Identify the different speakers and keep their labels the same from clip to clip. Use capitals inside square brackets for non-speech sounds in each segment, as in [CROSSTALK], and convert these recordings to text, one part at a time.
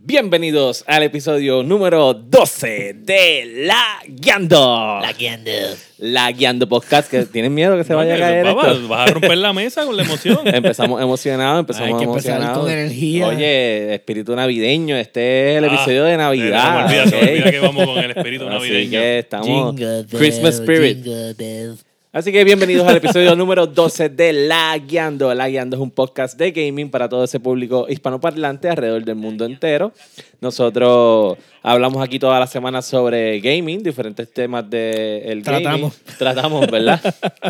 Speaker 1: Bienvenidos al episodio número 12 de La Guiando. La Guiando. La Guiando Podcast, que tienen miedo que se vaya a caer
Speaker 2: Papá,
Speaker 1: esto.
Speaker 2: Vas a romper la mesa con la emoción.
Speaker 1: [LAUGHS] Empezamos emocionados, empezamos
Speaker 3: Hay que empezar
Speaker 1: emocionados.
Speaker 3: con energía.
Speaker 1: Oye, espíritu navideño, este es el
Speaker 2: Ah,
Speaker 1: episodio de Navidad.
Speaker 2: Se me olvida, se me
Speaker 1: ¿ok? [LAUGHS]
Speaker 2: olvida que vamos con el espíritu
Speaker 1: Así
Speaker 2: navideño.
Speaker 1: que estamos
Speaker 3: Jingle bell,
Speaker 1: Christmas Spirit.
Speaker 3: jingle bell.
Speaker 1: Así que bienvenidos al episodio [LAUGHS] número 12 de La Guiando. La Guiando es un podcast de gaming para todo ese público hispanoparlante alrededor del mundo entero. Nosotros hablamos aquí toda la semana sobre gaming, diferentes temas del gaming.
Speaker 3: Tratamos.
Speaker 1: Tratamos, ¿verdad?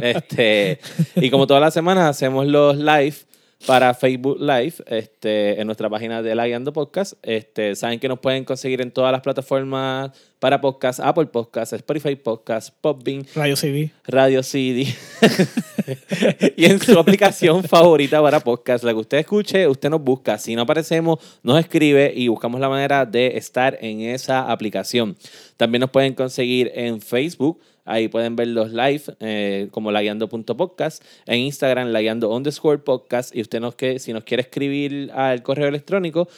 Speaker 1: este, y como todas las semanas hacemos los live para Facebook Live este, en nuestra página de La Guiando Podcast. Este, saben que nos pueden conseguir en todas las plataformas para podcast, Apple Podcast, Spotify Podcast, Podbean,
Speaker 3: Radio CV.
Speaker 1: Radio CD y en su aplicación favorita para podcast. La que usted escuche, usted nos busca. Si no aparecemos, nos escribe y buscamos la manera de estar en esa aplicación. También nos pueden conseguir en Facebook. Ahí pueden ver los live eh, como laguiando.podcast, en Instagram laguiando underscore podcast y usted nos que si nos quiere escribir al correo electrónico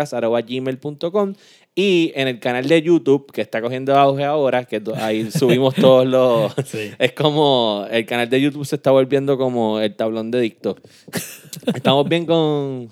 Speaker 1: laguiando.podcast@gmail.com y en el canal de YouTube que está cogiendo auge ahora, que do- ahí subimos todos los
Speaker 3: Sí.
Speaker 1: [LAUGHS] es como el canal de YouTube se está volviendo como el tablón de dicto. [LAUGHS] Estamos bien con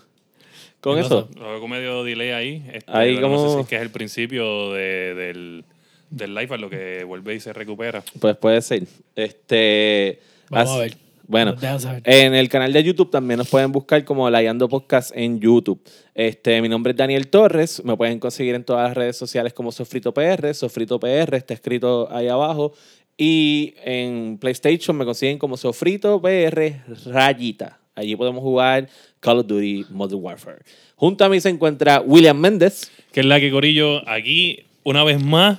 Speaker 1: con
Speaker 2: No
Speaker 1: eso.
Speaker 2: sé, Algo medio delay ahí. Este,
Speaker 1: Ahí
Speaker 2: lo que No sé
Speaker 1: como-
Speaker 2: si es que es el principio de- del, del live a lo que vuelve y se recupera.
Speaker 1: Pues puede ser. Este
Speaker 3: Vamos
Speaker 1: as-
Speaker 3: a ver.
Speaker 1: Bueno,
Speaker 3: Nos dejan saber.
Speaker 1: En el canal de YouTube también nos pueden buscar como Layando Podcast en YouTube. Este, mi nombre es Daniel Torres. Me pueden conseguir en todas las redes sociales como Sofrito PR. Sofrito PR está escrito ahí abajo. Y en PlayStation me consiguen como Sofrito PR Rayita. Allí podemos jugar Call of Duty Modern Warfare. Junto a mí se encuentra William Méndez.
Speaker 2: Que es la que Corillo aquí, una
Speaker 3: [LAUGHS]
Speaker 2: vez más,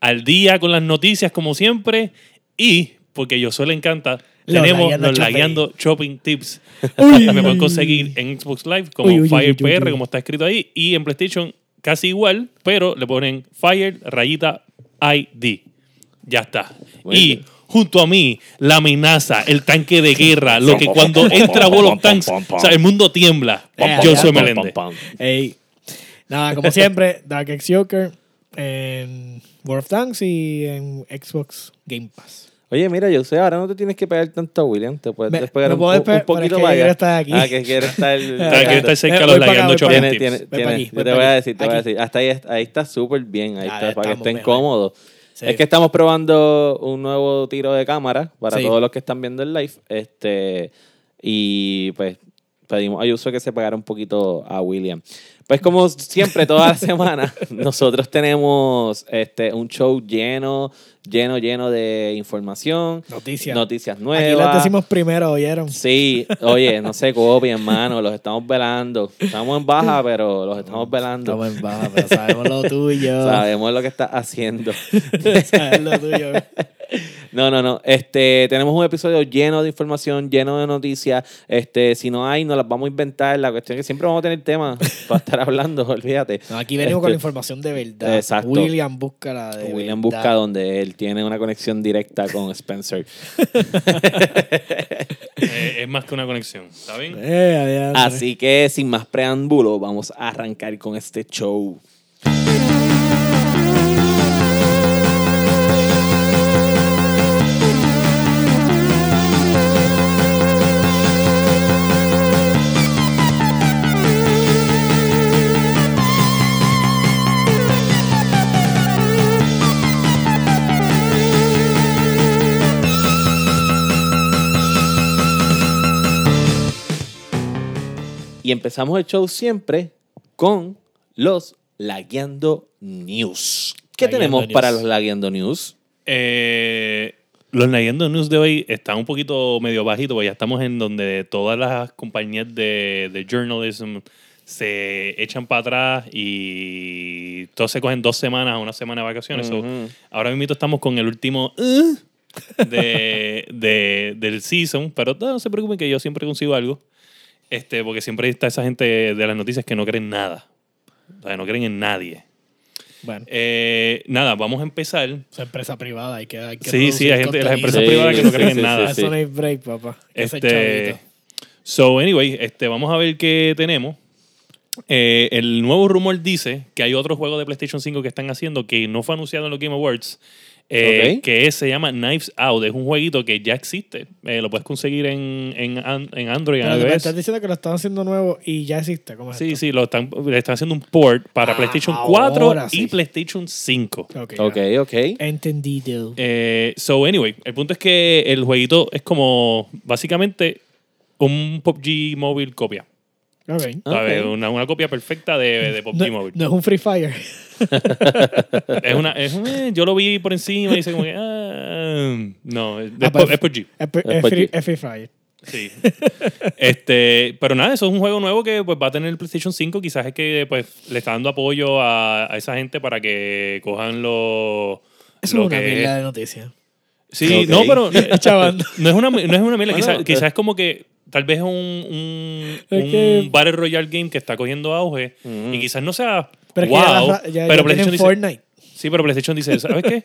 Speaker 2: al día con las noticias, como siempre. Y porque yo solo encanta,
Speaker 3: Los
Speaker 2: tenemos
Speaker 3: Lagueando
Speaker 2: los
Speaker 3: Shopping.
Speaker 2: lagueando shopping tips.
Speaker 3: [LAUGHS] Uy.
Speaker 2: Me pueden conseguir en Xbox Live como
Speaker 3: Uy, uy, uy,
Speaker 2: Fire
Speaker 3: uy, uy,
Speaker 2: PR,
Speaker 3: uy.
Speaker 2: como está escrito ahí, y en PlayStation casi igual, pero le ponen Fire rayita ID. Ya está.
Speaker 1: Bueno.
Speaker 2: Y junto a mí, la amenaza, el tanque de
Speaker 3: [LAUGHS]
Speaker 2: guerra, lo que cuando entra Wall of Tanks, o sea, el mundo tiembla.
Speaker 3: Eh,
Speaker 2: Yo
Speaker 3: ya,
Speaker 2: soy
Speaker 3: pam,
Speaker 2: Meléndez.
Speaker 3: Ey. Nada, como siempre, [LAUGHS] Dark X Joker en World of Tanks y en Xbox Game Pass.
Speaker 1: Oye, mira, yo sé, ahora no te tienes que pegar tanto a William. Te puedes
Speaker 3: Me-
Speaker 1: despegar
Speaker 3: me
Speaker 1: un,
Speaker 3: puedo
Speaker 1: un- un
Speaker 3: despegar, pero es
Speaker 1: poquito
Speaker 3: que
Speaker 1: para
Speaker 3: yo
Speaker 1: allá.
Speaker 3: quiero estar aquí.
Speaker 1: Ah, que quiere
Speaker 3: [LAUGHS]
Speaker 1: estar.
Speaker 2: Para que estés cerca
Speaker 3: Eh,
Speaker 2: de
Speaker 3: voy
Speaker 2: los
Speaker 3: para
Speaker 2: lagueando
Speaker 3: acá, voy
Speaker 2: shopping
Speaker 3: para
Speaker 1: Tiene,
Speaker 2: tips.
Speaker 1: tiene,
Speaker 3: Ve pa'
Speaker 1: tiene.
Speaker 3: aquí,
Speaker 1: Yo
Speaker 3: ve
Speaker 1: te
Speaker 3: pa'
Speaker 1: voy a
Speaker 3: aquí.
Speaker 1: decir, te voy a
Speaker 3: Aquí.
Speaker 1: decir. Hasta ahí, ahí está súper bien. Ahí
Speaker 3: Ah,
Speaker 1: está, para que
Speaker 3: estamos
Speaker 1: estén
Speaker 3: mejor.
Speaker 1: cómodos.
Speaker 3: Sí.
Speaker 1: Es que estamos probando un nuevo tiro de cámara para
Speaker 3: Sí.
Speaker 1: todos los que están viendo el live. Este, y pues pedimos a Yuso que se pagara un poquito a William. Pues como siempre, toda la [LAUGHS] semana, nosotros tenemos este, un show lleno, lleno, lleno de información,
Speaker 3: Noticias.
Speaker 1: noticias
Speaker 3: Aquí las
Speaker 1: nuevas.
Speaker 3: decimos primero, ¿oyeron?
Speaker 1: Sí, oye, no se copien, hermano, los estamos velando. Estamos en baja, pero los estamos velando.
Speaker 3: Estamos en baja, pero sabemos lo
Speaker 1: [LAUGHS]
Speaker 3: tuyo.
Speaker 1: Sabemos lo que estás
Speaker 3: [LAUGHS]
Speaker 1: haciendo.
Speaker 3: Sabemos lo tuyo.
Speaker 1: No, no, no. Este, tenemos un episodio lleno de información, lleno de noticias. Este, si no hay, nos las vamos a inventar. La cuestión es que siempre vamos a tener temas [LAUGHS] para estar hablando, [LAUGHS] olvídate.
Speaker 3: No, aquí venimos con
Speaker 1: Este-
Speaker 3: la información de verdad.
Speaker 1: Exacto.
Speaker 3: William busca la de
Speaker 1: William
Speaker 3: verdad.
Speaker 1: busca donde él tiene una conexión directa con
Speaker 3: [LAUGHS]
Speaker 1: Spencer.
Speaker 2: Eh, es más que una conexión, ¿está bien?
Speaker 3: Eh, adiante.
Speaker 1: Así que sin más preámbulo, vamos a arrancar con este show. Y empezamos el show siempre con los Lagueando News. ¿Qué
Speaker 3: Lagueando
Speaker 1: tenemos
Speaker 3: News.
Speaker 1: para los Lagueando News?
Speaker 2: Eh, los Nayendo News de hoy están un poquito medio bajitos, porque ya estamos en donde todas las compañías de, de journalism se echan para atrás y todos se cogen dos semanas o una semana de vacaciones. So,
Speaker 1: Ujú.
Speaker 2: ahora mismo estamos con el último "Uh", de, de- del season, pero no, no se preocupen que yo siempre consigo algo. Este, porque siempre está esa gente de las noticias que no creen nada. O sea, no creen en nadie.
Speaker 3: Bueno,
Speaker 2: Eh, nada, vamos a empezar
Speaker 3: es empresa privada. Hay que, hay que
Speaker 2: Sí, sí,
Speaker 3: producir
Speaker 2: hay gente, las
Speaker 3: contenido.
Speaker 2: empresas
Speaker 1: Sí,
Speaker 2: privadas que no
Speaker 1: sí,
Speaker 2: creen
Speaker 1: sí,
Speaker 2: en nada.
Speaker 1: sí.
Speaker 3: Eso no hay break, papá. Hay que ser
Speaker 2: Ah, Este,
Speaker 3: chavito.
Speaker 2: so, anyway, este, vamos a ver qué tenemos. Eh, el nuevo rumor dice que hay otro juego de PlayStation 5 que están haciendo que no fue anunciado en los Game Awards, eh,
Speaker 1: Ok.
Speaker 2: que es- se llama Knives Out. Es un jueguito que ya existe. Eh, lo puedes conseguir en, en, an- en Android, en
Speaker 3: Pero me
Speaker 2: iOS.
Speaker 3: estás diciendo que lo están haciendo nuevo y ya existe. ¿Cómo es
Speaker 2: Sí,
Speaker 3: esto?
Speaker 2: sí, lo están, le están haciendo un port para
Speaker 3: Ah,
Speaker 2: PlayStation
Speaker 3: ahora
Speaker 2: 4
Speaker 3: sí.
Speaker 2: y PlayStation 5.
Speaker 3: Ok. ya.
Speaker 1: Ok, ok.
Speaker 3: Entendido.
Speaker 2: Eh, so, anyway, el punto es que el jueguito es como básicamente un PUBG Mobile copia.
Speaker 3: Ok.
Speaker 2: ¿sabes?
Speaker 1: Ok.
Speaker 2: Una, una copia perfecta de, de PUBG
Speaker 3: No,
Speaker 2: Mobile.
Speaker 3: no es un Free Fire.
Speaker 2: Es una, es un, eh, yo lo vi por encima y dice como que, ah, no, es,
Speaker 3: Ah,
Speaker 2: es
Speaker 3: pues,
Speaker 2: pu- es PUBG.
Speaker 3: Es, es
Speaker 1: Es
Speaker 3: free,
Speaker 1: PUBG.
Speaker 3: es Free Fire.
Speaker 2: Sí. [LAUGHS] este, pero nada, eso es un juego nuevo que pues, va a tener el PlayStation 5. Quizás es que pues, le está dando apoyo a, a esa gente para que cojan los...
Speaker 3: Eso
Speaker 2: lo
Speaker 3: es una
Speaker 2: que
Speaker 3: mierda de noticia. [LAUGHS]
Speaker 2: Sí,
Speaker 1: Ok.
Speaker 2: no, pero eh,
Speaker 3: Chaval.
Speaker 2: no es una, no es una mierda.
Speaker 1: Bueno,
Speaker 2: quizás,
Speaker 1: eh.
Speaker 2: quizás como que tal vez es un, un,
Speaker 3: Es
Speaker 2: un
Speaker 3: que-
Speaker 2: Battle Royale game que está cogiendo auge
Speaker 1: Mm.
Speaker 2: y quizás no sea...
Speaker 3: Pero es que ya,
Speaker 2: wow,
Speaker 3: la ra- ya- ya tienen
Speaker 2: pero PlayStation dice,
Speaker 3: Fortnite.
Speaker 2: Sí, pero PlayStation dice, ¿sabes qué?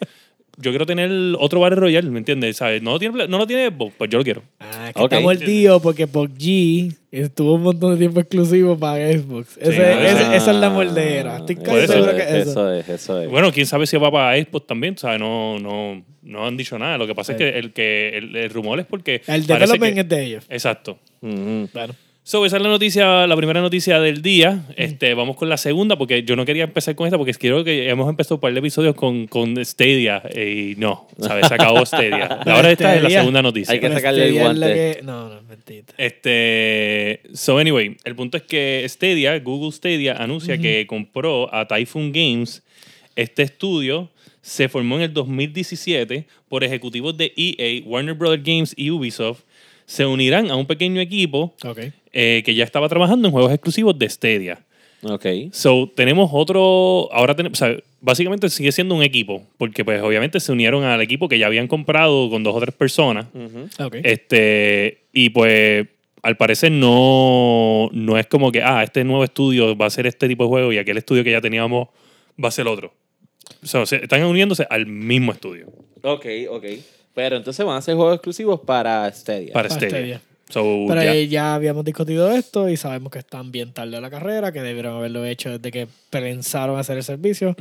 Speaker 2: Yo quiero tener otro Battle Royale, ¿me entiendes? ¿Sabes? No, lo tiene, Pla- no lo tiene Xbox, pues yo lo quiero.
Speaker 3: Ah, es que
Speaker 1: Ok.
Speaker 3: estamos el tío porque PUBG estuvo un montón de tiempo exclusivo para Xbox. Ese- ese-
Speaker 2: puede ser.
Speaker 3: esa
Speaker 1: Ah,
Speaker 3: es la mordera. Estoy
Speaker 2: Puede
Speaker 3: casi
Speaker 2: ser.
Speaker 3: seguro que es eso.
Speaker 1: eso es, eso es.
Speaker 2: Bueno, quién sabe si va para Xbox también, ¿sabes? No, no, no han dicho nada. Lo que pasa
Speaker 3: Sí.
Speaker 2: es que el, que el, el rumor es porque...
Speaker 3: El
Speaker 2: parece
Speaker 3: development
Speaker 2: que-
Speaker 3: es de ellos.
Speaker 2: Exacto.
Speaker 1: Ujú.
Speaker 3: Claro.
Speaker 2: So, esa es la noticia, la primera noticia del día. Este, vamos con la segunda, porque yo no quería empezar con esta, porque quiero que hemos empezado un par de episodios con, con Stadia. Y no, ¿sabes? Se acabó Stadia. Ahora esta es la
Speaker 3: Stadia.
Speaker 2: segunda noticia.
Speaker 1: Hay que
Speaker 3: Pero
Speaker 1: sacarle
Speaker 3: este
Speaker 1: el
Speaker 3: día es la
Speaker 1: guante.
Speaker 3: que- No, no, mentira.
Speaker 2: Este, so anyway, el punto es que Stadia, Google Stadia, anuncia que compró a Typhoon Games. Este estudio se formó en el 2017 por ejecutivos de EA, Warner Bros. Games y Ubisoft. Se unirán a un pequeño equipo
Speaker 3: Ok.
Speaker 2: eh, que ya estaba trabajando en juegos exclusivos de Stadia.
Speaker 1: Ok.
Speaker 2: So, tenemos otro. Ahora tenemos. o sea, básicamente sigue siendo un equipo, porque pues obviamente se unieron al equipo que ya habían comprado con dos o tres personas.
Speaker 1: Ujú.
Speaker 3: Ok.
Speaker 2: Este, y pues al parecer no, no es como que, ah, este nuevo estudio va a ser este tipo de juego y aquel estudio que ya teníamos va a ser otro. O sea, se- están uniéndose al mismo estudio,
Speaker 1: Ok, ok. Pero entonces van a ser juegos exclusivos para Stadia.
Speaker 2: para
Speaker 3: Ah,
Speaker 2: Stadia.
Speaker 3: Stadia.
Speaker 2: So,
Speaker 3: Pero
Speaker 2: Uh, ya.
Speaker 3: eh, ya habíamos discutido esto y sabemos que están bien tarde a la carrera, que debieron haberlo hecho desde que pensaron hacer el servicio.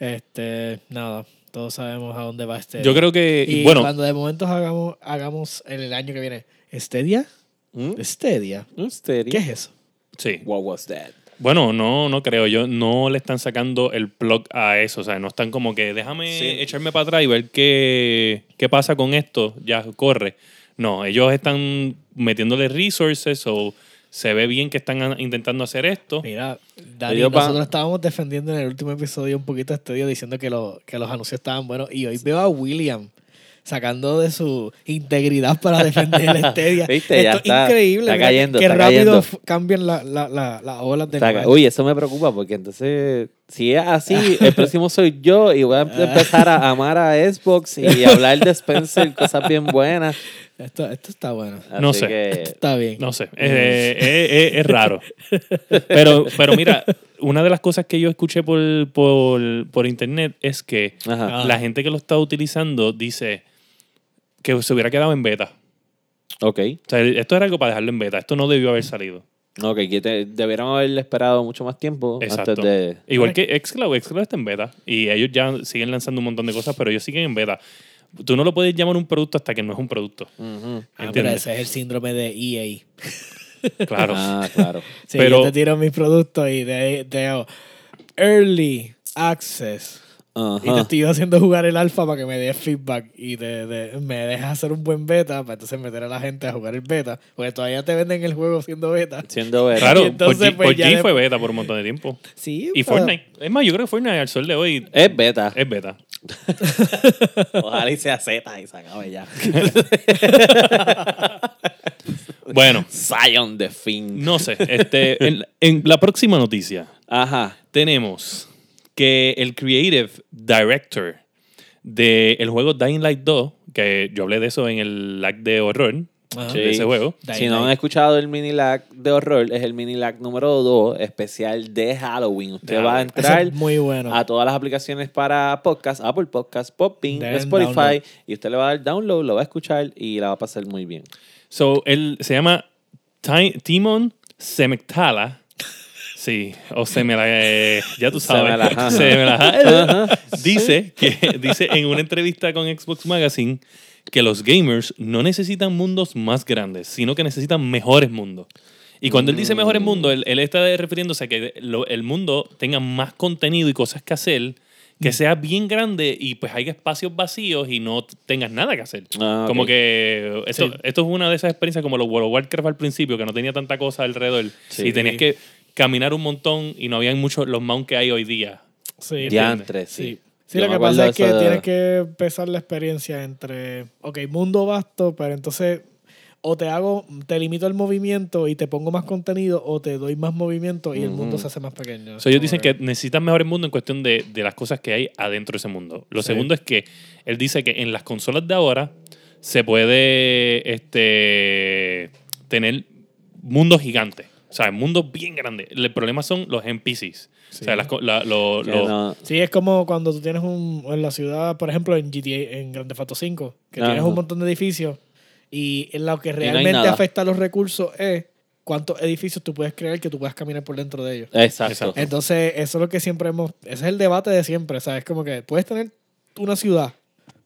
Speaker 3: Este, nada, todos sabemos a dónde va este.
Speaker 2: Yo creo que,
Speaker 3: y
Speaker 2: bueno,
Speaker 3: cuando de momento hagamos, hagamos el, el año que viene, ¿este día?
Speaker 1: ¿Mm?
Speaker 3: ¿Este día?
Speaker 1: Stadia.
Speaker 3: ¿Qué es eso?
Speaker 2: sí.
Speaker 1: What was that?
Speaker 2: Bueno, no, no creo. Yo no le están sacando el plug a eso. O sea, no están como que déjame
Speaker 1: Sí.
Speaker 2: echarme para atrás y ver qué, qué pasa con esto. Ya corre. No, ellos están metiéndole resources o se ve bien que están a- intentando hacer esto.
Speaker 3: Mira, Dani,
Speaker 1: Ellos van-
Speaker 3: nosotros estábamos defendiendo en el último episodio un poquito este día diciendo que, lo- que los anuncios estaban buenos y hoy veo a William sacando de su integridad para
Speaker 1: [LAUGHS]
Speaker 3: defender el Stadia.
Speaker 1: Viste, ya
Speaker 3: Esto
Speaker 1: está-
Speaker 3: es increíble.
Speaker 1: está
Speaker 3: mira,
Speaker 1: cayendo,
Speaker 3: que
Speaker 1: está
Speaker 3: rápido
Speaker 1: cayendo.
Speaker 3: f- cambian la- la- la- las olas del
Speaker 1: Saca-
Speaker 3: mar.
Speaker 1: Uy, eso me preocupa porque entonces, si es así, el próximo soy yo y voy
Speaker 3: [LAUGHS]
Speaker 1: a empezar a amar a Xbox y hablar de Spencer, cosas bien buenas.
Speaker 3: Esto, esto está bueno.
Speaker 1: Así
Speaker 2: No sé.
Speaker 1: que-
Speaker 3: Está bien.
Speaker 2: No sé, es, es- es- es raro. Pero, pero mira, una de las cosas que yo escuché por, por, por internet es que
Speaker 1: Ajá.
Speaker 3: Ah.
Speaker 2: la gente que lo está utilizando dice que se hubiera quedado en beta.
Speaker 1: Ok.
Speaker 2: O sea, esto era algo para dejarlo en beta. Esto no debió haber salido.
Speaker 1: Ok, que te- debieron haberle esperado mucho más tiempo
Speaker 2: Exacto.
Speaker 1: antes de.
Speaker 2: Igual que Xcloud. Xcloud está en beta. Y ellos ya siguen lanzando un montón de cosas, pero ellos siguen en beta. Tú no lo puedes llamar un producto hasta que no es un producto.
Speaker 1: Ujú.
Speaker 3: Ah, pero
Speaker 2: ¿Entiendes?
Speaker 3: ese es el síndrome de EA.
Speaker 2: Claro.
Speaker 1: Ah, claro.
Speaker 3: Sí,
Speaker 2: Pero-
Speaker 3: yo te tiro mis productos y te te hago early access.
Speaker 1: Ajá.
Speaker 3: Y te estoy haciendo jugar el alfa para que me des feedback y te, te- me dejas hacer un buen beta para entonces meter a la gente a jugar el beta. Porque todavía te venden el juego siendo beta.
Speaker 1: Siendo beta.
Speaker 2: Claro,
Speaker 3: Y entonces,
Speaker 2: PUBG
Speaker 3: pues, ya
Speaker 2: PUBG
Speaker 3: de- Ah.
Speaker 2: fue beta por un montón de tiempo.
Speaker 3: Sí,
Speaker 2: Y
Speaker 3: pero-
Speaker 2: Fortnite. Es más, yo creo que Fortnite al sol de hoy
Speaker 1: Es beta.
Speaker 2: es beta.
Speaker 1: Ojalá y sea Z y se acabe
Speaker 3: [LAUGHS]
Speaker 1: ya.
Speaker 2: Bueno,
Speaker 1: Zion the Fin.
Speaker 2: no sé. Este, en, en la próxima noticia
Speaker 1: Ajá.
Speaker 2: tenemos que el creative director del juego Dying Light 2, que yo hablé de eso en el lag de horror,
Speaker 1: Ah,
Speaker 3: Ajá.
Speaker 2: de ese juego.
Speaker 3: Dying
Speaker 1: si no han
Speaker 3: Light.
Speaker 1: escuchado el mini lag de horror, es el mini lag número 2 especial de Halloween. Usted
Speaker 2: De
Speaker 1: va a
Speaker 2: Halloween.
Speaker 3: Ese
Speaker 1: entrar
Speaker 3: es muy bueno.
Speaker 1: a todas las aplicaciones para podcast, Apple Podcast, Popping,
Speaker 3: Den
Speaker 1: Spotify,
Speaker 3: download.
Speaker 1: y usted le va a dar download, lo va a escuchar y la va a pasar muy
Speaker 3: [LAUGHS]
Speaker 1: bien.
Speaker 2: So, él se llama Ti- Timon Semectala. Sí, o se me la... eh, ya tú
Speaker 1: Se me
Speaker 2: sabes.
Speaker 1: la jaja.
Speaker 2: Se me
Speaker 1: [LAUGHS]
Speaker 2: la jaja.
Speaker 1: Ajá.
Speaker 2: [LAUGHS] dice, que, dice en una entrevista con Xbox Magazine que los gamers no necesitan mundos más grandes, sino que necesitan mejores mundos. Y cuando él dice
Speaker 1: Mm.
Speaker 2: mejores mundos, él, él está refiriéndose a que lo- el mundo tenga más contenido y cosas que hacer,
Speaker 1: Mm.
Speaker 2: que sea bien grande y pues haya espacios vacíos y no t- tengas nada que hacer.
Speaker 1: Ah, ok.
Speaker 2: Como que esto,
Speaker 3: Sí.
Speaker 2: esto es una de esas experiencias como los World of Warcraft al principio, que no tenía tanta cosa alrededor
Speaker 1: Sí.
Speaker 2: y tenías que caminar un montón y no habían muchos los mounts que hay hoy día.
Speaker 3: Sí.
Speaker 1: Diantre, sí.
Speaker 3: Sí. Sí,
Speaker 1: Yo
Speaker 3: lo
Speaker 1: me
Speaker 3: que
Speaker 1: acuerdo
Speaker 3: pasa
Speaker 1: de
Speaker 3: es que
Speaker 1: eso de-
Speaker 3: tienes que pesar la experiencia entre, ok, mundo vasto, pero entonces o te hago, te limito el movimiento y te pongo más contenido o te doy más movimiento y el mundo
Speaker 1: Ujú.
Speaker 3: se hace más pequeño.
Speaker 2: So, ellos
Speaker 3: Como
Speaker 2: dicen que necesitas mejores mundo en cuestión de, de las cosas que hay adentro de ese mundo. Lo
Speaker 3: Sí.
Speaker 2: segundo es que él dice que en las consolas de ahora se puede este, tener mundos gigantes. O sea, mundos bien grandes. El problema son los NPCs. O sea,
Speaker 3: Sí.
Speaker 2: las co- la- lo-
Speaker 1: Que
Speaker 2: lo-
Speaker 1: no-
Speaker 3: Sí, es como cuando tú tienes un, en la ciudad, por ejemplo, en GTA, en Grand Theft Auto 5, que
Speaker 1: Ajá.
Speaker 3: tienes un montón de edificios y en lo que
Speaker 1: no hay
Speaker 3: realmente
Speaker 1: nada.
Speaker 3: afecta a los recursos es cuántos edificios tú puedes crear que tú puedas caminar por dentro de ellos.
Speaker 1: Exacto.
Speaker 2: Exacto.
Speaker 3: Entonces, eso es lo que siempre hemos. Ese es el debate de siempre, ¿sabes? Como que puedes tener una ciudad,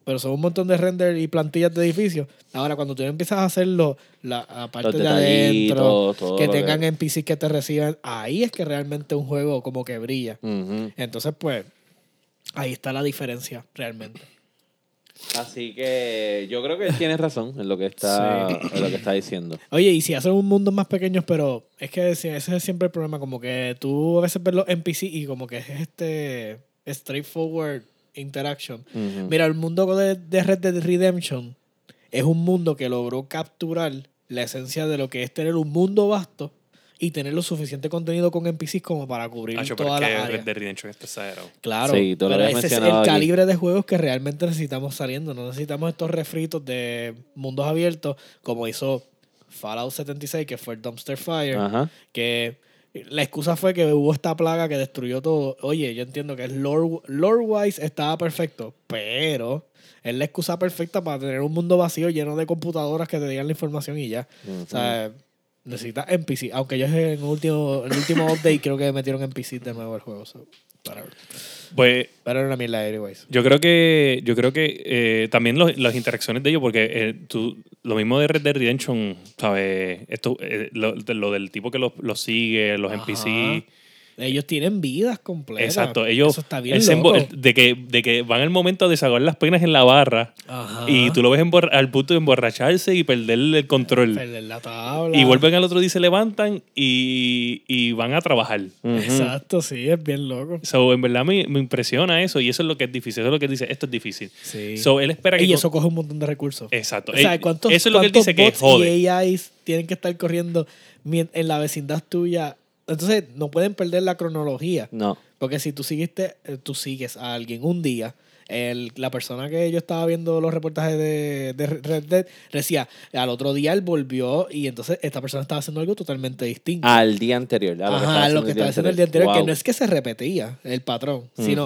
Speaker 3: pero son un montón de render y plantillas de edificios. Ahora, cuando tú empiezas a hacerlo, la, la parte
Speaker 1: Los
Speaker 3: de adentro,
Speaker 1: detallitos, todo
Speaker 3: que
Speaker 1: lo
Speaker 3: tengan NPCs que te reciban, ahí es que realmente un juego como que brilla.
Speaker 1: Ujú.
Speaker 3: Entonces, pues, ahí está la diferencia, realmente.
Speaker 1: Así que yo creo que él tiene razón en lo que está,
Speaker 3: Sí.
Speaker 1: en lo que está diciendo.
Speaker 3: Oye, y si hacen un mundo más pequeño, pero es que si- ese es siempre el problema, como que tú a veces ves los NPC y como que es este straightforward interaction.
Speaker 2: Mm.
Speaker 1: Ujú.
Speaker 3: Mira, el mundo de, de Red Dead Redemption es un mundo que logró capturar la esencia de lo que es tener un mundo vasto y tener lo suficiente contenido con NPCs como para cubrir
Speaker 2: Acho, pero
Speaker 3: todas
Speaker 2: es
Speaker 3: las
Speaker 2: que
Speaker 3: áreas.
Speaker 2: Red Dead Redemption es exagerado.
Speaker 3: Claro,
Speaker 1: Sí, tú lo
Speaker 3: pero
Speaker 1: habías
Speaker 3: ese es el
Speaker 1: mencionado aquí.
Speaker 3: calibre de juegos que realmente necesitamos saliendo. No necesitamos estos refritos de mundos abiertos como hizo Fallout 76, que fue el Dumpster Fire,
Speaker 1: Ajá.
Speaker 3: que la excusa fue que hubo esta plaga que destruyó todo. Oye, yo entiendo que es lore- lore-wise estaba perfecto, pero es la excusa perfecta para tener un mundo vacío lleno de computadoras que te digan la información y ya. O sea, necesitas NPC. Aunque ellos en el último, el último [LAUGHS] update creo que metieron NPC de nuevo al juego. so, whatever.
Speaker 2: Pues
Speaker 3: Pero era una mierda, anyways.
Speaker 2: Yo creo que, yo creo que eh, también los- las interacciones de ellos, porque eh, tú, lo mismo de Red Dead Redemption, ¿sabes? Esto, eh, lo, de- lo del tipo que los, los sigue, los
Speaker 3: Ajá.
Speaker 2: NPC.
Speaker 3: Ellos tienen vidas completas.
Speaker 2: Exacto. Ellos,
Speaker 3: Eso está bien.
Speaker 2: él se
Speaker 3: loco.
Speaker 2: embo- de, que, de que van al momento a desahogar las penas en la barra
Speaker 3: Ajá.
Speaker 2: y tú lo ves emborra- al punto de emborracharse y perder el control.
Speaker 3: Perder la tabla.
Speaker 2: Y vuelven al otro día y se levantan y, y van a trabajar.
Speaker 1: Ujú.
Speaker 3: Exacto, sí, es bien loco.
Speaker 2: So, en verdad me, me impresiona eso y eso es lo que es difícil. Eso es lo que él dice, esto es difícil.
Speaker 3: Sí.
Speaker 2: So, él espera que
Speaker 3: y
Speaker 2: con-
Speaker 3: eso coge un montón de recursos.
Speaker 2: Exacto.
Speaker 3: O sea,
Speaker 2: Ey,
Speaker 3: ¿cuántos,
Speaker 2: eso es lo que él
Speaker 3: cuántos
Speaker 2: dice que
Speaker 3: bots
Speaker 2: jode.
Speaker 3: y AIs tienen que estar corriendo mien- en la vecindad tuya? Entonces, no pueden perder la cronología.
Speaker 1: No.
Speaker 3: Porque si tú siguiste, eh, tú sigues a alguien un día, el- la persona que yo estaba viendo los reportajes de, de Red Dead decía, al otro día él volvió y entonces esta persona estaba haciendo algo totalmente distinto.
Speaker 1: Al día anterior. A Ah, lo que
Speaker 3: Ajá, lo que estaba haciendo el día anterior, que
Speaker 1: Wow.
Speaker 3: no es que se repetía el patrón, sino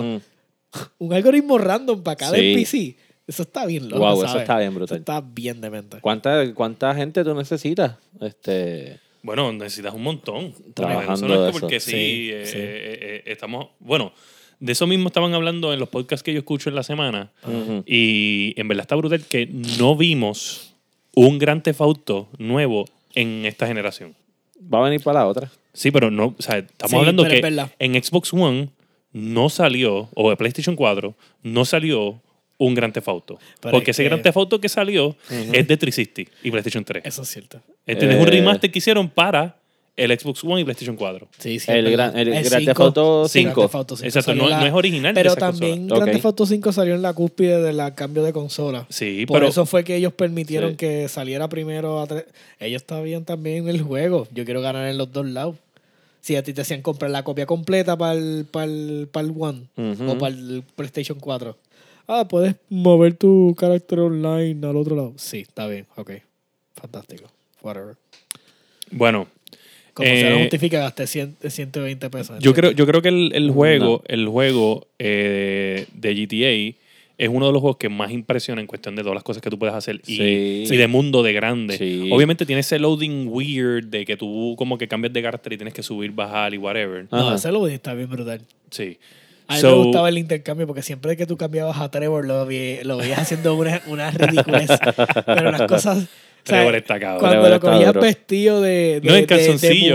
Speaker 1: Ujú.
Speaker 3: un algoritmo random para cada
Speaker 1: Sí.
Speaker 3: NPC. Eso está bien loco,
Speaker 1: Wow,
Speaker 3: ¿sabes?
Speaker 1: eso está bien
Speaker 3: Eso
Speaker 1: brutal.
Speaker 3: está bien demente.
Speaker 1: ¿Cuánta, ¿Cuánta gente tú necesitas? Este,
Speaker 2: Bueno, necesitas un montón.
Speaker 1: Trabajando
Speaker 2: Eso no es
Speaker 1: eso.
Speaker 2: que porque sí,
Speaker 3: Sí,
Speaker 2: eh,
Speaker 3: sí.
Speaker 2: eh, eh, estamos. Bueno, de eso mismo estaban hablando en los podcasts que yo escucho en la semana.
Speaker 1: ujú.
Speaker 2: Y en verdad está brutal que no vimos un gran tefauto nuevo en esta generación.
Speaker 1: Va a venir para la otra.
Speaker 2: Sí, pero no. O sea, estamos
Speaker 3: Sí,
Speaker 2: hablando
Speaker 3: pero
Speaker 2: que
Speaker 3: es verdad.
Speaker 2: en Xbox One no salió, o en PlayStation 4, no salió un gran tefauto.
Speaker 3: Pero
Speaker 2: Porque
Speaker 3: es
Speaker 2: ese
Speaker 3: que-
Speaker 2: gran tefauto que salió es de 360 y PlayStation 3.
Speaker 3: Eso es cierto.
Speaker 2: Este es
Speaker 1: Eh.
Speaker 2: un remaster que hicieron para el Xbox One y PlayStation 4.
Speaker 3: Sí, sí, es
Speaker 1: El,
Speaker 3: verdad.
Speaker 1: gran, el,
Speaker 3: El
Speaker 1: Grand Theft
Speaker 3: cinco.
Speaker 1: Auto
Speaker 2: Sí.
Speaker 1: 5.
Speaker 3: Grand Theft Auto cinco
Speaker 2: Exacto,
Speaker 3: salió
Speaker 2: no,
Speaker 3: la-
Speaker 2: no es original. de
Speaker 3: Pero
Speaker 2: esa consola.
Speaker 3: también
Speaker 1: consola.
Speaker 3: Grand
Speaker 1: Ok.
Speaker 3: Theft Auto 5 salió en la cúspide del cambio de consola.
Speaker 2: Sí,
Speaker 3: Por
Speaker 2: pero.
Speaker 3: eso fue que ellos permitieron
Speaker 1: Sí.
Speaker 3: que saliera primero. A tres- ellos estaban también en el juego. Yo quiero ganar en los dos lados. Si a ti te hacían comprar la copia completa para el, para el, para el One
Speaker 1: Ujú.
Speaker 3: o para el PlayStation 4. Ah, puedes mover tu carácter online al otro lado. Sí, está bien. Ok. Fantástico. Whatever.
Speaker 2: Bueno,
Speaker 3: Como
Speaker 2: Eh,
Speaker 3: se lo justifica, gasté 100 120 pesos.
Speaker 2: yo creo, yo creo que el, el juego, el juego eh, de GTA es uno de los juegos que más impresiona en cuestión de todas las cosas que tú puedes hacer y,
Speaker 1: Sí.
Speaker 2: y de mundo de grande.
Speaker 1: Sí.
Speaker 2: Obviamente tiene ese loading weird de que tú como que cambias de carácter y tienes que subir, bajar y whatever.
Speaker 1: Ajá.
Speaker 3: No, ese lo está bien brutal.
Speaker 2: Sí.
Speaker 3: A mí
Speaker 2: So,
Speaker 3: me gustaba el intercambio porque siempre que tú cambiabas a Trevor lo, vi- lo veías haciendo unas una ridículas. pero las cosas. o sea,
Speaker 2: Trevor está cabrón.
Speaker 3: cuando
Speaker 1: Trevor
Speaker 3: lo
Speaker 1: está
Speaker 3: cogías
Speaker 1: duro.
Speaker 3: vestido de, de,
Speaker 2: No, en
Speaker 3: de- de
Speaker 2: calzoncillo.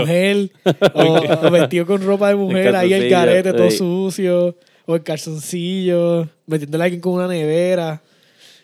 Speaker 1: [LAUGHS]
Speaker 3: mujer, o, o vestido con ropa de mujer, ahí el
Speaker 1: calzoncillo,
Speaker 3: carete todo
Speaker 1: sí.
Speaker 3: sucio, o el calzoncillo, metiéndole a alguien con una nevera.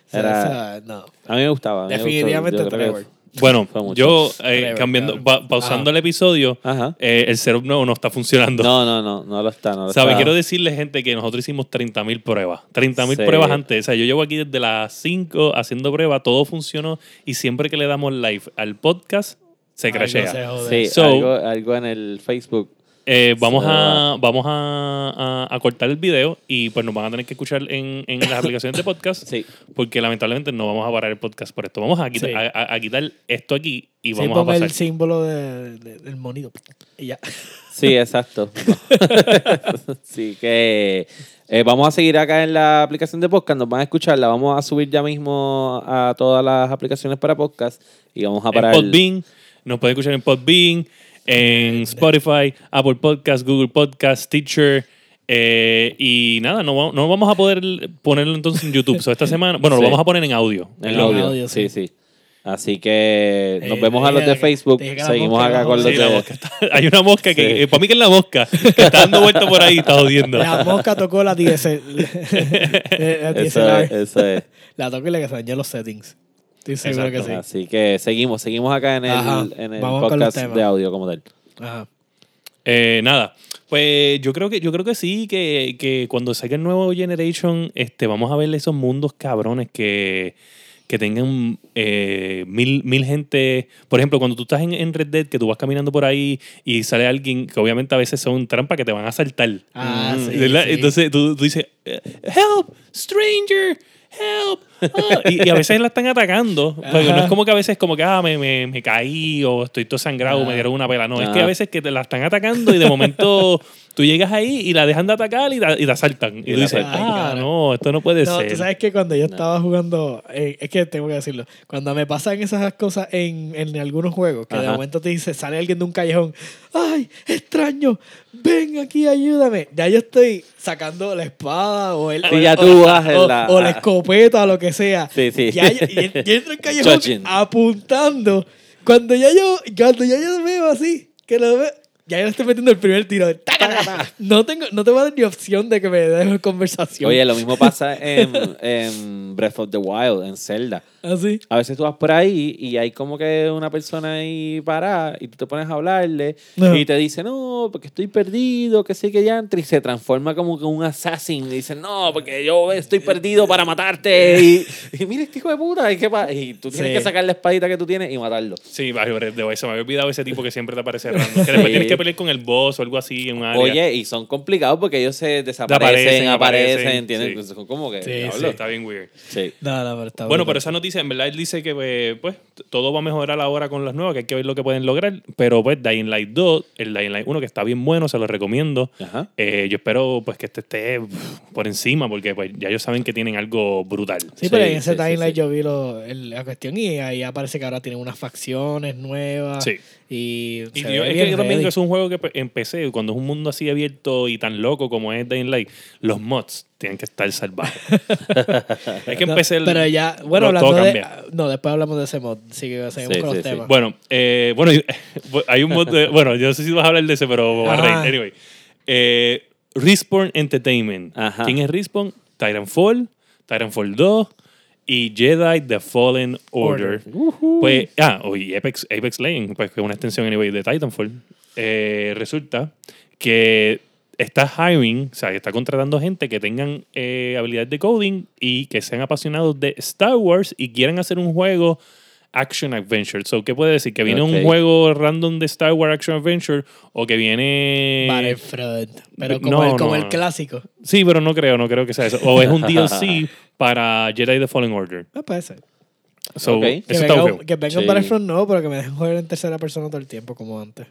Speaker 3: O sea,
Speaker 1: Era-
Speaker 3: o sea, no.
Speaker 1: A mí me gustaba. a mí me gustó.
Speaker 3: Definitivamente
Speaker 1: Yo creo que-
Speaker 3: Trevor.
Speaker 2: Bueno,
Speaker 1: Fue mucho.
Speaker 2: yo eh,
Speaker 3: Whatever,
Speaker 2: cambiando,
Speaker 3: cabrón.
Speaker 2: pa- pausando
Speaker 3: Ah.
Speaker 2: el episodio,
Speaker 1: Ajá.
Speaker 2: eh, el setup nuevo no está funcionando.
Speaker 1: No, no, no, no lo está. No lo
Speaker 2: ¿Sabe?
Speaker 1: está.
Speaker 2: Quiero decirle, gente, que nosotros hicimos 30.000 pruebas. 30.000
Speaker 1: Sí.
Speaker 2: pruebas antes. O sea, yo llevo aquí desde las 5 haciendo pruebas, todo funcionó y siempre que le damos live al podcast, se
Speaker 3: Ay, no
Speaker 2: crashea.
Speaker 3: se joda.
Speaker 1: Sí,
Speaker 2: So-
Speaker 1: algo, algo en el Facebook.
Speaker 2: Eh, vamos
Speaker 1: Se
Speaker 2: a, vamos a, a- a cortar el video y pues nos van a tener que escuchar en, en las aplicaciones
Speaker 3: [LAUGHS]
Speaker 2: de podcast
Speaker 1: Sí.
Speaker 2: porque lamentablemente no vamos a parar el podcast por esto. Vamos a quitar,
Speaker 3: Sí.
Speaker 2: a- a- a quitar esto aquí y
Speaker 3: Sí,
Speaker 2: vamos a
Speaker 3: ponme
Speaker 2: pasar.
Speaker 3: el símbolo de- de- del monito. Y ya.
Speaker 1: Sí, exacto. [LAUGHS] Así que eh, vamos a seguir acá en la aplicación de podcast. Nos van a escuchar. La vamos a subir ya mismo a todas las aplicaciones para podcast. Y vamos a parar.
Speaker 2: en Podbean. Nos pueden escuchar en Podbean, en Spotify, Apple Podcast, Google Podcast, Teacher. y nada, no, va- no vamos a poder ponerlo entonces en YouTube. So, esta semana, bueno,
Speaker 1: Sí.
Speaker 2: lo vamos a poner en audio.
Speaker 1: el
Speaker 3: en
Speaker 1: audio.
Speaker 3: audio,
Speaker 1: sí,
Speaker 3: sí.
Speaker 1: sí. Así que nos
Speaker 3: Eh,
Speaker 1: vemos a los de
Speaker 3: dije que-
Speaker 1: Facebook.
Speaker 3: dije que la
Speaker 1: Seguimos
Speaker 3: mosca,
Speaker 1: acá
Speaker 3: la
Speaker 1: con los
Speaker 2: Sí, la
Speaker 1: de. [LAUGHS]
Speaker 2: mosca está- hay una mosca que,
Speaker 1: Sí.
Speaker 2: eh, para mí que es la mosca, que está dando vuelta por ahí, está jodiendo. [LAUGHS]
Speaker 3: La mosca tocó la DSL. [LAUGHS] la,
Speaker 1: Eso
Speaker 3: DSLR.
Speaker 1: es, eso es.
Speaker 3: la tocó y le dañó los settings. Estoy seguro
Speaker 2: Exacto.
Speaker 3: que sí.
Speaker 1: Así que seguimos, seguimos acá en el,
Speaker 3: Ajá.
Speaker 1: en el
Speaker 3: Vamos con los
Speaker 1: podcast
Speaker 3: temas.
Speaker 1: de audio como tal.
Speaker 2: Ah,
Speaker 3: Ajá.
Speaker 2: Eh, nada. Pues yo creo que, yo creo que sí, que, que cuando saque el nuevo Generation, este, vamos a ver esos mundos cabrones que, que tengan eh, mil, mil gente. Por ejemplo, cuando tú estás en, en Red Dead, que tú vas caminando por ahí y sale alguien, que obviamente a veces son trampas que te van a saltar.
Speaker 3: Ah, sí,
Speaker 2: Mm. ¿Verdad?
Speaker 3: sí.
Speaker 2: Entonces tú, tú dices, "Eh, help, stranger, help. ah". Y, y a veces la están atacando. Porque no es
Speaker 3: Ajá.
Speaker 2: como que a veces como que ah, me, me, me caí o estoy todo sangrado,
Speaker 3: Ah.
Speaker 2: me dieron una pela. No, es
Speaker 1: Ah.
Speaker 2: que a veces que te la están atacando y
Speaker 3: [LAUGHS]
Speaker 2: de momento tú llegas ahí y la dejan de atacar y la, y la asaltan. Y,
Speaker 1: Y
Speaker 2: tú
Speaker 1: la
Speaker 2: dices,
Speaker 3: asaltan.
Speaker 2: ah,
Speaker 3: Ay, cara.
Speaker 2: no, esto no puede
Speaker 3: No,
Speaker 2: ser.
Speaker 3: tú sabes que cuando
Speaker 1: No.
Speaker 3: yo estaba jugando, eh, es que tengo que decirlo, cuando me pasan esas cosas en, en algunos juegos, que de
Speaker 1: Ajá.
Speaker 3: momento te dice, sale alguien de un callejón, ¡ay, extraño! ¡Ven aquí, ayúdame! Ya yo estoy sacando la espada o el...
Speaker 1: Sí,
Speaker 3: o-
Speaker 1: ya
Speaker 3: o-
Speaker 1: tú vas en
Speaker 3: o,
Speaker 1: la- ah.
Speaker 3: o la escopeta o lo que sea.
Speaker 1: Sí, sí.
Speaker 3: Ya, yo, yo- yo
Speaker 1: [LAUGHS]
Speaker 3: entro en el callejón
Speaker 1: Judging.
Speaker 3: apuntando. Cuando ya yo, cuando ya yo veo así, que lo veo, ya yo le estoy metiendo el primer tiro. ¡Tacata! No tengo, no te va a dar ni opción de que me dejes conversación.
Speaker 1: Oye, lo mismo pasa en, en Breath of the Wild, en Zelda.
Speaker 3: Así.
Speaker 1: A veces tú vas por ahí y hay como que una persona ahí parada y tú te pones a hablarle
Speaker 3: Ajá.
Speaker 1: y te dice, no, porque estoy perdido, que sé que ya y se transforma como que un assassin y dice, no, porque yo estoy perdido para matarte y, y mira este hijo de puta, ¿y, qué pa-?" y tú tienes
Speaker 3: Sí.
Speaker 1: que sacar la espadita que tú tienes y matarlo.
Speaker 2: Sí, vale, vale, de- se me había olvidado ese tipo que siempre te aparece
Speaker 3: [LAUGHS]
Speaker 2: random. Que después
Speaker 1: Sí.
Speaker 2: tienes que pelear con el boss o algo así en un área.
Speaker 1: Oye, y son complicados porque ellos se desaparecen,
Speaker 2: Desaparecen,
Speaker 1: aparecen,
Speaker 2: aparecen,
Speaker 1: ¿entiendes?
Speaker 2: sí.
Speaker 1: Son como que...
Speaker 3: Sí,
Speaker 1: diablo.
Speaker 2: Sí, está bien weird.
Speaker 1: Sí.
Speaker 3: No, no, pero está
Speaker 2: Bueno,
Speaker 3: Ah, brutal.
Speaker 2: pero esa noticia, en verdad, él dice que eh, pues todo va a mejorar ahora con las nuevas, que hay que ver lo que pueden lograr. Pero pues Dying Light 2, el Dying Light 1, que está bien bueno, se lo recomiendo.
Speaker 1: Ajá.
Speaker 2: Eh, yo espero pues que este esté uf, por encima, porque pues ya ellos saben que tienen algo brutal.
Speaker 3: Sí, pero
Speaker 1: Sí,
Speaker 3: en ese
Speaker 1: sí, sí,
Speaker 3: timeline
Speaker 1: sí.
Speaker 3: yo vi lo- el- la cuestión y ahí aparece que ahora tienen unas facciones nuevas.
Speaker 2: Sí.
Speaker 3: Y,
Speaker 2: Y
Speaker 3: se
Speaker 2: yo-
Speaker 3: ve
Speaker 2: es
Speaker 3: bien
Speaker 2: que también
Speaker 3: ready.
Speaker 2: es un juego que pues, empecé, cuando es un mundo así abierto y tan loco como es Dying Light, los mods tienen que estar
Speaker 3: [LAUGHS]
Speaker 2: salvajes. es que
Speaker 3: No,
Speaker 2: empecé el...
Speaker 3: Pero ya, bueno,
Speaker 2: no, todo
Speaker 3: hablando de.
Speaker 2: cambia.
Speaker 3: No, después hablamos de ese mod. Así que seguimos
Speaker 1: Sí,
Speaker 3: con los
Speaker 1: sí, sí.
Speaker 3: temas.
Speaker 2: Bueno, eh, bueno, yo- [LAUGHS] hay un mod de- bueno, yo no sé si vas a hablar de ese, pero voy a reír.
Speaker 3: Ajá.
Speaker 2: Anyway, eh, Respawn Entertainment.
Speaker 1: Ajá.
Speaker 2: ¿Quién es Respawn? Titanfall, Titanfall 2 y Jedi The Fallen Order.
Speaker 3: Order.
Speaker 2: Pues, ah, oh, y Apex, Apex Legends, pues que es una extensión anyway de Titanfall. Eh, resulta que está hiring, o sea, que está contratando gente que tengan eh, habilidad de coding y que sean apasionados de Star Wars y quieran hacer un juego action adventure. So, ¿qué puede decir? Que viene
Speaker 1: Ok.
Speaker 2: un juego random de Star Wars action adventure o que viene
Speaker 3: Battlefront. Pero como,
Speaker 2: no,
Speaker 3: el, como
Speaker 2: no,
Speaker 3: el
Speaker 2: no.
Speaker 3: clásico.
Speaker 2: Sí, pero no creo, no creo que sea eso. O
Speaker 3: [LAUGHS]
Speaker 2: es un DLC para Jedi The Fallen Order.
Speaker 3: Me parece.
Speaker 2: So,
Speaker 1: Ok.
Speaker 2: eso
Speaker 3: que
Speaker 2: está
Speaker 3: venga,
Speaker 2: feo.
Speaker 3: un- que venga un
Speaker 1: Sí.
Speaker 3: Battlefront no, pero que me dejen jugar en tercera persona todo el tiempo como antes.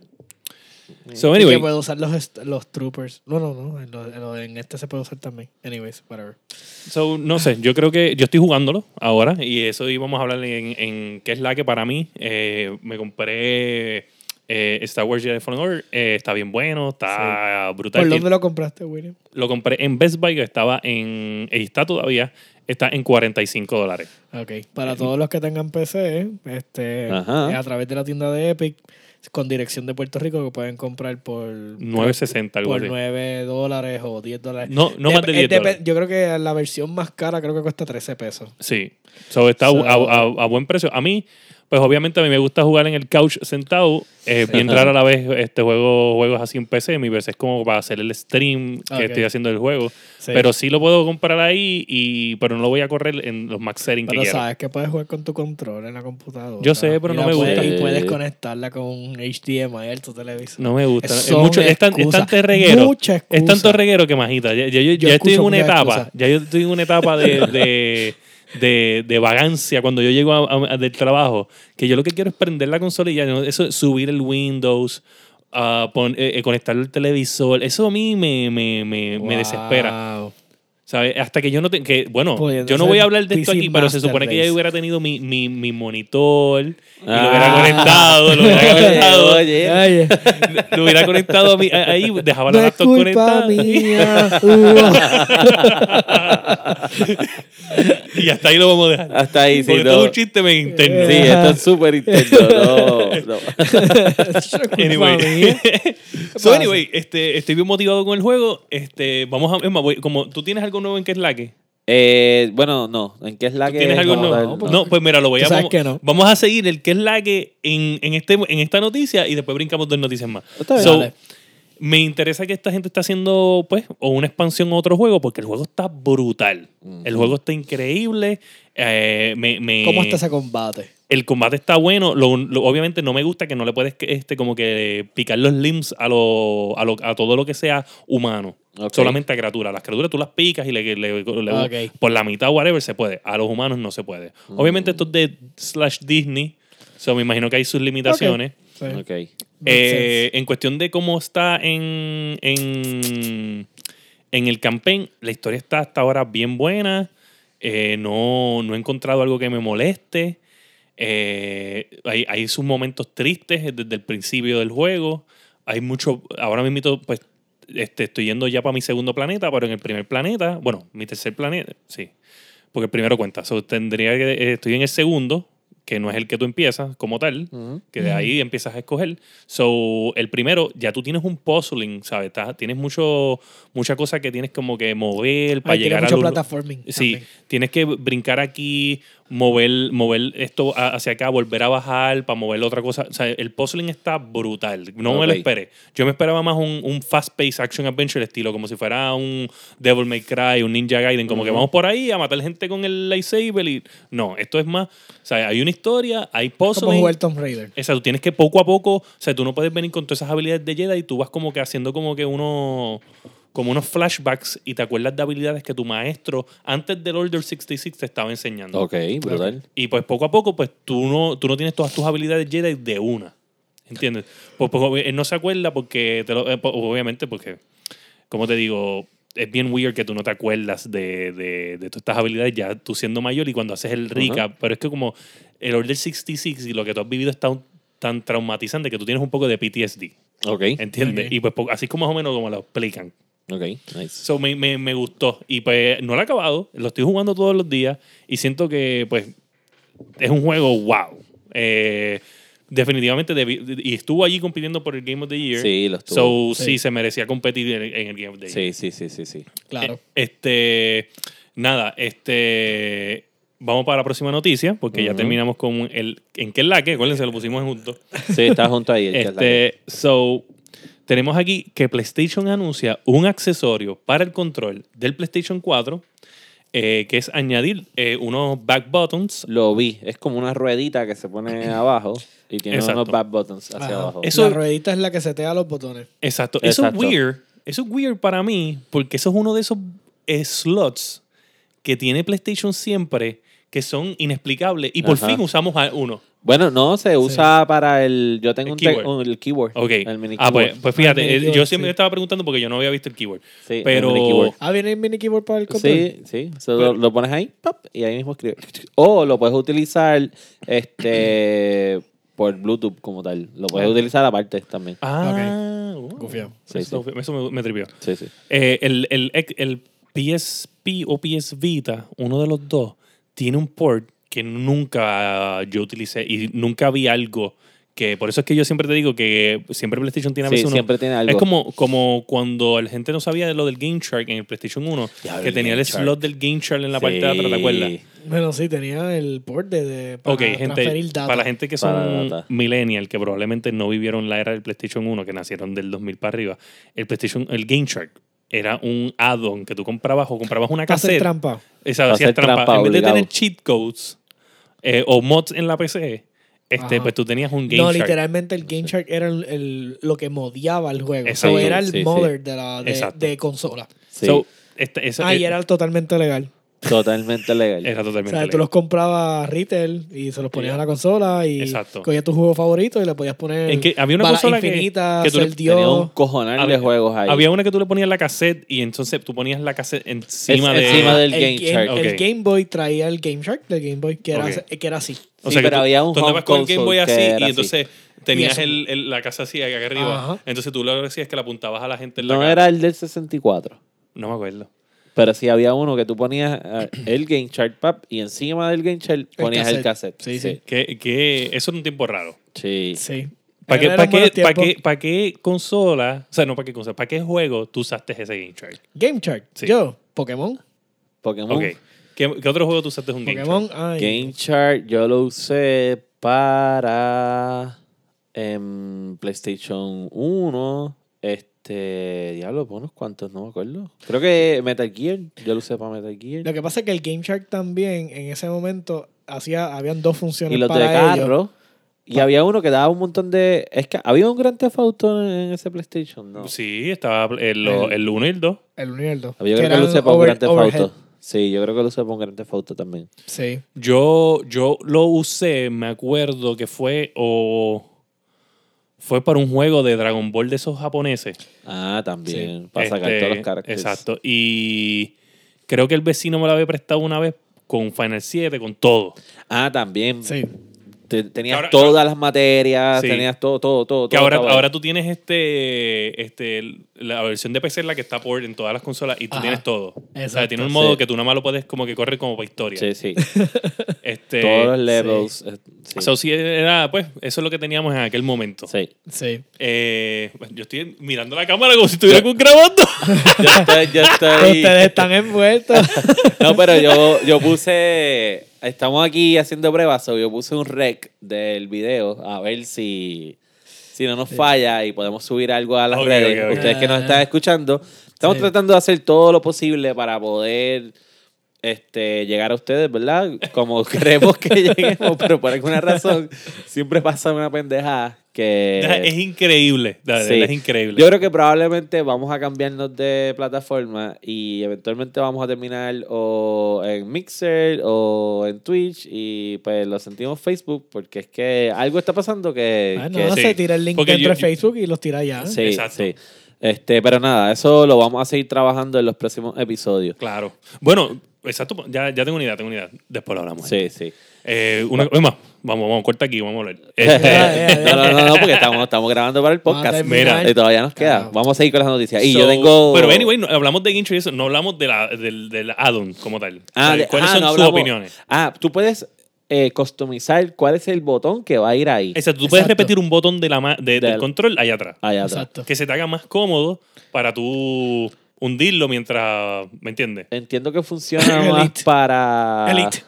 Speaker 2: So,
Speaker 3: Y que
Speaker 2: anyway,
Speaker 3: puedo usar los, est- los troopers. No, no, no. En, lo- en lo- en este se puede usar también. Anyways, whatever.
Speaker 2: so, no sé, yo creo que yo estoy jugándolo ahora y eso íbamos a hablar en, en qué es la que para mí eh, me compré eh, Star Wars Jedi Fallen Order. eh, está bien bueno, está brutal.
Speaker 3: ¿Por
Speaker 2: Y-
Speaker 3: dónde lo compraste, William?
Speaker 2: Lo compré en Best Buy, que estaba en. y está todavía, está en 45 dólares.
Speaker 3: Ok. Para todos los que tengan PC, este,
Speaker 1: Ajá.
Speaker 3: es a través de la tienda de Epic, con dirección de Puerto Rico, que pueden comprar por
Speaker 2: 9.60, algo
Speaker 3: por
Speaker 2: así.
Speaker 3: 9 dólares o 10 dólares.
Speaker 2: No, no más de
Speaker 3: Dep-
Speaker 2: 10
Speaker 3: eh, depe-
Speaker 2: dólares.
Speaker 3: Yo creo que la versión más cara creo que cuesta 13 pesos.
Speaker 2: Sí. So, está
Speaker 3: So-
Speaker 2: a, a- a buen precio. A mí, pues obviamente a mí me gusta jugar en el couch sentado. Eh, Bien rara la vez este juego juegos así en PC. Mi PC es como para hacer el stream que
Speaker 3: Ok.
Speaker 2: estoy haciendo del juego.
Speaker 3: Sí.
Speaker 2: Pero sí lo puedo comprar ahí, y, pero no lo voy a correr en los max settings que
Speaker 3: Pero
Speaker 2: quiero.
Speaker 3: sabes que puedes jugar con tu control en la computadora.
Speaker 2: Yo sé, pero
Speaker 3: Y
Speaker 2: no
Speaker 3: la
Speaker 2: me
Speaker 3: puedes-
Speaker 2: gusta.
Speaker 3: Y puedes
Speaker 1: Sí.
Speaker 3: conectarla con HDMI al tu televisor.
Speaker 2: No me gusta.
Speaker 3: Eso
Speaker 2: Es, mucho,
Speaker 3: una
Speaker 2: es, tan, es
Speaker 3: excusa.
Speaker 2: tanto reguero.
Speaker 3: Mucha
Speaker 2: Es tanto
Speaker 3: excusa.
Speaker 2: reguero que majita. Ya, ya- ya-
Speaker 3: Yo
Speaker 2: ya estoy en
Speaker 3: escucho
Speaker 2: una
Speaker 3: muchas
Speaker 2: etapa.
Speaker 3: excusas.
Speaker 2: Ya yo estoy en una etapa de, de, de- de vagancia cuando yo llego a- a- a- del trabajo. Que yo lo que quiero es prender la consola y ya. ¿no? Eso, subir el Windows, ah, pon- eh, eh, conectar el televisor. Eso a mí me, me, me, me
Speaker 3: Wow.
Speaker 2: desespera. ¿sabes? Hasta que yo no te, que, Bueno,
Speaker 3: Pudiendo
Speaker 2: yo no
Speaker 3: ser
Speaker 2: voy a hablar de esto
Speaker 3: PC
Speaker 2: aquí, pero se supone que ya
Speaker 3: Masterpiece.
Speaker 2: yo hubiera tenido mi, mi, mi monitor. Y lo hubiera
Speaker 1: Ah.
Speaker 2: conectado, lo hubiera conectado
Speaker 1: Oye,
Speaker 3: Ay,
Speaker 2: lo hubiera conectado a mí, a- ahí, dejaba la
Speaker 3: no es
Speaker 2: laptop
Speaker 3: culpa
Speaker 2: conectada
Speaker 3: mía. Uh.
Speaker 2: [LAUGHS] y hasta ahí lo vamos a dejar.
Speaker 1: Hasta ahí, sí.
Speaker 2: Porque
Speaker 1: no.
Speaker 2: todo es un chiste me
Speaker 1: Sí,
Speaker 2: interno.
Speaker 1: esto es súper intenso. No, no.
Speaker 2: [LAUGHS]
Speaker 3: Eso no es culpa
Speaker 2: Anyway. [LAUGHS]
Speaker 3: mía.
Speaker 2: so,
Speaker 3: pasa?
Speaker 2: anyway, este, estoy bien motivado con el juego. Este, vamos a. es más, voy- como tú tienes algo nuevo en que es la que.
Speaker 1: Eh, bueno, no. ¿En qué es la que
Speaker 2: ¿Tienes algo
Speaker 1: como
Speaker 2: nuevo?
Speaker 1: tal?
Speaker 2: No,
Speaker 3: pues-
Speaker 2: pues mira, lo voy
Speaker 3: Tú
Speaker 2: a.
Speaker 3: sabes
Speaker 2: vamos,
Speaker 3: que no.
Speaker 2: vamos a seguir el que es la que en, en, este, en esta noticia y después brincamos dos noticias más.
Speaker 1: Está bien.
Speaker 2: So,
Speaker 1: Dale.
Speaker 2: me interesa que esta gente está haciendo, pues, o una expansión a otro juego, porque el juego está brutal. El juego está increíble. Eh, me, me-
Speaker 3: ¿Cómo está ese combate?
Speaker 2: el combate está bueno. Lo, lo- obviamente no me gusta que no le puedes este, como que picar los limbs a, lo, a, lo- a todo lo que sea humano.
Speaker 1: Ok.
Speaker 2: Solamente a criaturas. Las criaturas tú las picas y le, le- le-
Speaker 3: Ah, Ok.
Speaker 2: por la mitad, whatever, se puede. A los humanos no se puede. Obviamente esto es de slash Disney. So, me imagino que hay sus limitaciones.
Speaker 3: Sí.
Speaker 1: Ok.
Speaker 3: Makes
Speaker 2: Eh, en cuestión de cómo está en, en, en el campaign, la historia está hasta ahora bien buena. Eh, no, no he encontrado algo que me moleste. Eh, hay, hay sus momentos tristes desde el principio del juego. Hay mucho. Ahora mismo, pues, este, estoy yendo ya para mi segundo planeta, pero en el primer planeta, bueno, mi tercer planeta, sí. Porque el primero cuenta. So, tendría que, eh, estoy en el segundo, que no es el que tú empiezas como tal,
Speaker 1: Ujú.
Speaker 2: que de ahí empiezas a escoger. So, el primero, ya tú tienes un puzzling, ¿sabes? Estás- tienes mucho, mucha cosa que tienes como que mover para
Speaker 3: Ay, tiene
Speaker 2: llegar a
Speaker 3: mucho
Speaker 2: los-
Speaker 3: platforming.
Speaker 2: Sí,
Speaker 3: también.
Speaker 2: tienes que brincar aquí, mover, mover esto a- hacia acá, volver a bajar para mover otra cosa. O sea, el puzzling está brutal. No me lo
Speaker 1: Ok.
Speaker 2: esperé. Yo me esperaba más un, un fast-paced action adventure estilo, como si fuera un Devil May Cry, un Ninja Gaiden, como que vamos por ahí a matar gente con el lightsaber y... No, esto es más... O sea, hay una historia, hay
Speaker 3: Es Como
Speaker 2: puzzling.
Speaker 3: jugar Tomb Raider.
Speaker 2: O sea, tú tienes que poco a poco, o sea, tú no puedes venir con todas esas habilidades de Jedi y tú vas como que haciendo como que uno como unos flashbacks y te acuerdas de habilidades que tu maestro antes del Order 66 te estaba enseñando.
Speaker 1: Ok, brutal.
Speaker 2: Y pues poco a poco, pues tú no, tú no tienes todas tus habilidades Jedi de una. ¿Entiendes? Pues, pues, obvi- él no se acuerda porque, te lo- eh, po- obviamente, porque, como te digo, es bien weird que tú no te acuerdas de, de, de todas estas habilidades ya tú siendo mayor y cuando haces el recap. Pero es que como el Order 66 y lo que tú has vivido está un- tan traumatizante que tú tienes un poco de PTSD.
Speaker 1: Ok.
Speaker 2: ¿Entiendes?
Speaker 3: Ok.
Speaker 2: Y pues po- así es como más o menos como lo explican.
Speaker 1: Ok, nice.
Speaker 2: So, me, me, me gustó. Y pues no lo he acabado. Lo estoy jugando todos los días. Y siento que, pues, es un juego wow. Eh, definitivamente. debí- y estuvo allí compitiendo por el Game of the Year.
Speaker 1: Sí, lo estuvo.
Speaker 2: So, sí.
Speaker 3: Sí.
Speaker 2: se merecía competir en, en el Game of the
Speaker 1: Sí,
Speaker 2: Year.
Speaker 1: sí, sí, sí, sí.
Speaker 3: Claro.
Speaker 2: Eh, Este. Nada, este. Vamos para la próxima noticia, porque ya
Speaker 1: Ujú.
Speaker 2: terminamos con el. ¿En qué es la que? Acuérdense, lo pusimos juntos.
Speaker 1: Sí, está junto ahí. el que es la que-
Speaker 2: Este, so, tenemos aquí que PlayStation anuncia un accesorio para el control del PlayStation 4, eh, que es añadir eh, unos back buttons.
Speaker 1: Lo vi. Es como una ruedita que se pone
Speaker 2: [CLEARS THROAT]
Speaker 1: abajo y tiene
Speaker 2: Exacto.
Speaker 1: unos back buttons hacia
Speaker 3: Ajá.
Speaker 1: abajo.
Speaker 2: Eso-
Speaker 3: La ruedita es la que setea los botones.
Speaker 2: Exacto.
Speaker 1: Exacto.
Speaker 2: Eso es weird. Eso es weird para mí, porque eso es uno de esos eh, slots que tiene PlayStation siempre que son inexplicables. Y por
Speaker 1: Ajá.
Speaker 2: fin usamos a- uno.
Speaker 1: Bueno, no, se usa para el. Yo tengo
Speaker 2: El
Speaker 1: un, te-
Speaker 2: keyword.
Speaker 1: un- el keyword.
Speaker 2: Ok.
Speaker 1: El mini
Speaker 2: ah, pues,
Speaker 1: keyword.
Speaker 2: pues fíjate,
Speaker 3: El mini
Speaker 2: eh, yo
Speaker 3: keyword,
Speaker 2: siempre
Speaker 3: sí.
Speaker 2: estaba preguntando porque yo no había visto el keyword.
Speaker 1: Sí, el
Speaker 2: pero-
Speaker 1: mini keyword.
Speaker 3: Ah, viene el mini keyboard para el control.
Speaker 1: Sí, sí. So, lo, lo pones ahí pop, y ahí mismo escribe. O lo puedes utilizar este por Bluetooth como tal. Lo puedes utilizar aparte también.
Speaker 2: Ah, wow.
Speaker 3: Confiado.
Speaker 1: Sí,
Speaker 2: eso, eso me, me tripió.
Speaker 1: Sí, sí.
Speaker 2: Eh, el, el, ex- el PSP o PS Vita, uno de los dos, tiene un port que nunca yo utilicé y nunca vi algo que por eso es que yo siempre te digo que siempre PlayStation tiene a
Speaker 1: Sí,
Speaker 2: veces uno-
Speaker 1: siempre tiene algo.
Speaker 2: Es como, como cuando la gente no sabía de lo del Game Shark en el PlayStation 1,
Speaker 1: Diablo,
Speaker 2: que
Speaker 1: el
Speaker 2: tenía el
Speaker 1: Game Shark.
Speaker 2: slot del Game Shark en la parte de atrás, ¿te acuerdas?
Speaker 1: Sí.
Speaker 3: Bueno, sí, tenía el port de, de- para
Speaker 2: Ok, gente,
Speaker 3: transferir datos.
Speaker 2: para la gente que
Speaker 1: Para
Speaker 2: son
Speaker 1: data.
Speaker 2: millennial, que probablemente no vivieron la era del PlayStation 1, que nacieron del 2000 para arriba, el PlayStation, el Game Shark era un add-on que tú comprabas o comprabas
Speaker 3: [LAUGHS]
Speaker 2: una
Speaker 3: Para hacer
Speaker 2: cassette.
Speaker 3: trampa.
Speaker 2: Esa,
Speaker 1: hacer
Speaker 2: hacías trampa.
Speaker 1: trampa,
Speaker 2: En vez de
Speaker 1: obligado.
Speaker 2: tener cheat codes eh, o mods en la PC, este,
Speaker 3: Ajá.
Speaker 2: pues tú tenías un Game
Speaker 3: No,
Speaker 2: Shark.
Speaker 3: literalmente el Game Shark era el, el- lo que modiaba el juego.
Speaker 2: Exacto.
Speaker 3: O era el
Speaker 1: Sí, sí.
Speaker 3: mother de la de,
Speaker 2: Exacto.
Speaker 3: de consola.
Speaker 1: Sí.
Speaker 2: So, esta- esa-
Speaker 3: Ah, y
Speaker 2: eh,
Speaker 3: era totalmente legal.
Speaker 1: totalmente
Speaker 2: [LAUGHS]
Speaker 1: legal.
Speaker 2: era
Speaker 3: O
Speaker 2: totalmente.
Speaker 3: sea, tú
Speaker 2: legal.
Speaker 3: los comprabas retail y se los ponías a la consola y
Speaker 2: Exacto.
Speaker 3: cogías tu juego favorito y le podías poner
Speaker 2: Es que había una
Speaker 3: balas
Speaker 2: consola que-
Speaker 3: infinitas,
Speaker 2: que tú le-
Speaker 3: ser Dios. eh,
Speaker 1: Tenía un cojonal de
Speaker 2: Había-
Speaker 1: juegos ahí.
Speaker 2: Había una que tú le ponías la cassette y entonces tú ponías la cassette encima
Speaker 1: Es-
Speaker 2: de.
Speaker 1: encima del
Speaker 3: el
Speaker 1: Game Shark.
Speaker 3: El
Speaker 2: Ok.
Speaker 3: Game Boy traía el Game Shark del Game Boy, que era,
Speaker 2: Ok.
Speaker 3: que era así.
Speaker 1: Sí, pero había un
Speaker 2: tú
Speaker 1: home
Speaker 2: andabas con el Game Boy
Speaker 1: console
Speaker 2: así
Speaker 1: que era
Speaker 2: y
Speaker 1: así.
Speaker 2: entonces este, tenías
Speaker 3: eso-
Speaker 2: el- el- la casa así acá arriba.
Speaker 3: Ajá.
Speaker 2: Entonces tú lo que hacías es que la apuntabas a la gente en la
Speaker 1: No
Speaker 2: cara.
Speaker 1: era el del 64.
Speaker 2: No me acuerdo.
Speaker 1: Pero sí había uno que tú ponías eh, el Game Chart Pap y encima del Game Chart ponías el
Speaker 3: cassette.
Speaker 1: cassette.
Speaker 3: Sí, sí.
Speaker 2: Que, que eso era un tiempo raro.
Speaker 1: Sí.
Speaker 3: Sí.
Speaker 2: ¿Para qué,
Speaker 3: Eran
Speaker 2: para, qué,
Speaker 3: buenos
Speaker 2: para,
Speaker 3: tiempos.
Speaker 2: qué, para qué consola? O sea, no para qué consola. ¿Para qué juego tú usaste ese Game Shark?
Speaker 3: Game Shark.
Speaker 2: Sí.
Speaker 3: Yo, Pokémon.
Speaker 1: Pokémon.
Speaker 2: Ok. ¿Qué, qué otro juego tú usaste un Game Shark?
Speaker 3: Pokémon. ay.
Speaker 1: Game Chart yo lo usé para em, PlayStation 1. Este, diablo, pon unos cuantos, no me acuerdo. Creo que Metal Gear, yo lo usé para Metal
Speaker 3: Lo
Speaker 1: Gear.
Speaker 3: que pasa es que el Game Shark también, en ese momento, hacía, habían dos funciones
Speaker 1: Y los de
Speaker 3: para ellos.
Speaker 1: carro. Y había uno que daba un montón de. Es que había un gran Auto en ese PlayStation, ¿no?
Speaker 2: Sí, estaba
Speaker 3: El-
Speaker 2: el, el 1 y el 2.
Speaker 3: El 1 y el 2.
Speaker 1: Yo creo que lo usé para un gran Auto. Sí, yo creo que lo usé para un gran Auto también.
Speaker 3: Sí.
Speaker 2: Yo, yo lo usé, me acuerdo que fue o fue para un juego de Dragon Ball de esos japoneses.
Speaker 1: Ah, también. Para sacar
Speaker 2: Este,
Speaker 1: todos los caracteres.
Speaker 2: Exacto. Y creo que el vecino me lo había prestado una vez con Final 7, con todo.
Speaker 1: Ah, también.
Speaker 3: Sí.
Speaker 1: Te- tenías
Speaker 2: Ahora-
Speaker 1: todas las materias,
Speaker 2: Sí.
Speaker 1: tenías todo, todo, todo.
Speaker 2: Que
Speaker 1: todo
Speaker 2: ahora,
Speaker 1: estaba-
Speaker 2: ahora tú tienes este, este la versión de PC es la que está por en todas las consolas y tú
Speaker 3: Ajá.
Speaker 2: tienes todo. O sea,
Speaker 3: Exacto.
Speaker 2: tiene un modo
Speaker 1: Sí.
Speaker 2: que tú nada más lo puedes como que correr como para historia.
Speaker 1: Sí, sí.
Speaker 2: Este,
Speaker 1: Todos los levels. eh, Sí.
Speaker 2: so, sí, era, pues, eso es lo que teníamos en aquel momento.
Speaker 1: Sí.
Speaker 3: Sí.
Speaker 2: Eh, yo estoy mirando la cámara como si estuviera con- grabando.
Speaker 1: Yo estoy, yo estoy.
Speaker 3: [LAUGHS] Ustedes están envueltos.
Speaker 2: [LAUGHS]
Speaker 1: [LAUGHS] No, pero yo, yo puse. Estamos aquí haciendo pruebas, so yo puse un rec del video a ver si, si no nos falla y podemos subir algo a las
Speaker 2: Ok,
Speaker 1: redes.
Speaker 2: ok, ok.
Speaker 1: Ustedes que nos están escuchando, estamos
Speaker 3: Sí.
Speaker 1: tratando de hacer todo lo posible para poder este, llegar a ustedes, ¿verdad? Como [LAUGHS] queremos que lleguemos, pero por alguna razón siempre pasa una pendeja
Speaker 2: [LAUGHS] es
Speaker 1: que.
Speaker 2: increíble. de verdad,
Speaker 1: Eh, Sí.
Speaker 2: Es increíble.
Speaker 1: Yo creo que probablemente vamos a cambiarnos de plataforma y eventualmente vamos a terminar o en Mixer o en Twitch y pues lo sentimos Facebook porque es que algo está pasando que...
Speaker 3: Ah,
Speaker 1: que-
Speaker 3: no,
Speaker 2: Sí.
Speaker 3: se tira el link
Speaker 2: Porque
Speaker 3: dentro
Speaker 2: yo-
Speaker 3: de Facebook y los tira ya.
Speaker 1: Sí,
Speaker 2: Exacto.
Speaker 1: sí. Este, pero nada, eso lo vamos a seguir trabajando en los próximos episodios.
Speaker 2: Claro. Bueno, exacto. Ya, ya tengo una idad, tengo una idea. Después lo hablamos.
Speaker 1: Sí,
Speaker 2: [LAUGHS]
Speaker 1: sí.
Speaker 2: Eh, una, es más, vamos, vamos, corta aquí,
Speaker 1: [LAUGHS]
Speaker 2: vamos a hablar.
Speaker 3: Ya,
Speaker 2: Este,
Speaker 3: ya, ya.
Speaker 1: no, no, no, no, porque estamos, estamos grabando para el
Speaker 3: Vamos a
Speaker 1: podcast.
Speaker 3: terminar.
Speaker 1: Y todavía nos queda.
Speaker 3: Carajo.
Speaker 1: Vamos a seguir con las noticias. Y
Speaker 2: so,
Speaker 1: yo tengo...
Speaker 2: Pero anyway, no- hablamos de Gincho y eso, no hablamos de la, del, del add-on como tal. O sea,
Speaker 1: de-
Speaker 2: ¿Cuáles
Speaker 1: ah,
Speaker 2: son
Speaker 1: no
Speaker 2: sus
Speaker 1: hablamos-
Speaker 2: opiniones?
Speaker 1: Ah, tú puedes eh, customizar cuál es el botón que va a ir ahí.
Speaker 2: Exacto, tú puedes
Speaker 3: Exacto.
Speaker 2: repetir un botón de la, ma- de- del
Speaker 1: Del-
Speaker 2: control allá atrás.
Speaker 1: Allá atrás.
Speaker 3: Exacto.
Speaker 2: Que se te haga más cómodo para tú hundirlo mientras. ¿Me entiendes?
Speaker 1: Entiendo
Speaker 2: [LAUGHS]
Speaker 1: que funciona
Speaker 3: Elite.
Speaker 1: más para.
Speaker 3: Elite.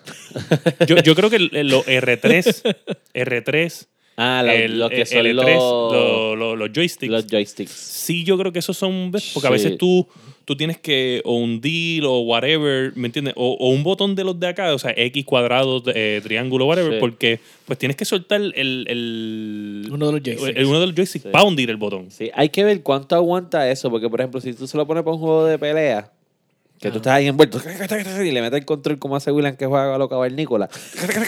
Speaker 2: Yo, yo creo que el- el- los
Speaker 1: [LAUGHS]
Speaker 2: R3, R3
Speaker 1: Ah, la-
Speaker 2: el-
Speaker 1: lo que
Speaker 2: el
Speaker 1: son
Speaker 2: L3,
Speaker 1: los,
Speaker 2: lo- lo- los joysticks.
Speaker 1: los joysticks.
Speaker 2: sí, yo creo que esos son. ¿ves? Porque a
Speaker 1: Sí.
Speaker 2: veces tú, tú tienes que o un deal o whatever, ¿me entiendes? O, o un botón de los de acá, o sea, X cuadrado, eh, triángulo, whatever,
Speaker 1: Sí.
Speaker 2: porque pues tienes que soltar el. el
Speaker 3: Uno de los joysticks.
Speaker 2: el- uno de los joysticks para hundir el botón.
Speaker 1: Sí, hay que ver cuánto aguanta eso, porque por ejemplo, si tú se lo pones para un juego de pelea, Que
Speaker 3: Ajá.
Speaker 1: tú estás ahí envuelto [LAUGHS] y le metes el control como hace William que juega a lo cavernícola.
Speaker 2: [LAUGHS]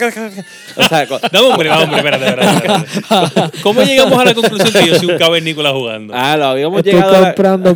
Speaker 1: O sea, co-
Speaker 2: Dame hombre, dame hombre, espérate, espérate,
Speaker 3: [LAUGHS]
Speaker 2: espérate. ¿Cómo llegamos a la conclusión que yo soy un cavernícola jugando?
Speaker 1: ah, lo habíamos
Speaker 4: Estoy
Speaker 1: llegado a la-
Speaker 4: comprando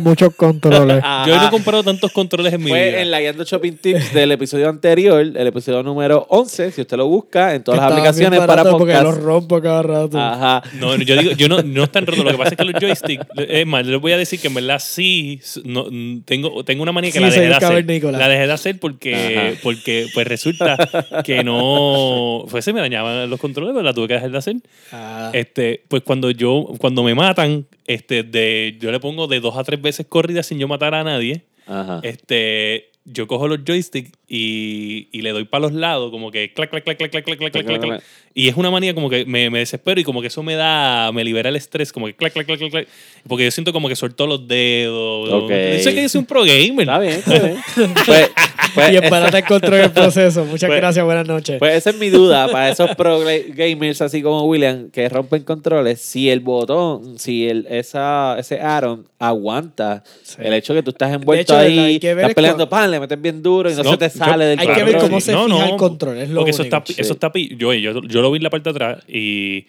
Speaker 2: [LAUGHS]
Speaker 4: muchos controles.
Speaker 1: Ajá.
Speaker 2: Yo no he comprado tantos controles en mi
Speaker 1: Fue
Speaker 2: vida.
Speaker 1: Ah, Pues en la guía de Shopping Tips del episodio anterior, el episodio número 11, si usted lo busca en todas las
Speaker 3: Estaba bien
Speaker 1: aplicaciones para
Speaker 3: barato Porque
Speaker 1: podcast.
Speaker 3: los rompo cada rato.
Speaker 2: Ah.
Speaker 1: Ajá.
Speaker 2: No, no, yo digo, yo no, no es tan roto. Lo que pasa es que los joysticks, es más, yo les voy a decir que en verdad sí, s- no, mm, tengo, tengo una manía que
Speaker 3: Sí,
Speaker 2: la
Speaker 3: soy
Speaker 2: dejé
Speaker 3: el
Speaker 2: de hacer.
Speaker 3: cavernícola.
Speaker 2: La dejé de hacer porque,
Speaker 1: Ajá.
Speaker 2: porque pues resulta que no, pues se me dañaban los controles, pero la tuve que dejar de hacer.
Speaker 3: Ah.
Speaker 2: Este, pues cuando yo, cuando me matan, este, de, yo le pongo de dos a tres veces corrida sin yo matar a nadie.
Speaker 3: Ah.
Speaker 1: Ajá.
Speaker 2: Este, yo cojo los joysticks y, y le doy para los lados, como que clac, clac, clac, clac, clac, clac, clac, clac, clac, clac. Y es una manía como que me, me desespero y como que eso me da, me libera el estrés, como que clac, clac, clac, clac, clac. Porque yo siento como que suelto los dedos.
Speaker 1: Ok.
Speaker 2: Eso es que yo soy un pro gamer.
Speaker 1: Está bien, está bien.
Speaker 3: [LAUGHS]
Speaker 1: Pues, pues,
Speaker 3: y
Speaker 2: eh,
Speaker 3: espérate el control del proceso. Muchas
Speaker 1: Pues-
Speaker 3: gracias, buenas noches.
Speaker 1: Pues esa es mi duda para esos pro gla- gamers así como William que rompen controles. Si el botón, si el, esa, ese Aaron aguanta
Speaker 3: Sí.
Speaker 1: el hecho que tú estás envuelto
Speaker 3: hecho,
Speaker 1: ahí,
Speaker 3: hay que ver
Speaker 1: estás
Speaker 3: es
Speaker 1: peleando, pan, le metes bien duro y no,
Speaker 2: No,
Speaker 1: se te
Speaker 2: yo-
Speaker 1: sale del
Speaker 3: hay
Speaker 2: claro
Speaker 3: que ver
Speaker 2: que
Speaker 3: cómo
Speaker 2: sí.
Speaker 3: se
Speaker 2: No,
Speaker 3: fija
Speaker 2: no,
Speaker 3: el control. Es lo
Speaker 2: Porque eso
Speaker 3: único.
Speaker 2: está,
Speaker 1: Sí.
Speaker 2: eso está pi- yo, yo, yo lo vi en la parte de atrás y,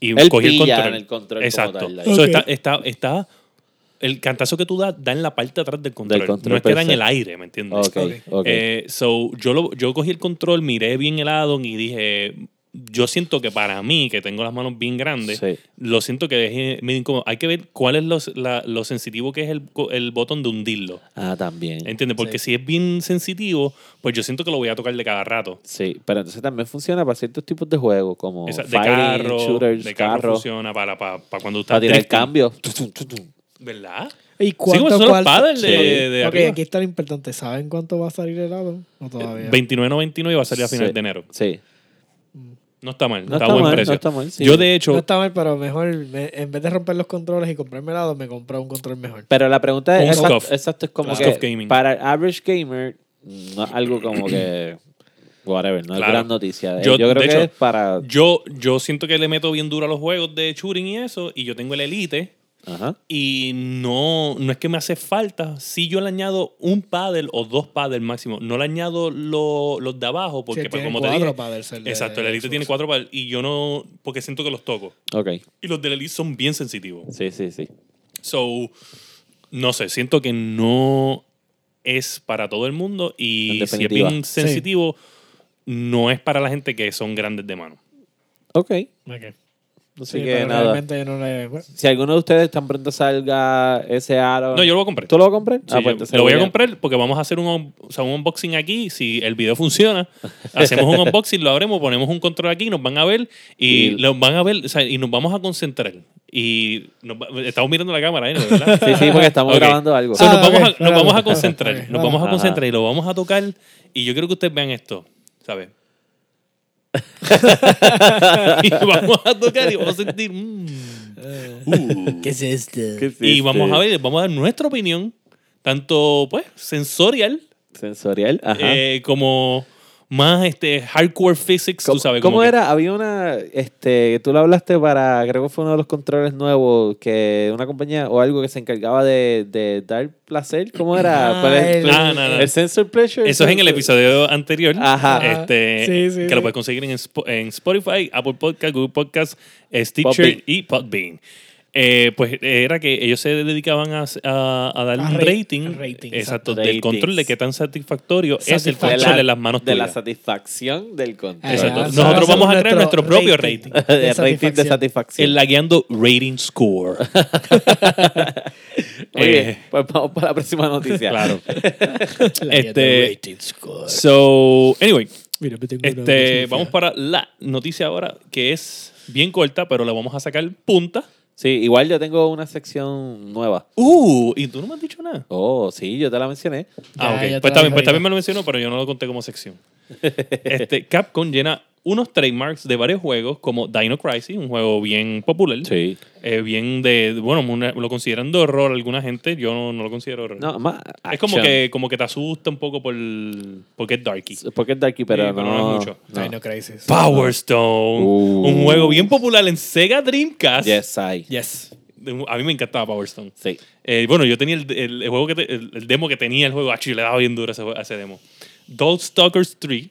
Speaker 2: y
Speaker 1: Él
Speaker 2: cogí el
Speaker 1: pilla
Speaker 2: control.
Speaker 1: en el control como
Speaker 2: Exacto.
Speaker 1: tal, ahí.
Speaker 2: So,
Speaker 3: Ok.
Speaker 2: está, está, está- el cantazo que tú das da en la parte de atrás del control.
Speaker 1: control,
Speaker 2: no es que da en el
Speaker 1: perfecto.
Speaker 2: aire, ¿me entiendes?
Speaker 1: Ok, ok.
Speaker 2: Eh, so, yo, lo, yo cogí el control, miré bien el addon y dije, yo siento que para mí, que tengo las manos bien grandes,
Speaker 1: Sí.
Speaker 2: lo siento que es eh, medio incómodo. Hay que ver cuál es los- la- lo sensitivo que es el, co- el botón de hundirlo.
Speaker 1: Ah, también.
Speaker 2: ¿Entiendes? Porque si es bien sensitivo, pues yo siento que lo voy a tocar de cada rato.
Speaker 1: Sí, pero entonces también funciona para ciertos tipos de juegos como
Speaker 2: Esa- de
Speaker 1: fighting,
Speaker 2: carro,
Speaker 1: shooters,
Speaker 2: de carro,
Speaker 1: carro,
Speaker 2: funciona para, para, para cuando estás
Speaker 1: para tirar
Speaker 2: drifting.
Speaker 1: cambios. Tum, tum, tum, tum.
Speaker 2: ¿Verdad?
Speaker 3: ¿Y
Speaker 2: Sí, como
Speaker 3: cuánto
Speaker 2: son los
Speaker 3: cuál-
Speaker 2: paddles de,
Speaker 1: Sí.
Speaker 2: de
Speaker 3: ok,
Speaker 2: arriba.
Speaker 3: aquí está lo importante. ¿Saben cuánto va a salir el lado? No todavía.
Speaker 2: 29.99 va a salir a final
Speaker 1: Sí.
Speaker 2: de enero.
Speaker 1: Sí.
Speaker 2: No está mal,
Speaker 1: No
Speaker 2: está,
Speaker 1: está
Speaker 2: a buen
Speaker 1: mal,
Speaker 2: precio.
Speaker 1: no está mal, sí.
Speaker 2: Yo, de hecho,
Speaker 3: No está mal, pero mejor, me- en vez de romper los controles y comprarme helado, me compré un control mejor.
Speaker 1: Pero la pregunta
Speaker 2: Un
Speaker 1: es, exacto,
Speaker 2: scuff.
Speaker 1: exacto, es como
Speaker 2: Claro. Scuff
Speaker 1: que
Speaker 2: gaming.
Speaker 1: para el average gamer, no es algo como
Speaker 2: [COUGHS]
Speaker 1: que, whatever, no es
Speaker 2: Claro.
Speaker 1: gran noticia. Eh, Yo,
Speaker 2: Yo-
Speaker 1: creo
Speaker 2: de
Speaker 1: que
Speaker 2: hecho,
Speaker 1: es para...
Speaker 2: yo, yo siento que le meto bien duro a los juegos de shooting y eso, y yo tengo el Elite,
Speaker 1: Ajá.
Speaker 2: y no, no es que me hace falta. Si yo le añado un paddle o dos paddles máximo, no le añado lo- los de abajo, porque
Speaker 3: Sí,
Speaker 2: pues,
Speaker 3: tiene
Speaker 2: como te
Speaker 3: cuatro
Speaker 2: dije...
Speaker 3: paddles el de-
Speaker 2: Exacto, el Elite tiene cuatro paddles, y yo no, porque siento que los toco.
Speaker 1: Ok,
Speaker 2: Y los del Elite son bien sensitivos.
Speaker 1: sí, sí, sí.
Speaker 2: So, no sé, siento que no es para todo el mundo y
Speaker 1: En
Speaker 2: si es
Speaker 1: definitiva.
Speaker 2: bien sensitivo, no es para la gente que son grandes de mano.
Speaker 1: Ok,
Speaker 3: Ok.
Speaker 1: así
Speaker 3: Sí,
Speaker 1: que
Speaker 3: pero
Speaker 1: nada.
Speaker 3: realmente yo no le... bueno,
Speaker 1: Si alguno de ustedes tan pronto salga ese aro...
Speaker 2: No, yo lo voy a comprar.
Speaker 1: ¿Tú lo vas a comprar?
Speaker 2: Sí,
Speaker 1: Ah,
Speaker 2: yo
Speaker 1: pues entonces
Speaker 2: lo voy a
Speaker 1: William-
Speaker 2: comprar porque vamos a hacer un, un- o sea, un unboxing aquí. Si el video
Speaker 1: [LAUGHS]
Speaker 2: funciona, hacemos un unboxing, lo abrimos, ponemos un control aquí, nos van a ver y,
Speaker 1: Y-
Speaker 2: los van a ver o sea, y nos vamos a concentrar. Y nos va- estamos mirando la cámara, ¿eh? ¿verdad?
Speaker 1: [LAUGHS] Sí, sí, porque estamos
Speaker 2: [LAUGHS] Ok.
Speaker 1: grabando algo.
Speaker 2: So,
Speaker 1: [LAUGHS]
Speaker 3: Ah,
Speaker 2: nos,
Speaker 3: ok,
Speaker 2: vamos a,
Speaker 3: espera,
Speaker 2: nos vamos a
Speaker 3: espera,
Speaker 2: concentrar,
Speaker 3: espera.
Speaker 2: nos vamos a
Speaker 1: Ajá.
Speaker 2: concentrar y lo vamos a tocar. Y yo quiero que ustedes vean esto,
Speaker 1: [LAUGHS]
Speaker 2: ¿sabes? [LAUGHS] y vamos a tocar y vamos a sentir. mm,
Speaker 3: [LAUGHS]
Speaker 2: uh.
Speaker 3: ¿Qué es esto?
Speaker 1: ¿Qué es
Speaker 2: Y
Speaker 1: este?
Speaker 2: vamos a ver, vamos a dar nuestra opinión, tanto pues sensorial
Speaker 1: Sensorial, ajá.
Speaker 2: eh, como más este hardcore physics,
Speaker 1: ¿Cómo,
Speaker 2: tú sabes.
Speaker 1: cómo
Speaker 2: como que-
Speaker 1: era? Había una, este, tú lo hablaste para, creo que fue uno de los controles nuevos, que una compañía o algo que se encargaba de, de dar placer, ¿cómo era?
Speaker 3: Ah,
Speaker 1: ¿Cuál es?
Speaker 3: el-
Speaker 2: Ah, no, no.
Speaker 1: El sensor pressure.
Speaker 2: Eso es en el episodio anterior.
Speaker 1: Ajá.
Speaker 2: Este,
Speaker 3: Sí, sí,
Speaker 2: que
Speaker 3: sí.
Speaker 2: lo puedes conseguir en, Sp- en Spotify, Apple Podcast, Google Podcast, Stitcher
Speaker 1: Podbean.
Speaker 2: y Podbean. Eh, pues era que ellos se dedicaban a, a- a dar
Speaker 3: A
Speaker 2: un
Speaker 3: ra-
Speaker 2: rating,
Speaker 3: rating,
Speaker 2: exacto,
Speaker 1: exacto.
Speaker 2: del control de qué tan satisfactorio es el
Speaker 3: Satisfactorio.
Speaker 2: control de, las manos
Speaker 1: De la
Speaker 2: tuyas.
Speaker 1: satisfacción del control.
Speaker 2: Exacto.
Speaker 3: Ah,
Speaker 2: Nosotros
Speaker 3: nosotros
Speaker 2: vamos a
Speaker 3: hacemos
Speaker 2: crear nuestro
Speaker 3: [LAUGHS]
Speaker 2: propio rating.
Speaker 1: El rating de
Speaker 2: El
Speaker 1: satisfacción.
Speaker 2: lagueando
Speaker 1: [LAUGHS]
Speaker 2: rating score.
Speaker 1: Muy bien,
Speaker 2: Eh,
Speaker 1: pues vamos para la próxima noticia.
Speaker 2: claro.
Speaker 3: La guía de
Speaker 2: Este-
Speaker 3: rating score.
Speaker 2: So, anyway,
Speaker 3: Mira, me tengo una
Speaker 2: este,
Speaker 3: noticia.
Speaker 2: vamos para la noticia ahora, que es bien corta, pero la vamos a sacar punta.
Speaker 1: Sí, igual yo tengo una sección nueva.
Speaker 2: Uh, y tú no me has dicho nada.
Speaker 1: Oh, sí, yo te la mencioné.
Speaker 2: Ah,
Speaker 3: Ya,
Speaker 2: ok.
Speaker 3: ya te
Speaker 2: Pues
Speaker 3: la
Speaker 2: también,
Speaker 3: dije
Speaker 2: pues
Speaker 3: ahorita.
Speaker 2: también me lo mencionó, pero yo no lo conté como sección. [LAUGHS] Este, Capcom llena unos trademarks de varios juegos, como Dino Crisis, un juego bien popular.
Speaker 1: Sí.
Speaker 2: Eh, bien de. Bueno, una- lo consideran de horror alguna gente. Yo no, no lo considero horror.
Speaker 1: No, más
Speaker 2: es como
Speaker 1: action.
Speaker 2: que, como que te asusta un poco por, porque es darky.
Speaker 1: Porque es Darky, pero,
Speaker 2: Sí, pero no es mucho.
Speaker 1: no.
Speaker 3: Dino Crisis.
Speaker 2: Power Stone.
Speaker 1: Uh.
Speaker 2: Un juego bien popular en Sega Dreamcast.
Speaker 1: Yes, I.
Speaker 3: Yes.
Speaker 2: de- a mí me encantaba Power Stone.
Speaker 1: Sí.
Speaker 2: Eh, bueno, yo tenía el, el- el juego que te- el, el demo que tenía el juego. Acho, yo le daba bien duro a ese, jue- a ese demo. Doll Stalkers 3,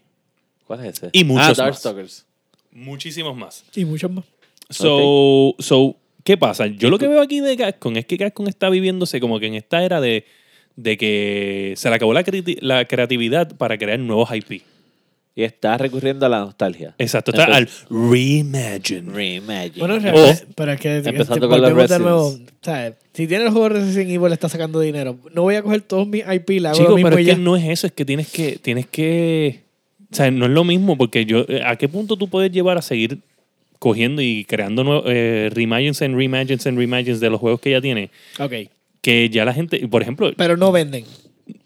Speaker 1: ¿Cuál es ese?
Speaker 2: Y muchos
Speaker 1: ah,
Speaker 2: más.
Speaker 1: Darkstalkers.
Speaker 2: muchísimos más.
Speaker 3: Y muchos más.
Speaker 2: So, so, ¿qué pasa? Yo lo que veo aquí de Capcom es que Capcom está viviéndose como que en esta era de, de que se le acabó la, criti- la creatividad para crear nuevos IP.
Speaker 1: Y está recurriendo a la nostalgia.
Speaker 2: Exacto, está al reimagine.
Speaker 1: Reimagine.
Speaker 3: Bueno, en
Speaker 2: O-
Speaker 3: realidad, pero es que
Speaker 1: empezando
Speaker 3: este,
Speaker 1: con los
Speaker 3: volvemos de
Speaker 1: Residents.
Speaker 3: nuevo, o sea, si tiene el juego de Resident Evil le está sacando dinero. No voy a coger todos mis IP, le hago lo
Speaker 2: Chicos,
Speaker 3: mismo
Speaker 2: pero
Speaker 3: y
Speaker 2: es
Speaker 3: ya.
Speaker 2: que no es eso, es que tienes que, tienes que, o sea, no es lo mismo porque yo, eh, ¿a qué punto tú puedes llevar a seguir cogiendo y creando nuevos eh, reimagines and reimagines and reimagines de los juegos que ya tiene?
Speaker 3: Ok,
Speaker 2: Que ya la gente, por ejemplo,
Speaker 3: pero no venden.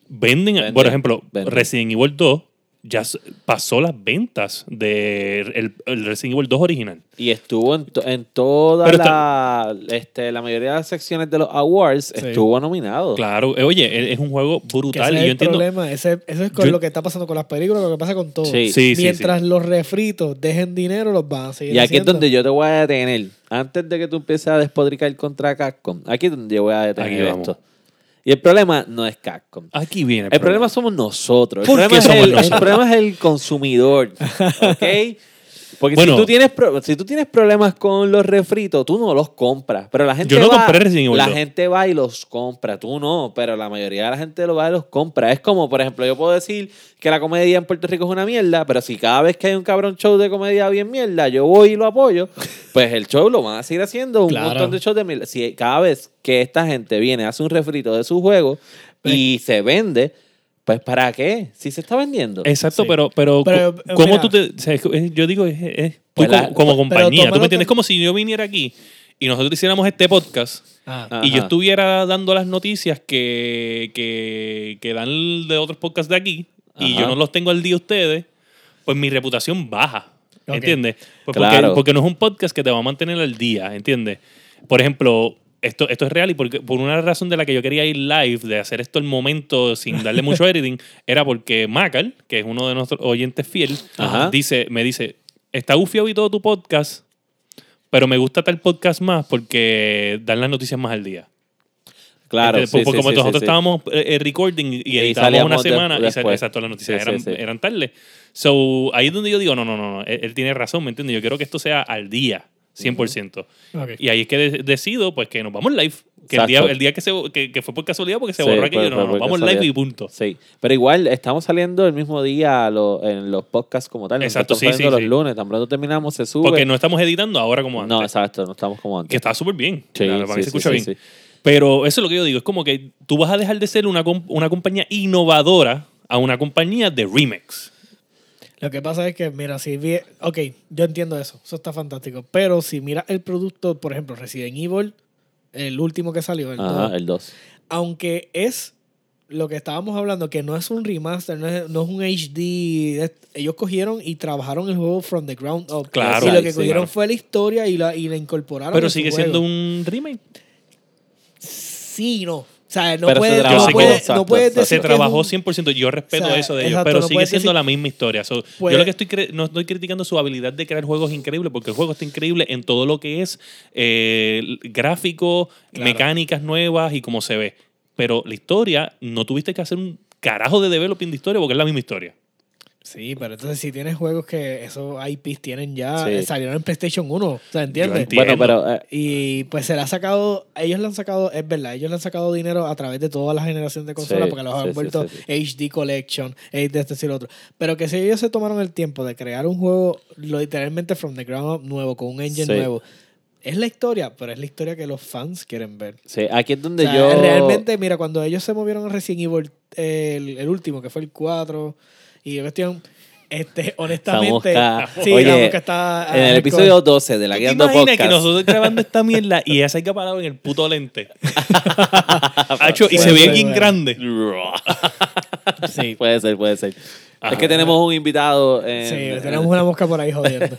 Speaker 2: venden,
Speaker 1: Venden,
Speaker 2: por ejemplo,
Speaker 1: venden.
Speaker 2: Resident Evil 2 ya s- pasó las ventas de el, el Resident Evil 2 original.
Speaker 1: Y estuvo en, to- en toda
Speaker 2: Pero
Speaker 1: la, este, la mayoría de las secciones de los awards,
Speaker 3: Sí.
Speaker 1: estuvo nominado.
Speaker 2: Claro, eh, oye, es- es un juego
Speaker 3: Que ese
Speaker 2: brutal y
Speaker 3: es
Speaker 2: yo
Speaker 3: el
Speaker 2: entiendo.
Speaker 3: problema. Ese, eso es con
Speaker 2: Yo-
Speaker 3: lo que está pasando con las películas, lo que pasa con todo.
Speaker 1: Sí.
Speaker 2: Sí, sí,
Speaker 3: Mientras
Speaker 2: sí.
Speaker 3: los refritos dejen dinero, los van a seguir
Speaker 1: Y aquí es
Speaker 3: haciendo.
Speaker 1: donde yo te voy a detener. Antes de que tú empieces a despotricar contra Capcom, aquí es donde yo voy a
Speaker 2: Aquí
Speaker 1: detener
Speaker 2: vamos.
Speaker 1: esto. Y el problema no es Capcom.
Speaker 2: Aquí viene
Speaker 1: El, problema. somos nosotros. El
Speaker 2: ¿Por
Speaker 1: problema,
Speaker 2: qué
Speaker 1: es
Speaker 2: somos
Speaker 1: el, el
Speaker 2: nosotros?
Speaker 1: problema es el
Speaker 2: [LAUGHS]
Speaker 1: consumidor. ¿Ok? Porque
Speaker 2: Bueno.
Speaker 1: si, tú tienes pro- si tú tienes problemas con los refritos, tú no los compras. Pero la gente
Speaker 2: Yo no
Speaker 1: va,
Speaker 2: compré Resident Evil
Speaker 1: La
Speaker 2: 2.
Speaker 1: gente va y los compra. Tú no, pero la mayoría de la gente lo va y los compra. Es como, por ejemplo, yo puedo decir que la comedia en Puerto Rico es una mierda, pero si cada vez que hay un cabrón show de comedia bien mierda, yo voy y lo apoyo, pues el show lo van a seguir haciendo. Un
Speaker 3: Claro.
Speaker 1: montón de shows de mierda. Si cada vez que esta gente viene, hace un refrito de su juego y se vende, pues ¿para qué? Si se está vendiendo.
Speaker 2: Exacto,
Speaker 3: Sí.
Speaker 2: pero, pero,
Speaker 3: Pero,
Speaker 2: co-
Speaker 3: eh,
Speaker 2: ¿cómo
Speaker 3: mira.
Speaker 2: tú te...? o sea, es que- es- yo digo, es, es- tú
Speaker 1: Pues
Speaker 2: como,
Speaker 1: la-
Speaker 2: como
Speaker 1: pero
Speaker 2: compañía, ¿tú
Speaker 3: tómalo
Speaker 2: me
Speaker 3: tan-
Speaker 2: entiendes? como si yo viniera aquí y nosotros hiciéramos este podcast
Speaker 3: Ah.
Speaker 1: Ah.
Speaker 2: y yo
Speaker 1: Ajá.
Speaker 2: estuviera dando las noticias que, que, que dan de otros podcasts de aquí y
Speaker 1: Ajá.
Speaker 2: yo no los tengo al día ustedes, pues mi reputación baja,
Speaker 3: Ok.
Speaker 2: ¿entiendes? Pues
Speaker 1: Claro.
Speaker 2: porque, porque no es un podcast que te va a mantener al día, ¿entiendes? Por ejemplo... Esto, esto es real y porque, por una razón de la que yo quería ir live, de hacer esto al momento sin darle mucho editing, era porque Macal, que es uno de nuestros oyentes fiel,
Speaker 1: Ajá.
Speaker 2: dice, me dice, está gufiado y todo tu podcast, pero me gusta tal podcast más porque dan las noticias más al día.
Speaker 1: Claro,
Speaker 2: Este,
Speaker 1: sí,
Speaker 2: porque
Speaker 1: sí,
Speaker 2: como
Speaker 1: sí,
Speaker 2: nosotros
Speaker 1: sí, sí.
Speaker 2: estábamos eh, eh, recording
Speaker 1: Y
Speaker 2: y editábamos
Speaker 1: salíamos
Speaker 2: una
Speaker 1: de-
Speaker 2: semana y sal-
Speaker 1: después.
Speaker 2: exacto, las noticias
Speaker 1: Sí, sí,
Speaker 2: eran,
Speaker 1: sí.
Speaker 2: eran tarde. So, ahí es donde yo digo, no, no, no, no, él, él tiene razón, ¿me entiendes? Yo quiero que esto sea al día, 100%.
Speaker 1: Ah.
Speaker 3: Ok.
Speaker 2: Y ahí es que de- decido, pues, que nos vamos live. Que el día,
Speaker 1: Exacto.
Speaker 2: el día que, se, que, que fue por casualidad, porque se
Speaker 1: Sí, pues,
Speaker 2: borró
Speaker 1: fue-
Speaker 2: aquello,
Speaker 1: fue
Speaker 2: no,
Speaker 1: por
Speaker 2: nos vamos live
Speaker 1: casualidad.
Speaker 2: y punto.
Speaker 1: Sí, pero igual estamos saliendo el mismo día a lo- en los podcasts como tal.
Speaker 2: Exacto,
Speaker 1: Nosotros
Speaker 2: sí,
Speaker 1: estamos saliendo
Speaker 2: sí,
Speaker 1: los
Speaker 2: sí.
Speaker 1: lunes, tan pronto terminamos, se sube.
Speaker 2: Porque no estamos editando ahora como antes.
Speaker 1: no, exacto, no estamos como
Speaker 2: que
Speaker 1: antes.
Speaker 2: está súper bien.
Speaker 1: Sí,
Speaker 2: Claro, para mí
Speaker 1: sí,
Speaker 2: se
Speaker 1: sí,
Speaker 2: escucha
Speaker 1: sí,
Speaker 2: bien.
Speaker 1: sí.
Speaker 2: Pero eso es lo que yo digo. Es como que tú vas a dejar de ser una, com- una compañía innovadora a una compañía de remix.
Speaker 3: Lo que pasa es que, mira, si vi- Ok, yo entiendo eso. Eso está fantástico. Pero si miras el producto, por ejemplo, Resident Evil, el último que salió, el nuevo,
Speaker 1: Ajá, el 2.
Speaker 3: aunque es lo que estábamos hablando, que no es un remaster, no es, no es un HD. es- ellos cogieron y trabajaron el juego from the ground up.
Speaker 2: Claro,
Speaker 3: y lo que
Speaker 1: sí,
Speaker 3: cogieron
Speaker 2: claro.
Speaker 3: fue la historia y la, y la incorporaron.
Speaker 2: Pero
Speaker 3: en su
Speaker 2: sigue
Speaker 3: juego.
Speaker 2: siendo un remake.
Speaker 3: Sí, no. O sea, no
Speaker 1: Pero se
Speaker 3: puedes,
Speaker 1: trabajó,
Speaker 3: no puedes-
Speaker 1: exacto,
Speaker 3: no puedes
Speaker 1: exacto.
Speaker 3: decir
Speaker 2: Se
Speaker 3: que es un-
Speaker 2: trabajó 100%. Yo respeto
Speaker 3: o sea,
Speaker 2: eso de ellos,
Speaker 3: exacto,
Speaker 2: pero
Speaker 3: no
Speaker 2: sigue
Speaker 3: puedes
Speaker 2: siendo
Speaker 3: decir-
Speaker 2: la misma historia. So,
Speaker 3: Pues-
Speaker 2: yo lo que estoy cre- no estoy criticando es su habilidad de crear juegos increíbles, porque el juego está increíble en todo lo que es eh, gráfico,
Speaker 3: Claro.
Speaker 2: mecánicas nuevas y cómo se ve. Pero la historia, no tuviste que hacer un carajo de developing de historia porque es la misma historia.
Speaker 3: Sí, pero entonces si tienes juegos que esos IPs tienen ya,
Speaker 1: Sí.
Speaker 3: eh, salieron en PlayStation 1, o sea, ¿entiendes?
Speaker 2: entiendo.
Speaker 1: Bueno, pero eh,
Speaker 3: Y pues se le ha sacado, ellos le han sacado, es verdad, ellos le han sacado dinero a través de toda la generación de consolas
Speaker 1: Sí,
Speaker 3: porque los
Speaker 1: sí,
Speaker 3: han
Speaker 1: sí,
Speaker 3: vuelto
Speaker 1: sí,
Speaker 3: HD Collection, eh, de este y lo otro. Pero que si ellos se tomaron el tiempo de crear un juego lo- literalmente from the ground up nuevo, con un engine
Speaker 1: Sí.
Speaker 3: nuevo, es la historia, pero es la historia que los fans quieren ver.
Speaker 1: sí, aquí es donde
Speaker 3: O sea,
Speaker 1: yo.
Speaker 3: Realmente, mira, cuando ellos se movieron a Resident Evil, eh, el, el último, que fue el 4, y la cuestión,
Speaker 1: [LAUGHS]
Speaker 3: este, honestamente,
Speaker 1: mosca.
Speaker 3: sí, la
Speaker 1: Oye,
Speaker 3: mosca está...
Speaker 1: En el
Speaker 3: ah,
Speaker 1: episodio 12 de la
Speaker 2: ¿Tú
Speaker 1: Guía
Speaker 2: te
Speaker 1: Ando
Speaker 2: imaginas
Speaker 1: Podcast. [LAUGHS]
Speaker 2: que nosotros grabando esta mierda y esa haya parado en el
Speaker 3: [LAUGHS]
Speaker 2: puto lente?
Speaker 1: Ah,
Speaker 2: Hacho, y
Speaker 3: Puede
Speaker 2: se ve
Speaker 3: ser,
Speaker 2: bien
Speaker 3: bueno.
Speaker 2: grande.
Speaker 3: Sí,
Speaker 1: [LAUGHS] puede ser, puede ser.
Speaker 2: Ajá.
Speaker 1: Es que tenemos un invitado. En,
Speaker 3: Sí, tenemos una mosca por
Speaker 1: [LAUGHS]
Speaker 3: ahí jodiendo.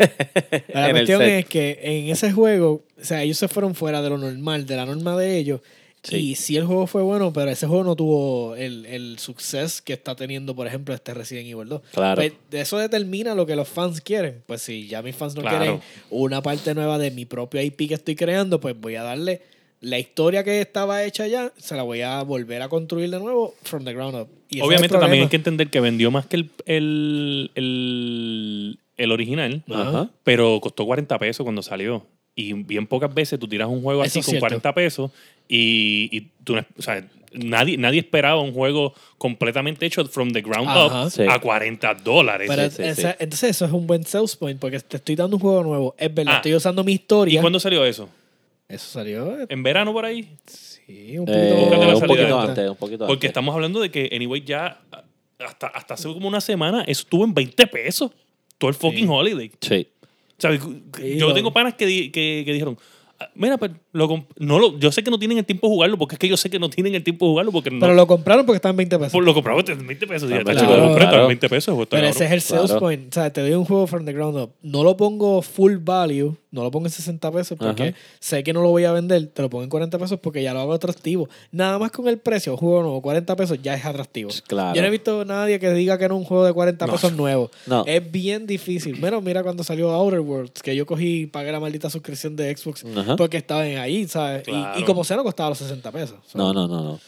Speaker 3: La
Speaker 1: En el
Speaker 3: cuestión
Speaker 1: set.
Speaker 3: es que en ese juego, o sea, ellos se fueron fuera de lo normal, de la norma de ellos.
Speaker 1: Sí.
Speaker 3: Y sí el juego fue bueno, pero ese juego no tuvo el, el success que está teniendo, por ejemplo, este Resident Evil 2.
Speaker 1: Claro.
Speaker 3: Pues, de eso determina lo que los fans quieren. Pues si ya mis fans no
Speaker 2: Claro.
Speaker 3: quieren una parte nueva de mi propio IP que estoy creando, pues voy a darle la historia que estaba hecha ya se la voy a volver a construir de nuevo from the ground up. Y ese es el
Speaker 2: Obviamente también hay
Speaker 3: problema.
Speaker 2: que entender que vendió más que el, el, el, el original,
Speaker 1: Ajá.
Speaker 2: pero costó 40 pesos cuando salió. Y bien pocas veces tú tiras un juego
Speaker 3: Eso
Speaker 2: así
Speaker 3: es
Speaker 2: con
Speaker 3: cierto.
Speaker 2: 40 pesos y, y tú, no- o sea, nadie, nadie esperaba un juego completamente hecho from the ground
Speaker 3: Ajá.
Speaker 2: up
Speaker 1: Sí.
Speaker 2: a 40 dólares.
Speaker 3: Pero
Speaker 1: sí,
Speaker 3: esa- entonces eso es un buen sales point porque te estoy dando un juego nuevo. Es verdad,
Speaker 2: Ah.
Speaker 3: estoy usando mi
Speaker 2: ¿Y
Speaker 3: historia.
Speaker 2: cuándo salió eso?
Speaker 3: Eso salió, eh,
Speaker 2: ¿En verano por ahí?
Speaker 3: sí, un poquito,
Speaker 1: Eh,
Speaker 2: Búscate la
Speaker 1: un
Speaker 2: salida
Speaker 1: poquito
Speaker 2: esta.
Speaker 1: antes, un poquito
Speaker 2: Porque
Speaker 1: antes.
Speaker 2: estamos hablando de que, anyway, ya hasta, hasta hace como una semana eso estuvo en 20 pesos. Todo el fucking
Speaker 3: Sí.
Speaker 2: holiday.
Speaker 1: Sí.
Speaker 2: ¿Sabes?
Speaker 3: Sí,
Speaker 2: yo
Speaker 3: lo-
Speaker 2: tengo panas que, di- que, que dijeron, "Ah, mira, pero lo comp- no lo, yo sé que no tienen el tiempo de jugarlo, porque es que yo sé que no tienen el tiempo de jugarlo, porque no,
Speaker 3: Pero lo compraron porque están 20 pesos.
Speaker 2: por lo compraba en 20 pesos. Y ya,
Speaker 1: Claro,
Speaker 2: tacho, lo compré,
Speaker 1: Ah, claro.
Speaker 2: está en 20 pesos. pues, está
Speaker 3: Pero ese
Speaker 2: cabrón.
Speaker 3: es el sales
Speaker 1: Claro.
Speaker 3: point. O sea, te doy un juego from the ground up. No lo pongo full value, no lo pongo en 60 pesos porque
Speaker 1: Ajá.
Speaker 3: sé que no lo voy a vender. Te lo pongo en 40 pesos porque ya lo hago atractivo. Nada más con el precio, un juego nuevo, 40 pesos ya es atractivo.
Speaker 1: Claro.
Speaker 3: Yo no he visto nadie que diga que no es un juego de 40
Speaker 2: No.
Speaker 3: pesos nuevo.
Speaker 1: No.
Speaker 3: Es bien difícil. Bueno, mira cuando salió Outer Worlds, que yo cogí y pagué la maldita suscripción de Xbox
Speaker 1: Ajá.
Speaker 3: porque estaban ahí, ¿sabes? Y- Y,
Speaker 2: Claro.
Speaker 3: como sea, no costaba los 60 pesos. So,
Speaker 1: No, no, no, no.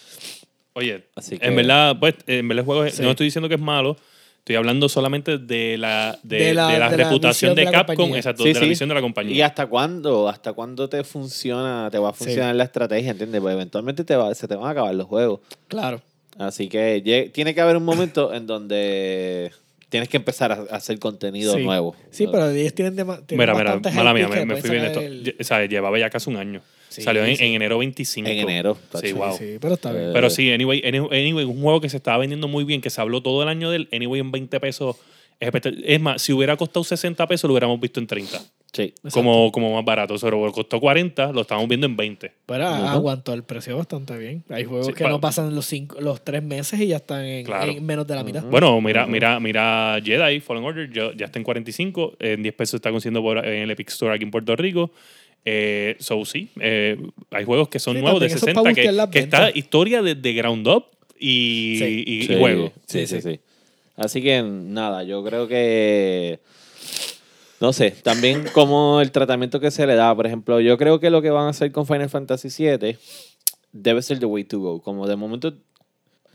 Speaker 2: Oye,
Speaker 1: Así que-
Speaker 2: en verdad, pues, en verdad el juego es-
Speaker 3: Sí.
Speaker 2: no estoy diciendo que es malo. Estoy hablando solamente de la, de, de la,
Speaker 3: de la visión
Speaker 2: reputación
Speaker 3: de
Speaker 2: de,
Speaker 3: la
Speaker 2: Capcom,
Speaker 3: compañía.
Speaker 2: exacto,
Speaker 1: Sí,
Speaker 2: de la
Speaker 1: sí.
Speaker 2: visión de la
Speaker 1: ¿Y
Speaker 2: compañía.
Speaker 1: hasta cuándo? ¿Hasta cuándo te funciona, te va a
Speaker 3: Sí.
Speaker 1: funcionar la estrategia, entiendes? Pues eventualmente te va, se te van a acabar los juegos.
Speaker 3: Claro.
Speaker 1: Así que lle- tiene que haber un momento en donde tienes que empezar a a hacer contenido
Speaker 3: Sí.
Speaker 1: nuevo.
Speaker 3: Sí, pero ellos tienen, dema- tienen
Speaker 2: Mira, mira,
Speaker 3: bastantes pues,
Speaker 2: mala mía,
Speaker 3: IPs
Speaker 2: me,
Speaker 3: que
Speaker 2: me
Speaker 3: pueden
Speaker 2: fui bien
Speaker 3: sacar
Speaker 2: esto.
Speaker 3: el-
Speaker 2: Ye- O sea, llevaba ya casi un año.
Speaker 3: Sí,
Speaker 2: Salió en,
Speaker 3: sí.
Speaker 2: en enero 25.
Speaker 1: En enero,
Speaker 2: Sí,
Speaker 1: tacho.
Speaker 2: wow.
Speaker 3: Sí, sí, pero está bien.
Speaker 1: Eh,
Speaker 2: Pero sí, anyway, any- anyway, un juego que se estaba vendiendo muy bien, que se habló todo el año del anyway en 20 pesos. Es espect- es más, si hubiera costado 60 pesos, lo hubiéramos visto en 30.
Speaker 1: Sí.
Speaker 2: Como, como más barato. Pero costó 40, lo estábamos viendo en 20.
Speaker 3: Pero
Speaker 1: Ajá.
Speaker 3: aguantó el precio bastante bien. Hay juegos
Speaker 2: Sí,
Speaker 3: que
Speaker 2: pa-
Speaker 3: no pasan los cinco, los tres meses y ya están en,
Speaker 2: Claro.
Speaker 3: en menos de la mitad.
Speaker 1: Ujú.
Speaker 2: Bueno, mira,
Speaker 1: Ujú.
Speaker 2: mira, mira Jedi, Fallen Order, ya, ya está en 45, en 10 pesos está consiguiendo por- en el Epic Store aquí en Puerto Rico. Eh, so sí, eh, hay juegos que son
Speaker 3: Sí,
Speaker 2: nuevos de
Speaker 3: también eso es pa'
Speaker 2: 60 que,
Speaker 3: buscar las
Speaker 2: que está
Speaker 3: ventas.
Speaker 2: historia desde ground up y,
Speaker 3: Sí.
Speaker 2: y- y
Speaker 1: Sí,
Speaker 2: juego.
Speaker 1: Sí, sí,
Speaker 3: Sí,
Speaker 1: sí. Así que nada, yo creo que. No sé, también como el tratamiento que se le da, por ejemplo, yo creo que lo que van a hacer con Final Fantasy VII debe ser the way to go. Como de momento,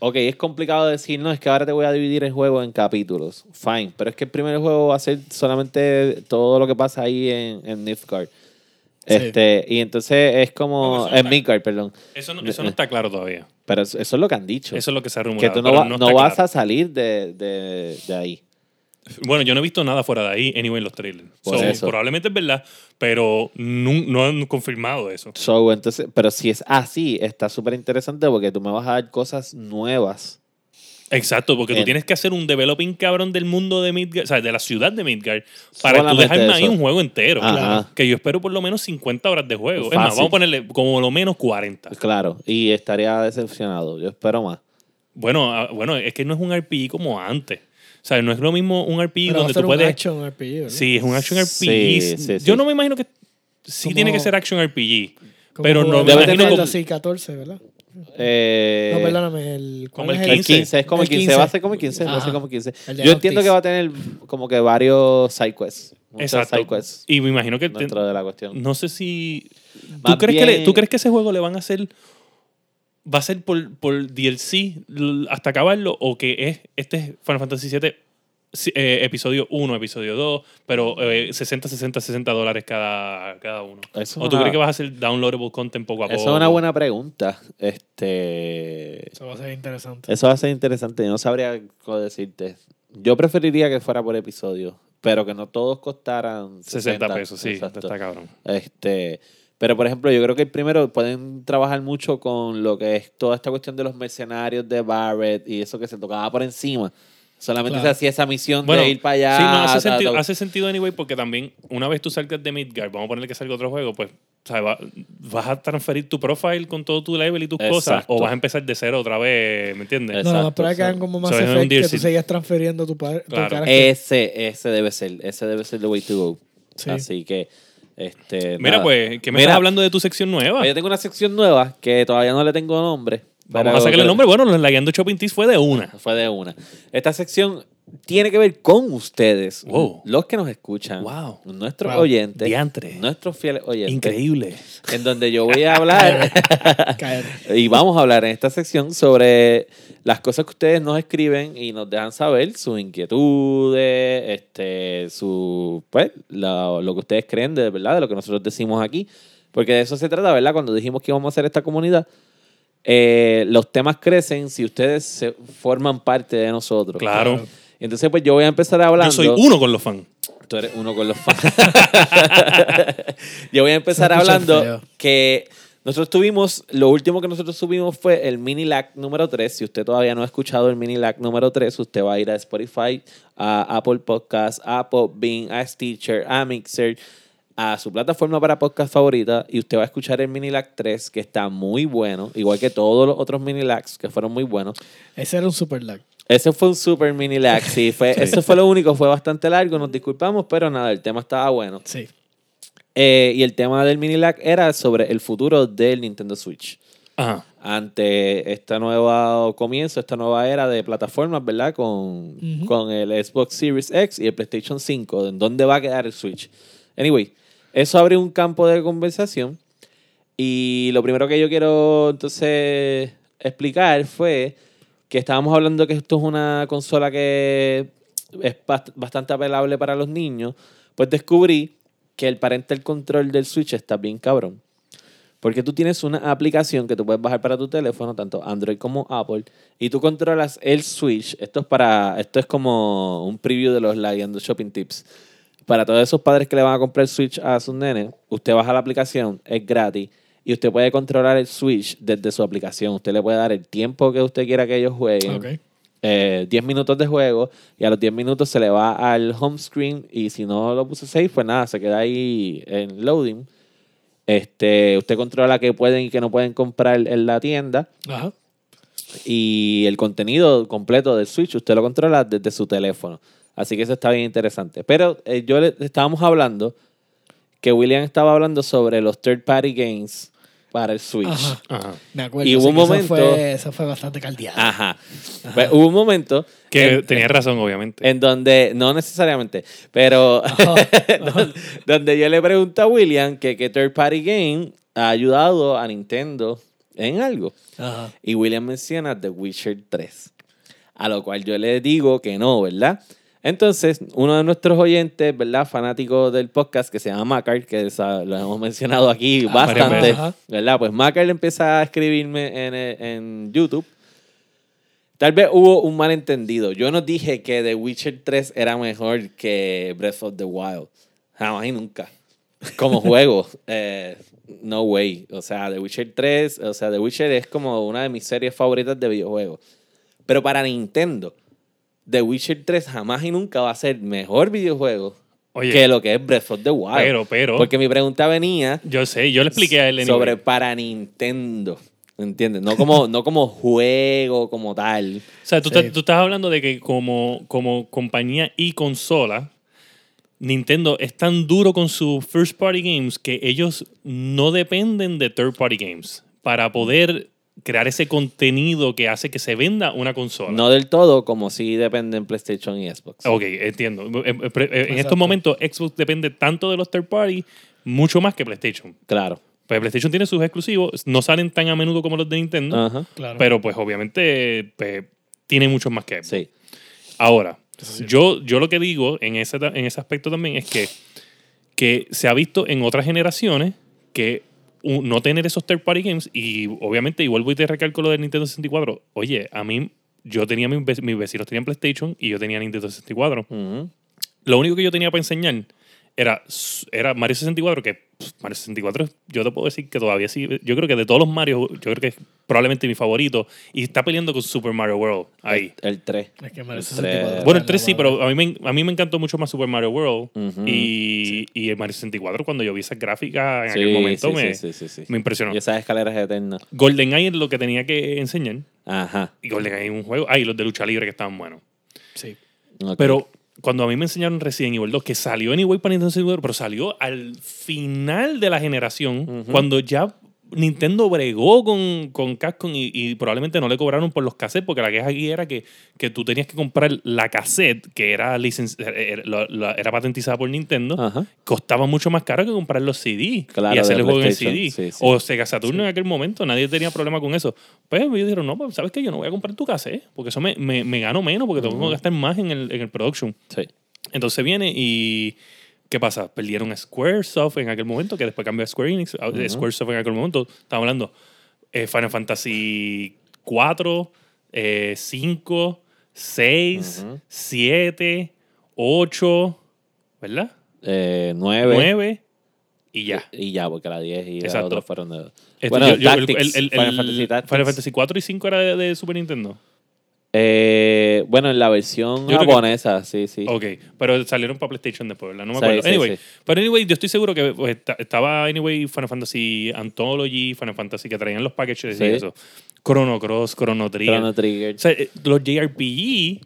Speaker 1: ok, es complicado decir, no, es que ahora te voy a dividir el juego en capítulos. Fine, pero es que el primer juego va a ser solamente todo lo que pasa ahí en, en Nifgard.
Speaker 3: Sí.
Speaker 1: Este, y entonces es como,
Speaker 2: Bueno, eso
Speaker 1: en
Speaker 2: está-
Speaker 1: Midgard, perdón.
Speaker 2: Eso, no, eso no está claro todavía.
Speaker 1: Pero eso, eso es lo que han dicho.
Speaker 2: Eso es lo que se ha
Speaker 1: Que
Speaker 2: rumorado.
Speaker 1: tú no,
Speaker 2: pero
Speaker 1: va- no
Speaker 2: está
Speaker 1: vas
Speaker 2: claro.
Speaker 1: a salir de, de, de ahí.
Speaker 2: Bueno, yo no he visto nada fuera de ahí, anyway, en los trailers.
Speaker 1: Por
Speaker 2: So,
Speaker 1: eso.
Speaker 2: Probablemente es verdad, pero nu- no han confirmado eso.
Speaker 1: So, entonces, pero si es así, está súper interesante porque tú me vas a dar cosas nuevas.
Speaker 2: Exacto, porque
Speaker 1: Bien.
Speaker 2: tú tienes que hacer un developing cabrón del mundo de Midgard, o sea, de la ciudad de Midgard, para
Speaker 1: Solamente
Speaker 2: tú dejarme ahí
Speaker 1: eso.
Speaker 2: un juego entero.
Speaker 1: Ajá.
Speaker 2: claro, Que yo espero por lo menos 50 horas de juego. Es más,
Speaker 1: Fácil.
Speaker 2: vamos a ponerle como lo menos 40.
Speaker 1: Claro, y estaría decepcionado. Yo espero más.
Speaker 2: Bueno, ah, bueno, es que no es un RPG como antes. O sea, no es lo mismo un RPG
Speaker 3: Pero va a
Speaker 2: donde
Speaker 3: ser
Speaker 2: tú
Speaker 3: un
Speaker 2: puedes.
Speaker 3: action RPG, ¿verdad?
Speaker 2: Sí, es un action RPG.
Speaker 1: Sí, sí, sí.
Speaker 2: Yo no me imagino que. Sí,
Speaker 3: Como-
Speaker 2: tiene que ser action RPG.
Speaker 3: Como
Speaker 2: Pero no
Speaker 1: Debe
Speaker 2: me
Speaker 3: Final
Speaker 2: imagino
Speaker 1: tener
Speaker 2: como.
Speaker 1: los-
Speaker 3: Fantasy 14, ¿verdad?
Speaker 1: Eh,
Speaker 3: no, perdóname, el este?
Speaker 2: como
Speaker 3: ¿cuál
Speaker 2: el
Speaker 3: es
Speaker 1: el 15, es como el 15, va a ser como el 15, va a
Speaker 3: Ajá.
Speaker 1: ser como el 15.
Speaker 3: El de
Speaker 1: Yo entiendo
Speaker 3: Noctis.
Speaker 1: que va a tener como que varios side quests. muchos
Speaker 2: Exacto.
Speaker 1: side quests
Speaker 2: Y me imagino que. te-
Speaker 1: dentro de la cuestión.
Speaker 2: No sé si. ¿Tú
Speaker 1: Más
Speaker 2: crees, que le-
Speaker 1: bien-
Speaker 2: ¿Tú crees que ese juego le van a hacer. ¿Va a ser por, por DLC l- hasta acabarlo? ¿O que es este es Final Fantasy VII si- eh, episodio 1, episodio 2, pero eh, 60, 60, 60 dólares cada, cada uno?
Speaker 1: Eso es
Speaker 2: ¿O tú
Speaker 1: una-
Speaker 2: crees que vas a hacer downloadable content poco a poco?
Speaker 1: Eso es una buena pregunta. Este,
Speaker 3: Eso va a ser interesante.
Speaker 1: Eso va a ser interesante. Yo no sabría cómo decirte. Yo preferiría que fuera por episodio, pero que no todos costaran
Speaker 2: 60 pesos, sí,
Speaker 1: Exacto.
Speaker 2: está cabrón.
Speaker 1: Este, pero por ejemplo, yo creo que el primero pueden trabajar mucho con lo que es toda esta cuestión de los mercenarios de Barrett y eso que se tocaba por encima. Solamente
Speaker 3: Claro.
Speaker 1: se hacía esa misión
Speaker 2: Bueno,
Speaker 1: de ir para allá.
Speaker 2: sí, no, hace
Speaker 1: ta, ta,
Speaker 2: sentido,
Speaker 1: ta.
Speaker 2: hace sentido anyway porque también una vez tú salgas de Midgard, vamos a ponerle que salga otro juego, pues o sea, va- vas a transferir tu profile con todo tu level y tus cosas
Speaker 1: Exacto.
Speaker 2: o vas a empezar de cero otra vez, ¿me entiendes?
Speaker 1: Exacto.
Speaker 3: no, no, pero que hagan como más
Speaker 2: So, es un
Speaker 3: Effect, que tú
Speaker 2: DLC.
Speaker 3: seguías transfiriendo tu, par- tu
Speaker 2: Claro.
Speaker 3: carácter.
Speaker 1: Ese, ese debe ser, ese debe ser the way to go.
Speaker 3: Sí.
Speaker 1: Así que, este.
Speaker 2: Mira
Speaker 1: nada.
Speaker 2: pues, que me
Speaker 1: Mira,
Speaker 2: estás hablando de tu sección nueva?
Speaker 1: Yo tengo una sección nueva que todavía no le tengo nombre.
Speaker 2: Vamos
Speaker 1: pero
Speaker 2: a sacarle
Speaker 1: creo-
Speaker 2: el nombre. Bueno, los Lagueando Shopping Tees fue de una.
Speaker 1: Fue de una. Esta sección tiene que ver con ustedes,
Speaker 2: Wow.
Speaker 1: los que nos escuchan,
Speaker 2: Wow.
Speaker 1: nuestros
Speaker 3: Wow.
Speaker 1: oyentes,
Speaker 2: Diantre.
Speaker 1: nuestros fieles oyentes,
Speaker 2: Increíble.
Speaker 1: en donde yo voy a
Speaker 2: [LAUGHS]
Speaker 1: hablar
Speaker 3: [LAUGHS] Caer.
Speaker 1: [LAUGHS] y vamos a hablar en esta sección sobre las cosas que ustedes nos escriben y nos dejan saber, sus inquietudes, este, su, pues, la- lo que ustedes creen de verdad, de lo que nosotros decimos aquí. Porque de eso se trata, ¿verdad? Cuando dijimos que íbamos a hacer esta comunidad, eh, los temas crecen si ustedes se forman parte de nosotros.
Speaker 2: Claro.
Speaker 1: Entonces, pues yo voy a empezar hablando.
Speaker 2: Yo soy uno con los fans.
Speaker 1: Tú eres uno con los fans. [LAUGHS] Yo voy a empezar
Speaker 3: Se escucha
Speaker 1: hablando
Speaker 3: feo.
Speaker 1: que nosotros tuvimos, lo último que nosotros subimos fue el mini lac número 3. Si usted todavía no ha escuchado el mini lac número 3, usted va a ir a Spotify, a Apple Podcasts, a Podbean, a Stitcher, a Mixer, a su plataforma para podcast favorita y usted va a escuchar el mini lac 3 que está muy bueno, igual que todos los otros mini lacs que fueron muy buenos.
Speaker 3: Ese era un super lag.
Speaker 1: Ese fue un super mini lag, sí, fue,
Speaker 2: Sí.
Speaker 1: Eso fue lo único, fue bastante largo, nos disculpamos, pero nada, el tema estaba bueno.
Speaker 3: Sí.
Speaker 1: Eh, y el tema del mini lag era sobre el futuro del Nintendo Switch.
Speaker 2: Ajá.
Speaker 1: Ante este nuevo comienzo, esta nueva era de plataformas, ¿verdad? Con,
Speaker 3: Ujú.
Speaker 1: con el Xbox Series X y el PlayStation 5, ¿en dónde va a quedar el Switch? Anyway, eso abre un campo de conversación. Y lo primero que yo quiero entonces explicar fue que estábamos hablando que esto es una consola que es bast- bastante apelable para los niños. Pues descubrí que el parental control del Switch está bien cabrón. Porque tú tienes una aplicación que tú puedes bajar para tu teléfono, tanto Android como Apple, y tú controlas el Switch. Esto es para, esto es como un preview de los Live and Shopping Tips. Para todos esos padres que le van a comprar Switch a sus nenes, usted baja la aplicación, es gratis, y usted puede controlar el Switch desde su aplicación. Usted le puede dar el tiempo que usted quiera que ellos jueguen
Speaker 3: Ok.
Speaker 1: eh, 10 minutos de juego y a los 10 minutos se le va al home screen y si no lo puse safe, pues nada, se queda ahí en loading. Este, usted controla qué pueden y qué no pueden comprar en la tienda
Speaker 3: Ajá.
Speaker 1: y el contenido completo del Switch usted lo controla desde su teléfono. Así que eso está bien interesante. Pero eh, yo le estábamos hablando que William estaba hablando sobre los third party games para el Switch.
Speaker 3: Ajá.
Speaker 2: Ajá.
Speaker 3: Me acuerdo.
Speaker 1: Y hubo
Speaker 3: sí
Speaker 1: un
Speaker 3: que eso
Speaker 1: momento-
Speaker 3: Fue, eso fue bastante caldeado.
Speaker 2: Ah.
Speaker 1: Ajá. Pues, hubo un momento
Speaker 2: Que
Speaker 1: en-
Speaker 2: tenía razón, obviamente.
Speaker 1: En donde, no necesariamente, pero [LAUGHS] donde, donde yo le pregunto a William que qué third party game ha ayudado a Nintendo en algo.
Speaker 3: Ajá.
Speaker 1: Y William menciona The Witcher 3. A lo cual yo le digo que no, ¿verdad? Entonces, uno de nuestros oyentes, ¿verdad? Fanático del podcast que se llama Macar, que sa- lo hemos mencionado aquí
Speaker 3: Ah,
Speaker 1: bastante,
Speaker 3: varias veces.
Speaker 1: ¿verdad? Pues Macar empieza a escribirme en, eh, en YouTube. Tal vez hubo un malentendido. Yo no dije que The Witcher 3 era mejor que Breath of the Wild. Jamás y nunca. Como juego. eh, no way. O sea, The Witcher 3, o sea, The Witcher es como una de mis series favoritas de videojuegos. Pero para Nintendo, The Witcher 3 jamás y nunca va a ser mejor videojuego
Speaker 2: Oye,
Speaker 1: que lo que es Breath of the Wild.
Speaker 2: pero, pero.
Speaker 1: Porque mi pregunta venía
Speaker 2: yo sé, yo le expliqué a él. anyway.
Speaker 1: sobre para Nintendo. ¿Entiendes? No como, no como juego, como tal.
Speaker 2: O sea, tú,
Speaker 3: Sí.
Speaker 2: estás- tú estás hablando de que como, como compañía y consola, Nintendo es tan duro con sus first party games que ellos no dependen de third party games para poder crear ese contenido que hace que se venda una consola.
Speaker 1: No del todo, como si dependen PlayStation y Xbox.
Speaker 2: Ok, entiendo. Eh, En- En en
Speaker 3: Exacto.
Speaker 2: estos momentos Xbox depende tanto de los third party mucho más que PlayStation.
Speaker 1: Claro.
Speaker 2: Pues PlayStation tiene sus exclusivos, no salen tan a menudo como los de Nintendo,
Speaker 1: Ajá.
Speaker 3: Claro.
Speaker 2: pero pues obviamente pues, tiene muchos más que Xbox.
Speaker 1: Sí.
Speaker 2: Ahora,
Speaker 3: Eso es cierto.
Speaker 2: yo, yo lo que digo en ese, ta- en ese aspecto también es que, que se ha visto en otras generaciones que u- no tener esos third party games y obviamente igual voy a recalco lo del Nintendo 64. Oye, a mí yo tenía mis, ve- mis vecinos tenían PlayStation y yo tenía Nintendo 64.
Speaker 1: Ujú.
Speaker 2: Lo único que yo tenía para enseñar era, s- era Mario 64 que pff, Mario 64 yo te puedo decir que todavía sí yo creo que de todos los Mario yo creo que es probablemente mi favorito y está peleando con Super Mario World ahí
Speaker 1: El 3.
Speaker 3: Es que Mario
Speaker 1: El
Speaker 3: 64
Speaker 1: tres.
Speaker 2: bueno, el
Speaker 3: la
Speaker 2: 3 sí,
Speaker 3: madre.
Speaker 2: pero a mí, me, a mí me encantó mucho más Super Mario World
Speaker 1: Ujú.
Speaker 2: y, y el Mario 64 cuando yo vi esas gráficas en
Speaker 1: Sí,
Speaker 2: aquel momento
Speaker 1: sí,
Speaker 2: me,
Speaker 1: sí, sí, sí, sí.
Speaker 2: me impresionó.
Speaker 1: Y esas escaleras eternas.
Speaker 2: GoldenEye es lo que tenía que enseñar.
Speaker 1: Ajá.
Speaker 2: Y GoldenEye es un juego. Ah, y los de lucha libre que estaban buenos.
Speaker 3: Sí.
Speaker 1: Ok.
Speaker 2: Pero cuando a mí me enseñaron Resident Evil 2, que salió Anyway para Nintendo 64, pero salió al final de la generación,
Speaker 1: Ujú.
Speaker 2: cuando ya Nintendo bregó con, con Capcom y, y probablemente no le cobraron por los cassettes, porque la queja aquí era que, que tú tenías que comprar la cassette, que era, licen- eh, era, la- la- era patentizada por Nintendo,
Speaker 1: Ajá.
Speaker 2: costaba mucho más caro que comprar los CD
Speaker 1: Claro,
Speaker 2: y hacer
Speaker 1: de
Speaker 2: el juego en
Speaker 1: PlayStation,
Speaker 2: CD.
Speaker 1: sí, sí.
Speaker 2: O Sega Saturn en aquel momento, nadie tenía problema con eso. Pues ellos dijeron, no, pues, ¿sabes qué? Yo no voy a comprar tu cassette, porque eso me, me, me gano menos, porque tengo que gastar más en el, en el production.
Speaker 1: Sí.
Speaker 2: Entonces viene y. ¿Qué pasa? Perdieron a Squaresoft en aquel momento, que después cambió a Square Enix. a- de Squaresoft en aquel momento. Estamos hablando eh, Final Fantasy eh, 4, 5, 6, 7, 8, ¿verdad?
Speaker 1: Eh, nueve.
Speaker 2: 9 y ya.
Speaker 1: Y ya, porque la 10 y las
Speaker 2: Exacto.
Speaker 1: otras fueron de.
Speaker 2: Este,
Speaker 1: bueno,
Speaker 2: yo- yo- el-
Speaker 1: Tactics,
Speaker 2: el- el-
Speaker 1: Final
Speaker 2: el-
Speaker 1: Fantasy Tactics.
Speaker 2: Final Fantasy 4 y 5 era de, de Super Nintendo.
Speaker 1: Eh, bueno, en la versión
Speaker 2: Yo creo que-
Speaker 1: japonesa, sí, sí.
Speaker 2: Ok, pero salieron para PlayStation después, ¿verdad? No me
Speaker 1: Sí,
Speaker 2: acuerdo.
Speaker 1: sí,
Speaker 2: anyway,
Speaker 1: sí.
Speaker 2: pero anyway, yo estoy seguro que pues, esta- estaba, anyway, Final Fantasy Anthology, Final Fantasy que traían los packages
Speaker 1: Sí.
Speaker 2: y eso. Chrono Cross, Chrono Trigger.
Speaker 1: Chrono Trigger.
Speaker 2: O sea, eh, los JRPG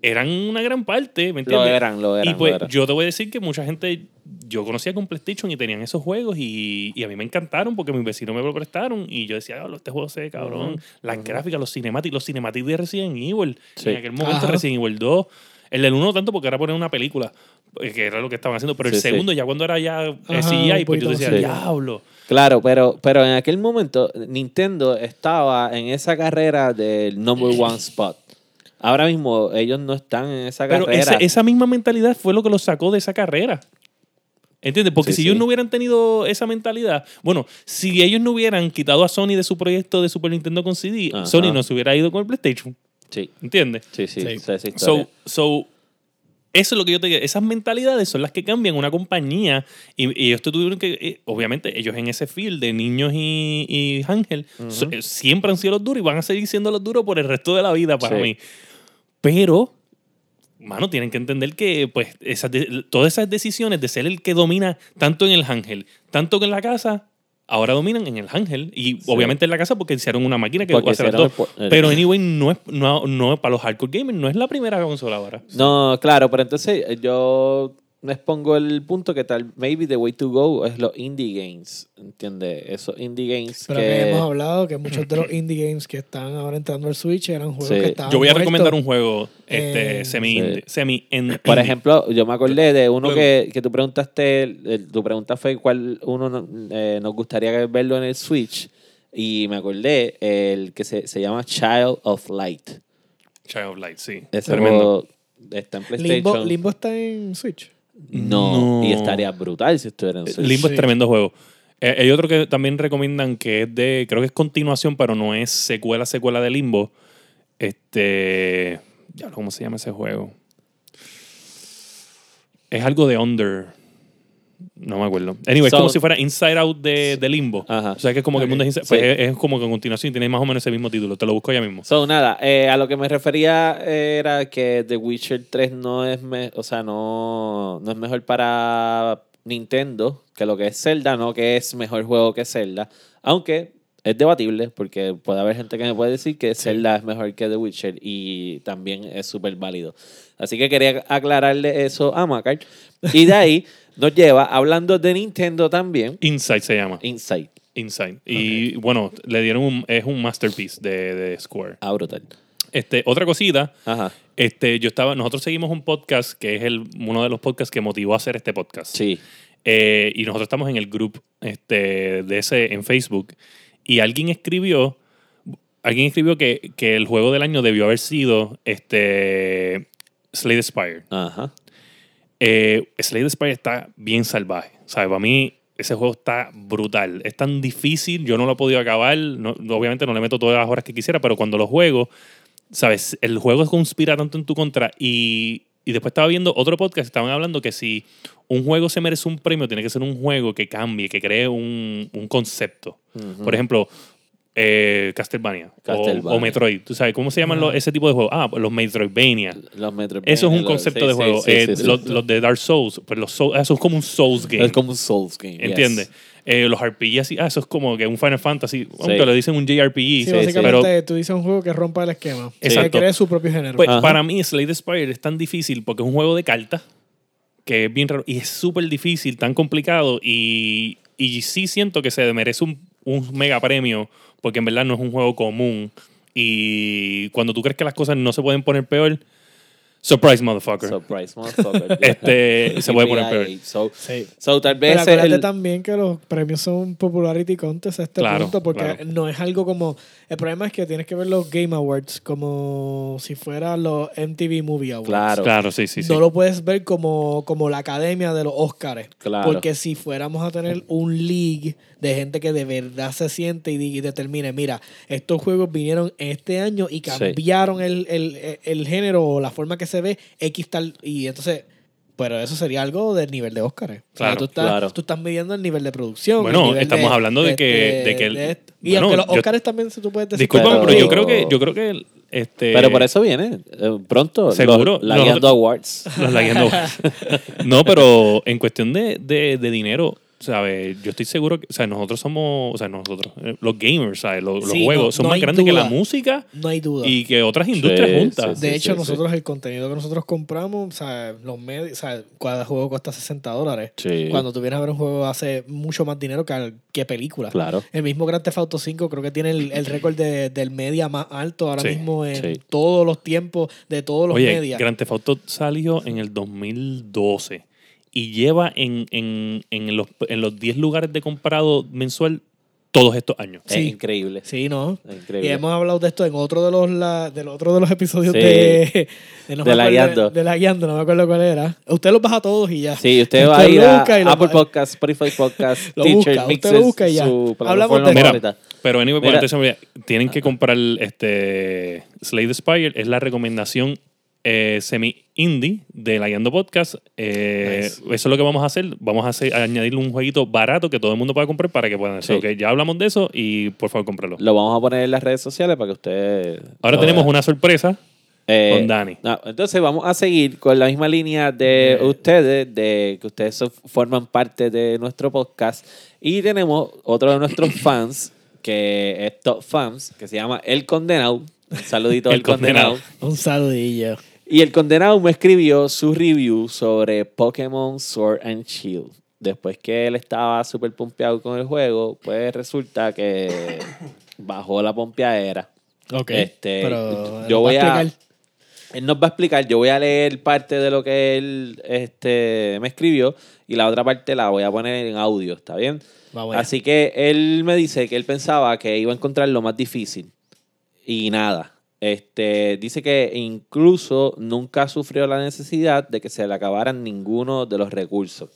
Speaker 2: eran una gran parte, ¿me
Speaker 1: Lo
Speaker 2: entiendes?
Speaker 1: eran, lo eran.
Speaker 2: y pues
Speaker 1: lo eran.
Speaker 2: yo te voy a decir que mucha gente, yo conocía con PlayStation y tenían esos juegos y, y a mí me encantaron porque mis vecinos me lo prestaron y yo decía, "Diablo, este juego se ve cabrón, las gráficas, los cinemáticos, los cinemáticos de Resident Evil,
Speaker 1: Sí.
Speaker 2: en aquel momento
Speaker 3: Ajá.
Speaker 2: Resident Evil 2, el del 1 tanto porque era poner una película, eh, que era lo que estaban haciendo, pero
Speaker 1: Sí,
Speaker 2: el
Speaker 1: sí.
Speaker 2: segundo ya cuando era ya eh,
Speaker 3: Ajá,
Speaker 2: CGI,
Speaker 3: un
Speaker 2: pues yo
Speaker 3: poquito
Speaker 2: decía,
Speaker 1: más. Sí.
Speaker 2: diablo.
Speaker 1: Claro, pero, pero en aquel momento Nintendo estaba en esa carrera del
Speaker 2: Eh.
Speaker 1: number one spot. Ahora mismo ellos no están en esa
Speaker 2: Pero
Speaker 1: carrera.
Speaker 2: esa, esa misma mentalidad fue lo que los sacó de esa carrera. ¿Entiendes? Porque
Speaker 1: Sí,
Speaker 2: si
Speaker 1: sí.
Speaker 2: ellos no hubieran tenido esa mentalidad, bueno, si ellos no hubieran quitado a Sony de su proyecto de Super Nintendo con CD,
Speaker 1: Ajá.
Speaker 2: Sony no se hubiera ido con el PlayStation.
Speaker 1: Sí,
Speaker 2: ¿Entiendes?
Speaker 1: sí, sí.
Speaker 3: Sí.
Speaker 1: esa es la historia.
Speaker 2: So, so, eso es lo que yo te digo. Esas mentalidades son las que cambian una compañía. Y, y ellos tuvieron que. eh, obviamente, ellos en ese field de niños y, y Ángel so- eh, siempre han sido los duros y van a seguir siendo los duros por el resto de la vida para
Speaker 1: Sí.
Speaker 2: mí. Pero. Mano, tienen que entender que pues esas de- todas esas decisiones de ser el que domina tanto en el ángel, tanto que en la casa, ahora dominan en el ángel. Y obviamente en la casa porque hicieron una máquina que
Speaker 1: Porque
Speaker 2: va a hacer las
Speaker 1: hicieron
Speaker 2: dos.
Speaker 1: el po- el-
Speaker 2: Pero anyway, no es, no, no, para los hardcore gamers no es la primera consola ahora.
Speaker 1: No, claro, pero entonces eh, yo les pongo el punto que tal, maybe the way to go es los indie games, ¿entiendes? Esos indie games
Speaker 3: Pero que hemos hablado que muchos [CLEARS THROAT] de los indie games que están ahora entrando al Switch eran juegos
Speaker 1: Sí.
Speaker 3: que estaban
Speaker 2: Yo voy a
Speaker 3: muertos.
Speaker 2: recomendar un juego este,
Speaker 3: Eh,
Speaker 2: semi
Speaker 1: Sí.
Speaker 2: indie, semi en-
Speaker 1: Por
Speaker 2: indie.
Speaker 1: ejemplo, yo me acordé de uno
Speaker 2: Luego.
Speaker 1: que, que tú preguntaste, eh, tu pregunta fue cuál uno no- eh, nos gustaría verlo en el Switch. Y me acordé el que se, se llama Child of Light.
Speaker 2: Child of Light, sí.
Speaker 1: Ese juego
Speaker 2: Tremendo.
Speaker 1: está en PlayStation.
Speaker 3: Limbo, Limbo está en Switch.
Speaker 1: No,
Speaker 2: No. Eh,
Speaker 1: y estaría brutal si estuviera en Switch.
Speaker 2: Limbo es
Speaker 3: Sí.
Speaker 2: tremendo juego. Eh, hay otro que también recomiendan que es de, creo que es continuación, pero no es secuela, secuela de Limbo. Este, ya ¿cómo se llama ese juego? Es algo de Under. No me acuerdo. Anyway,
Speaker 1: So-
Speaker 2: es como si fuera Inside Out de, de Limbo.
Speaker 1: Ajá.
Speaker 2: O sea, que es como que el mundo es inside-
Speaker 1: Sí.
Speaker 2: pues es, es como que a continuación y tiene más o menos ese mismo título. Te lo busco ya mismo.
Speaker 1: So, nada, eh, a lo que me refería era que The Witcher 3 no es, me- o sea, no, no es mejor para Nintendo que lo que es Zelda, no que es mejor juego que Zelda. Aunque es debatible, porque puede haber gente que me puede decir que Zelda es mejor que The Witcher y también es súper válido. Así que quería aclararle eso a Macar. Y de ahí nos lleva, hablando de Nintendo también,
Speaker 2: Inside se llama.
Speaker 1: Insight.
Speaker 2: Inside. Y bueno, le dieron un, es un masterpiece de, de Square.
Speaker 1: Ah, brutal.
Speaker 2: Este, otra cosita,
Speaker 1: Ajá.
Speaker 2: este, yo estaba, nosotros seguimos un podcast que es el, uno de los podcasts que motivó a hacer este podcast.
Speaker 1: Sí.
Speaker 2: Eh, y nosotros estamos en el grupo este, de ese en Facebook. Y alguien escribió, alguien escribió que, que el juego del año debió haber sido este, Slade Spire.
Speaker 1: Ajá.
Speaker 2: Eh, Slade the Spire está bien salvaje. ¿sabes? Para mí, ese juego está brutal. Es tan difícil, yo no lo he podido acabar. no- no- obviamente no le meto todas las horas que quisiera, pero cuando lo juego, ¿sabes? El juego conspira tanto en tu contra. Y, y después estaba viendo otro podcast, estaban hablando que si un juego se merece un premio, tiene que ser un juego que cambie, que cree un, un concepto. Por ejemplo, eh, Castlevania, o- O,
Speaker 1: Castlevania.
Speaker 2: Metroid. ¿Tú sabes cómo se llaman los- ese tipo de juegos? Ah, los Metroidvania.
Speaker 1: Los Metroidvania,
Speaker 2: Eso es un
Speaker 1: los-
Speaker 2: concepto
Speaker 1: Eh, sí,
Speaker 2: de
Speaker 1: sí,
Speaker 2: juego.
Speaker 1: sí,
Speaker 2: Eh,
Speaker 1: sí, sí.
Speaker 2: los, los de Dark Souls, pues los Souls- eso es como un Souls game.
Speaker 1: Es como un Souls game. yes.
Speaker 2: ¿Entiendes? Eh, los RPG así, ah, eso es como que un Final Fantasy, aunque le dicen un JRPG.
Speaker 3: Sí,
Speaker 1: sí,
Speaker 3: básicamente
Speaker 2: pero
Speaker 3: tú dices un juego que rompa el esquema.
Speaker 2: Exacto.
Speaker 3: Que cree su propio género.
Speaker 2: pues,
Speaker 1: Ajá.
Speaker 2: para mí Slade Spire es tan difícil porque es un juego de cartas que es bien raro y es súper difícil, tan complicado y, y sí siento que se merece un un mega premio, porque en verdad no es un juego común. Y cuando tú crees que las cosas no se pueden poner peor, surprise, motherfucker.
Speaker 1: Surprise, motherfucker. [LAUGHS]
Speaker 2: [LAUGHS] Este, se puede poner peor.
Speaker 1: So,
Speaker 3: Sí.
Speaker 1: so, tal
Speaker 3: Pero
Speaker 1: vez
Speaker 3: acuérdate
Speaker 1: el,
Speaker 3: también que los premios son popularity contest a este
Speaker 2: Claro,
Speaker 3: punto, porque
Speaker 2: claro.
Speaker 3: no es algo como. El problema es que tienes que ver los Game Awards como si fueran los MTV Movie Awards.
Speaker 1: Claro.
Speaker 2: Claro, sí, sí, sí.
Speaker 3: No lo puedes ver como, como la academia de los Oscars.
Speaker 1: Claro.
Speaker 3: Porque si fuéramos a tener un league de gente que de verdad se siente y, di- y determine, mira, estos juegos vinieron este año y cambiaron el, el- el género o la forma que se ve, X tal. Y entonces, pero eso sería algo del nivel de Oscars. O sea,
Speaker 2: Claro,
Speaker 3: tú, estás,
Speaker 1: claro.
Speaker 3: tú estás midiendo el nivel de producción.
Speaker 2: Bueno,
Speaker 3: el nivel
Speaker 2: estamos hablando de que- de que el-
Speaker 3: este- y
Speaker 2: bueno,
Speaker 3: aunque los
Speaker 2: yo-
Speaker 3: Oscars también, si tú puedes decir.
Speaker 2: Discúlpame, pero,
Speaker 1: Pero-
Speaker 2: yo creo que, yo creo que este,
Speaker 1: Pero por eso viene eh, pronto.
Speaker 2: Seguro.
Speaker 1: Los Lagueando
Speaker 3: [LAUGHS]
Speaker 2: Nosotros-
Speaker 1: Awards. [LAUGHS]
Speaker 2: Los lagueando. no, pero en cuestión de, de, de dinero, ¿sabes? Yo estoy seguro que, o sea, nosotros somos, o sea, nosotros, eh, los gamers, ¿sabes? Los, los
Speaker 3: Sí, no-
Speaker 2: juegos son
Speaker 3: no
Speaker 2: más
Speaker 3: hay
Speaker 2: grandes que
Speaker 3: duda.
Speaker 2: la música
Speaker 3: No hay duda.
Speaker 2: y que otras industrias
Speaker 1: Sí,
Speaker 2: juntas.
Speaker 1: sí,
Speaker 3: De
Speaker 1: sí,
Speaker 3: hecho,
Speaker 1: sí.
Speaker 3: nosotros el contenido que nosotros compramos, o sea, los medios, o sea, cada juego cuesta 60 dólares.
Speaker 1: Sí.
Speaker 3: Cuando tú vienes a ver un juego hace mucho más dinero que, al- que película.
Speaker 1: Claro.
Speaker 3: El mismo Grand Theft Auto 5 creo que tiene el, el récord de- del media más alto ahora
Speaker 2: Sí,
Speaker 3: mismo en
Speaker 1: sí.
Speaker 3: todos los tiempos de todos los
Speaker 2: Oye,
Speaker 3: medias.
Speaker 2: Grand Theft Auto salió en el 2012 y lleva en, en, en los en los 10 lugares de comprado mensual todos estos años.
Speaker 1: Es
Speaker 3: Sí.
Speaker 1: increíble.
Speaker 3: Sí, ¿no?
Speaker 1: Es
Speaker 3: Y
Speaker 1: increíble.
Speaker 3: hemos hablado de esto en otro de los, la- del otro de los episodios
Speaker 1: Sí.
Speaker 3: de, [LAUGHS] de, no me
Speaker 1: De la
Speaker 3: acuerdo-
Speaker 1: guiando.
Speaker 3: de la guiando, no me acuerdo cuál era. Usted los baja todos y ya.
Speaker 1: Sí, usted
Speaker 3: [LAUGHS] Usted
Speaker 1: va a ir a
Speaker 3: busca y lo-
Speaker 1: Apple Podcast, Spotify Podcast,
Speaker 3: [LAUGHS] Lo
Speaker 1: Teacher,
Speaker 3: busca, usted lo busca y ya. Hablamos de-
Speaker 2: Mira,
Speaker 1: favorita.
Speaker 2: pero anyway, por
Speaker 1: Mira.
Speaker 2: antes se me olvida, tienen que comprar este Slay the Spire, es la recomendación eh, semi-indie de la Guiando Podcast. Eh,
Speaker 3: Nice.
Speaker 2: Eso es lo que vamos a hacer. Vamos a, hacer, a añadirle un jueguito barato que todo el mundo pueda comprar para que puedan hacer.
Speaker 1: Sí.
Speaker 2: Ok, ya hablamos de eso y por favor, cómpralo.
Speaker 1: Lo vamos a poner en las redes sociales para que usted.
Speaker 2: Ahora
Speaker 1: lo
Speaker 2: tenemos
Speaker 1: vea.
Speaker 2: una sorpresa.
Speaker 1: Eh,
Speaker 2: con Dani. Eh.
Speaker 1: no, entonces vamos a seguir con la misma línea de ustedes, de que ustedes son- forman parte de nuestro podcast. Y tenemos otro de
Speaker 2: [COUGHS]
Speaker 1: nuestros fans, que es Top Fans, que se llama El Condenado. Un saludito
Speaker 2: El
Speaker 1: al Condenado.
Speaker 2: Condenado.
Speaker 3: Un saludillo.
Speaker 1: Y el condenado me escribió su review sobre Pokémon Sword and Shield. Después que él estaba súper pompeado con el juego, pues resulta que bajó la pompeadera.
Speaker 3: Ok.
Speaker 1: Este,
Speaker 3: pero
Speaker 1: yo
Speaker 3: ¿nos
Speaker 1: voy
Speaker 3: va
Speaker 1: a-
Speaker 3: explicar?
Speaker 1: Él nos va a explicar, yo voy a leer parte de lo que él este, me escribió y la otra parte la voy a poner en audio, ¿está bien?
Speaker 3: Vamos allá.
Speaker 1: Así que él me dice que él pensaba que iba a encontrar lo más difícil y nada. Este, dice que incluso nunca sufrió la necesidad de que se le acabaran ninguno de los recursos.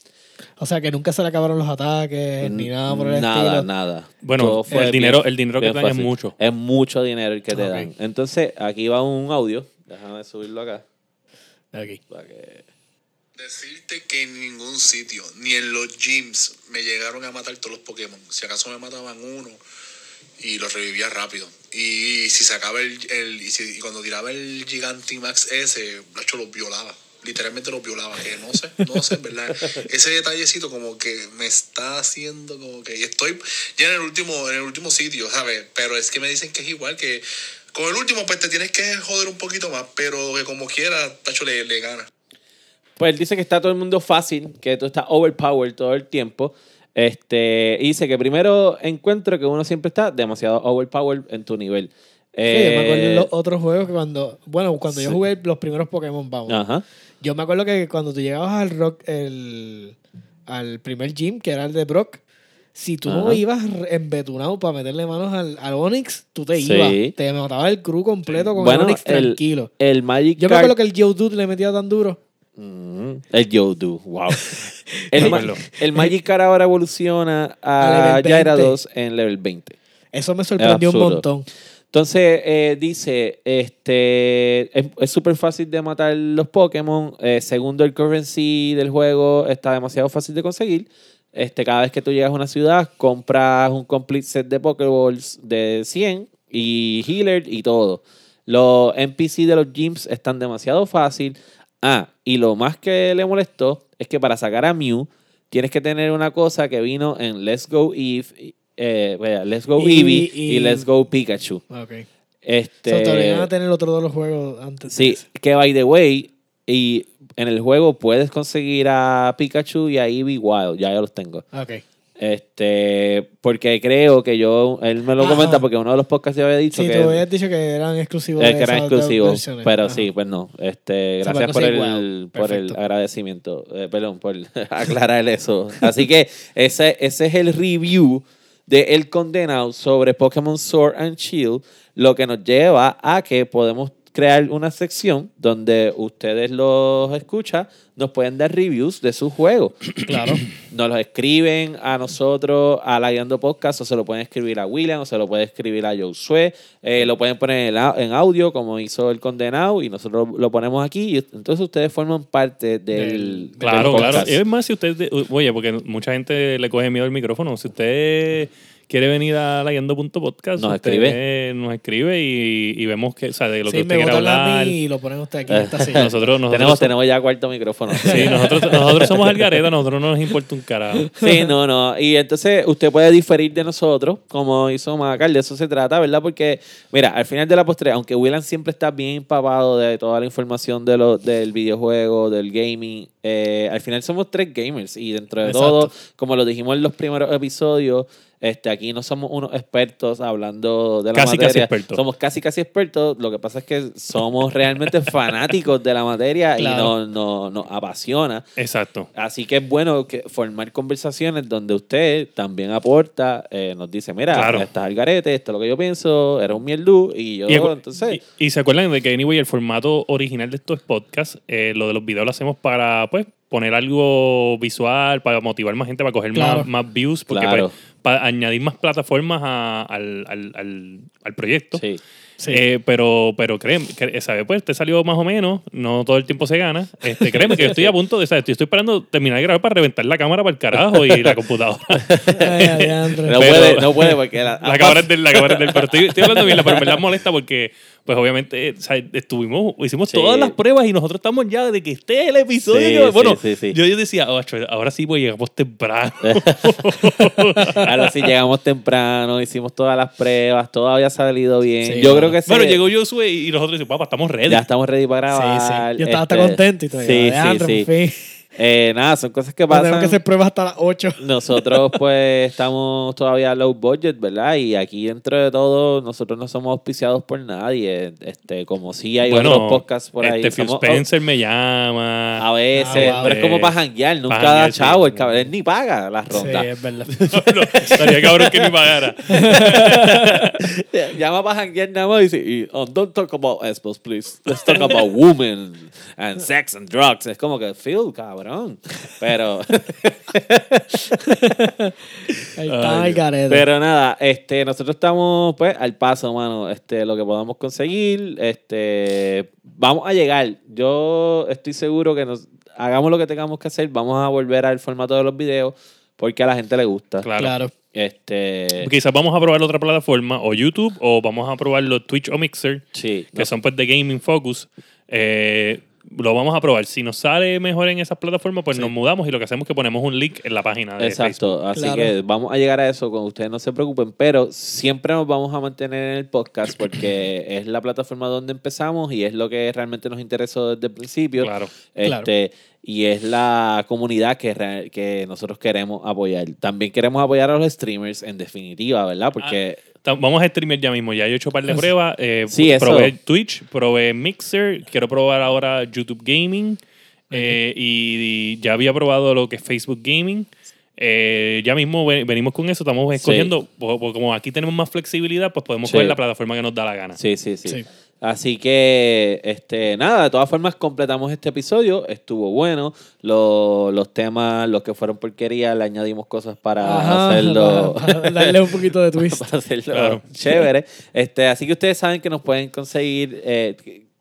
Speaker 3: O sea, que nunca se le acabaron los ataques Eh, ni nada por el
Speaker 1: nada,
Speaker 3: estilo.
Speaker 1: nada.
Speaker 2: Bueno,
Speaker 1: Todo fue
Speaker 2: el
Speaker 1: bien-
Speaker 2: dinero- el dinero que
Speaker 1: bien
Speaker 2: te dan es
Speaker 1: fácil.
Speaker 2: mucho.
Speaker 1: Es mucho dinero el que te
Speaker 3: Ok.
Speaker 1: dan. Entonces, aquí va un audio. Déjame subirlo acá.
Speaker 3: Ok.
Speaker 1: para que-
Speaker 4: Decirte que en ningún sitio, ni en los gyms, me llegaron a matar todos los Pokémon. Si acaso me mataban uno y los revivía rápido. Y si sacaba el. el- y, si- y cuando tiraba el Gigantimax ese, hecho los violaba. Literalmente los violaba. Que no sé, no sé, en verdad. Ese detallecito como que me está haciendo como que. y estoy ya en el último, en el último sitio, ¿sabes? Pero es que me dicen que es igual que. Con el último, pues te tienes que joder un poquito más, pero que como quiera, Tacho le, le gana.
Speaker 1: Pues él dice que está todo el mundo fácil, que tú estás overpowered todo el tiempo. Este, y dice que primero encuentro que uno siempre está demasiado overpowered en tu nivel.
Speaker 3: Sí,
Speaker 1: Eh,
Speaker 3: yo me acuerdo en los otros juegos que cuando. Bueno, cuando
Speaker 1: sí.
Speaker 3: yo
Speaker 1: Ah.
Speaker 3: jugué los primeros Pokémon, vamos.
Speaker 1: Ajá.
Speaker 3: Yo me acuerdo que cuando tú llegabas al rock, el, al primer gym, que era el de Brock, si tú no
Speaker 1: Ajá.
Speaker 3: ibas re- embetunado para meterle manos al, al Onix, tú te
Speaker 1: Sí.
Speaker 3: ibas. Te mataba el crew completo con
Speaker 1: Bueno,
Speaker 3: el Onix
Speaker 1: el-
Speaker 3: tranquilo.
Speaker 1: El Magic
Speaker 3: Yo me acuerdo que el Geodude le metía tan duro.
Speaker 1: Mm, el Yodu, wow. el,
Speaker 2: Me
Speaker 1: ma-
Speaker 2: acuerdo.
Speaker 1: el Magikarp ahora evoluciona a
Speaker 3: A level
Speaker 1: Gyarados en level 20.
Speaker 3: Eso me sorprendió un
Speaker 1: absurdo.
Speaker 3: montón.
Speaker 1: Entonces eh, dice, este, es- es súper fácil de matar los Pokémon. Eh, segundo, el currency del juego está demasiado fácil de conseguir. Este, cada vez que tú llegas a una ciudad, compras un complete set de Pokéballs de 100 y healer y todo. Los NPC de los gyms están demasiado fácil. Ah, y lo más que le molestó es que para sacar a Mew tienes que tener una cosa que vino en Let's Go Eve, eh, vaya, Let's Go
Speaker 3: Y-
Speaker 1: Eevee
Speaker 3: y-
Speaker 1: y Let's Go Pikachu.
Speaker 3: Ok.
Speaker 1: Este,
Speaker 3: So, te obligan a tener otro de los juegos antes. de
Speaker 1: sí,
Speaker 3: ese.
Speaker 1: que by the way, y en el juego puedes conseguir a Pikachu y a Eevee Wild, ya yo los tengo.
Speaker 3: Ok.
Speaker 1: Este, porque creo que yo, él me lo
Speaker 3: Ajá.
Speaker 1: comenta porque uno de los podcasts yo había dicho
Speaker 3: Sí,
Speaker 1: que,
Speaker 3: tú habías dicho que eran exclusivos.
Speaker 1: eh,
Speaker 3: de
Speaker 1: que eran
Speaker 3: esas dos
Speaker 1: exclusivos,
Speaker 3: versiones.
Speaker 1: pero
Speaker 3: Ajá.
Speaker 1: sí, [CLEARS THROAT] pues no. Este,
Speaker 3: Se puede
Speaker 1: gracias por
Speaker 3: conseguir,
Speaker 1: el,
Speaker 3: wow,
Speaker 1: por el
Speaker 3: perfecto.
Speaker 1: agradecimiento, eh, perdón, por [LAUGHS] aclarar eso. Así que ese, ese es el review de El Condenado sobre Pokémon Sword and Shield, lo que nos lleva a que podemos crear una sección donde ustedes los escuchan, nos pueden dar reviews de sus juegos.
Speaker 3: Claro.
Speaker 1: Nos los escriben a nosotros, a la Guiando Podcast, o se lo pueden escribir a William, o se lo puede escribir a Josué, eh, lo pueden poner en, la- en audio, como hizo el condenado, y nosotros lo ponemos aquí, y entonces ustedes forman parte del.
Speaker 3: Del-
Speaker 1: del
Speaker 2: Claro, claro. Eh,
Speaker 1: podcast.
Speaker 2: Es más, si usted, de- oye, porque mucha gente le coge miedo al micrófono. Si usted quiere venir a layando.podcast,
Speaker 1: Nos
Speaker 2: usted
Speaker 1: escribe.
Speaker 2: Nos escribe y, y vemos que, o sea, de lo
Speaker 3: Sí,
Speaker 2: que usted
Speaker 3: me
Speaker 2: quiere
Speaker 3: botan a
Speaker 2: hablar.
Speaker 3: mí y lo ponen usted aquí en
Speaker 1: [LAUGHS]
Speaker 3: esta silla.
Speaker 2: Nosotros, nosotros,
Speaker 1: Tenemos, tenemos ya cuarto micrófono.
Speaker 2: [LAUGHS] sí, nosotros, nosotros somos el gareta, nosotros no nos importa un carajo.
Speaker 1: Sí, no, no. Y entonces usted puede diferir de nosotros, como hizo Macal, de eso se trata, ¿verdad? Porque, mira, al final de la postre, aunque Willan siempre está bien empapado de toda la información de lo, del videojuego, del gaming, eh, al final somos tres gamers y dentro de
Speaker 3: Exacto.
Speaker 1: todo, como lo dijimos en los primeros episodios, este, aquí no somos unos expertos hablando de la
Speaker 2: Casi, casi
Speaker 1: materia.
Speaker 2: expertos.
Speaker 1: Somos casi, casi expertos. Lo que pasa es que somos realmente [LAUGHS] fanáticos de la materia
Speaker 3: Claro.
Speaker 1: y nos no, nos apasiona.
Speaker 2: Exacto.
Speaker 1: Así que es bueno que formar conversaciones donde usted también aporta, eh, nos dice, mira,
Speaker 2: Claro.
Speaker 1: estás al garete, esto es lo que yo pienso, era un mierdú, y yo,
Speaker 2: Y, acu-
Speaker 1: entonces,
Speaker 2: y- y se acuerdan de que, anyway, el formato original de estos podcasts, eh, lo de los videos lo hacemos para, pues, poner algo visual, para motivar más gente, para coger
Speaker 3: Claro.
Speaker 2: más, más views, porque,
Speaker 1: Claro.
Speaker 2: pues, para añadir más plataformas a- al, al- al- al proyecto.
Speaker 1: sí.
Speaker 3: Sí.
Speaker 2: Eh, pero, pero créeme, cre- ¿sabes? Pues te salió más o menos, no todo el tiempo se gana. Este, créeme que yo estoy a punto de, ¿sabes? Estoy, estoy esperando terminar de grabar para reventar la cámara para el carajo y la computadora.
Speaker 3: Ay, adiantre.
Speaker 1: No
Speaker 2: Pero- [LAUGHS]
Speaker 1: puede, no puede, porque la,
Speaker 2: La cámara es del, la cámara es del. Pero estoy, estoy hablando bien, pero me la molesta porque, pues obviamente, eh, o sea, estuvimos, hicimos
Speaker 1: Sí.
Speaker 2: todas las pruebas y nosotros estamos ya de que esté el episodio.
Speaker 1: Sí,
Speaker 2: que-
Speaker 1: sí,
Speaker 2: bueno,
Speaker 1: sí, sí.
Speaker 2: Yo, yo decía, "Oh, chue, ahora sí, pues llegamos
Speaker 1: [LAUGHS]
Speaker 2: temprano.
Speaker 1: ahora sí llegamos temprano, hicimos todas las pruebas, todo había salido bien.
Speaker 3: Sí,
Speaker 1: yo
Speaker 3: no.
Speaker 1: creo que sí.
Speaker 2: bueno, llegó Josué y nosotros decimos, papá, estamos ready.
Speaker 1: Ya estamos ready para
Speaker 3: Sí,
Speaker 1: grabar.
Speaker 3: sí. Yo estaba hasta
Speaker 1: este,
Speaker 3: contento y todo.
Speaker 1: Sí,
Speaker 3: Adiantre,
Speaker 1: sí,
Speaker 3: por
Speaker 1: sí.
Speaker 3: fin.
Speaker 1: Eh, nada, son cosas que
Speaker 3: Pero
Speaker 1: pasan.
Speaker 3: Tenemos que hacer pruebas hasta las 8.
Speaker 1: Nosotros pues estamos todavía low budget, ¿verdad? Y aquí dentro de todo nosotros no somos auspiciados por nadie, este como si hay
Speaker 2: bueno,
Speaker 1: otros podcasts por ahí.
Speaker 2: este, Phil
Speaker 1: Somos-
Speaker 2: Spencer me
Speaker 1: oh,
Speaker 2: llama.
Speaker 1: a veces,
Speaker 3: Ah, wow.
Speaker 1: pero es como para janguear, nunca
Speaker 2: Pa' janguear,
Speaker 1: da chavo,
Speaker 2: sí.
Speaker 1: el cabrón él ni paga las
Speaker 3: Sí,
Speaker 1: rondas.
Speaker 3: es verdad.
Speaker 2: [LAUGHS] no, estaría cabrón que me pagara.
Speaker 1: [LAUGHS] Llama para janguear nada más y dice, y, oh, don't talk about Xbox, please. Let's talk about women and sex and drugs. Es como que Phil, cabrón. Pero
Speaker 3: Ahí está el garete.
Speaker 1: Pero nada, este, nosotros estamos pues al paso, mano. Este, lo que podamos conseguir, este, vamos a llegar. Yo estoy seguro que nos hagamos lo que tengamos que hacer, vamos a volver al formato de los videos porque a la gente le gusta.
Speaker 2: Claro.
Speaker 3: claro.
Speaker 1: Este,
Speaker 2: Quizás vamos a probar otra plataforma, o YouTube, o vamos a probarlo Twitch o Mixer.
Speaker 1: sí,
Speaker 2: que son pues de Gaming Focus, eh, lo vamos a probar. Si nos sale mejor en esas plataformas, pues nos mudamos y lo que hacemos es que ponemos un link en la página de Facebook.
Speaker 1: Exacto, así
Speaker 3: Claro.
Speaker 1: que vamos a llegar a eso, con ustedes no se preocupen, pero siempre nos vamos a mantener en el podcast porque es la plataforma donde empezamos y es lo que realmente nos interesó desde el principio.
Speaker 2: Claro.
Speaker 1: Este,
Speaker 3: Claro.
Speaker 1: Y es la comunidad que, re- que nosotros queremos apoyar. También queremos apoyar a los streamers, en definitiva, ¿verdad? Porque
Speaker 2: Ta- Vamos a streamear ya mismo. Ya yo he hecho un par de pruebas. eh,
Speaker 1: Sí, eso.
Speaker 2: probé Twitch, probé Mixer, quiero probar ahora YouTube Gaming. eh, y, y ya había probado lo que es Facebook Gaming. Eh, ya mismo ve- venimos con eso, estamos escogiendo, po- po- como aquí tenemos más flexibilidad, pues podemos
Speaker 1: Sí.
Speaker 2: coger la plataforma que nos da la gana.
Speaker 1: Sí, sí, sí.
Speaker 3: Sí.
Speaker 1: Así que, este, nada, de todas formas completamos este episodio, estuvo bueno, Lo- los temas, los que fueron porquería, le añadimos cosas para
Speaker 3: Ajá,
Speaker 1: hacerlo,
Speaker 3: [LAUGHS] para- para darle un poquito de twist.
Speaker 1: para hacerlo
Speaker 2: Claro.
Speaker 1: chévere. Este, así que ustedes saben que nos pueden conseguir, eh,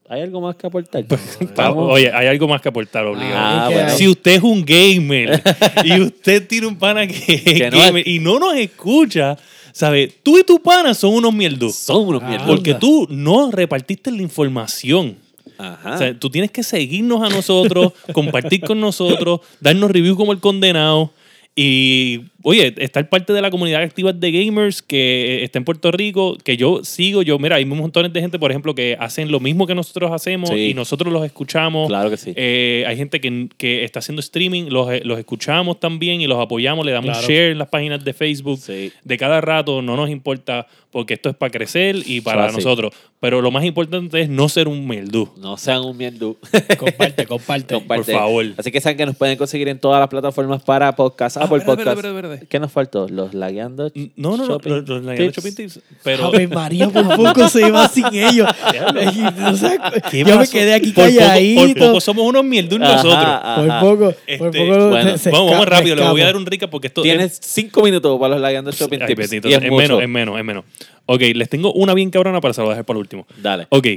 Speaker 1: ¿hay algo más que aportar?
Speaker 2: Pa-
Speaker 1: Estamos-
Speaker 2: Oye, hay algo más que aportar, obligado.
Speaker 1: Ah,
Speaker 3: ¿qué
Speaker 1: bueno.
Speaker 3: hay?
Speaker 2: Si usted es un gamer y usted tiene un pana que es
Speaker 1: Que no
Speaker 2: gamer y no nos escucha, ¿sabe? Tú y tu pana son unos mierdos.
Speaker 1: Son unos
Speaker 3: Ah.
Speaker 1: mierdas.
Speaker 2: Porque tú no repartiste la información.
Speaker 1: Ajá.
Speaker 2: O sea, tú tienes que seguirnos [LAUGHS] a nosotros, compartir con nosotros, darnos review como el condenado y Oye, estar parte de la comunidad activa de gamers que eh, está en Puerto Rico, que yo sigo, yo, mira, hay montones de gente, por ejemplo, que hacen lo mismo que nosotros hacemos
Speaker 1: Sí.
Speaker 2: y nosotros los escuchamos.
Speaker 1: Claro que sí.
Speaker 2: Eh, hay gente que, que está haciendo streaming, los, eh, los escuchamos también y los apoyamos, le damos
Speaker 3: Claro.
Speaker 2: share en las páginas de Facebook.
Speaker 1: Sí.
Speaker 2: De cada rato no nos importa porque esto es para crecer y para
Speaker 1: Eso así.
Speaker 2: nosotros. Pero lo más importante es no ser un meldú.
Speaker 1: No sean un [LAUGHS] mierdu.
Speaker 3: Comparte, comparte.
Speaker 1: [LAUGHS] Comparte.
Speaker 2: Por favor. Ah,
Speaker 1: Así que saben que nos pueden conseguir en todas las plataformas para podcast. Apple
Speaker 2: espérate,
Speaker 1: Podcast.
Speaker 2: espérate, espérate.
Speaker 1: ¿Qué nos faltó? Los lagueando.
Speaker 2: No, no, no.
Speaker 1: shopping
Speaker 2: los- los Lagueando
Speaker 1: tips.
Speaker 2: Shopping Tips, pero [LAUGHS]
Speaker 3: Ave María, por poco
Speaker 1: [LAUGHS]
Speaker 3: se iba sin ellos.
Speaker 2: Diablo.
Speaker 3: Ey, no sé,
Speaker 2: ¿qué
Speaker 3: yo me
Speaker 2: pasó?
Speaker 3: quedé aquí
Speaker 2: Por poco-
Speaker 3: calladito.
Speaker 2: Por poco somos unos mieldú
Speaker 1: Ajá,
Speaker 2: nosotros.
Speaker 1: ajá.
Speaker 3: Por poco, por
Speaker 2: Este,
Speaker 3: poco
Speaker 1: bueno,
Speaker 2: vamos, vamos
Speaker 3: esca- me
Speaker 2: rápido, le voy a
Speaker 3: escapo.
Speaker 2: dar un rica porque esto es-
Speaker 1: Tienes cinco minutos para los lagueando shopping
Speaker 2: Ay,
Speaker 1: tips.
Speaker 2: bendito,
Speaker 1: y es
Speaker 2: es
Speaker 1: mucho.
Speaker 2: menos, es menos, es menos. Ok, les tengo una bien cabrona para se la voy a dejar para el último.
Speaker 1: Dale.
Speaker 2: Ok.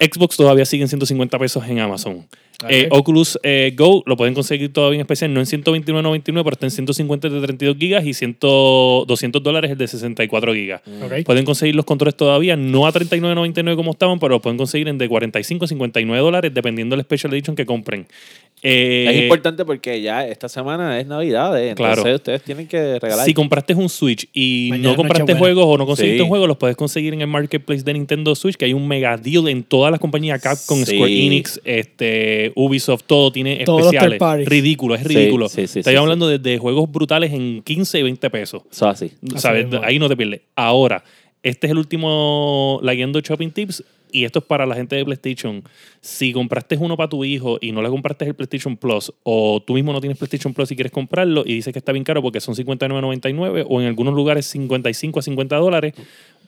Speaker 2: Xbox todavía sigue en 150 pesos en Amazon.
Speaker 3: Ok.
Speaker 2: Eh, Oculus eh, Go lo pueden conseguir todavía en especial, no en 129.99, pero está en 150 de 32 gigas y 100, 200 dólares el de 64 gigas.
Speaker 3: Ok.
Speaker 2: Pueden conseguir los controles todavía, no a 39.99 como estaban, pero los pueden conseguir en de 45 a 59 dólares, dependiendo del Special Edition que compren. Eh,
Speaker 1: es importante porque ya esta semana es Navidad, ¿eh? entonces
Speaker 2: Claro.
Speaker 1: ustedes tienen que regalar.
Speaker 2: Si compraste un Switch y
Speaker 3: Mañana
Speaker 2: no compraste
Speaker 3: Nochebuena.
Speaker 2: juegos o no conseguiste
Speaker 1: Sí.
Speaker 2: un juego, los puedes conseguir en el marketplace de Nintendo Switch, que hay un mega deal en todas las compañías Capcom,
Speaker 1: Sí.
Speaker 2: Square Enix, este, Ubisoft, todo tiene
Speaker 3: Todos los third
Speaker 2: especiales.
Speaker 3: parties.
Speaker 2: Ridículo, es
Speaker 1: Sí,
Speaker 2: ridículo.
Speaker 1: sí, sí,
Speaker 2: Estoy
Speaker 1: sí,
Speaker 2: hablando de- de juegos brutales en 15 y 20 pesos.
Speaker 1: Eso así.
Speaker 3: Así
Speaker 2: ¿Sabes?
Speaker 3: mismo.
Speaker 2: Ahí no te pierdes. Ahora, este es el último Laguiando Shopping Tips y esto es para la gente de PlayStation. Si compraste uno para tu hijo y no le compraste el PlayStation Plus o tú mismo no tienes PlayStation Plus y quieres comprarlo y dices que está bien caro porque son 59.99 o en algunos lugares 55 a 50 dólares,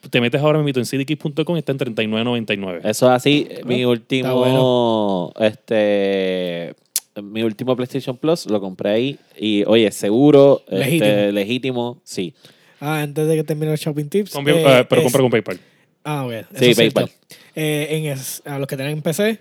Speaker 2: te metes ahora mismo en cdx.com y está en 39.99.
Speaker 1: Eso es así.
Speaker 3: Ah,
Speaker 1: Mi último, este, mi último PlayStation Plus lo compré ahí y oye, seguro, este, legítimo,
Speaker 3: Legítimo.
Speaker 1: sí.
Speaker 3: Ah, antes de que termine el shopping tips.
Speaker 2: Con- eh,
Speaker 3: eh,
Speaker 2: pero
Speaker 3: es-
Speaker 2: compra con PayPal.
Speaker 3: Ah, ok. eso
Speaker 1: Sí,
Speaker 3: es cierto.
Speaker 1: PayPal.
Speaker 3: Eh, en es- a los que tienen PC,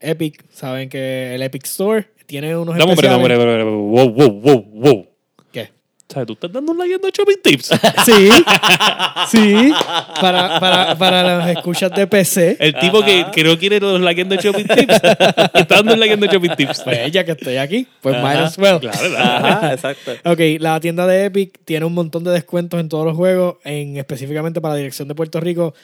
Speaker 3: Epic, saben que el Epic Store tiene unos
Speaker 2: Dame un break,
Speaker 3: especiales.
Speaker 2: dame un break, dame un break, Wow, wow, wow, wow.
Speaker 3: ¿Qué?
Speaker 2: ¿Sabes? Tú estás dando un Laguiando Shopping Tips.
Speaker 3: Sí,
Speaker 2: [LAUGHS]
Speaker 3: sí. Para, para, para los escuchas de PC.
Speaker 2: El tipo que, que no quiere los Laguiando Shopping [LAUGHS] Tips. está dando un Laguiando Shopping Tips.
Speaker 3: Pues ya que estoy aquí, pues
Speaker 1: Ajá,
Speaker 3: might as well.
Speaker 2: Claro, claro.
Speaker 1: Ajá, exacto.
Speaker 3: Ok, la tienda de Epic tiene un montón de descuentos en todos los juegos, en específicamente para la dirección de Puerto Rico.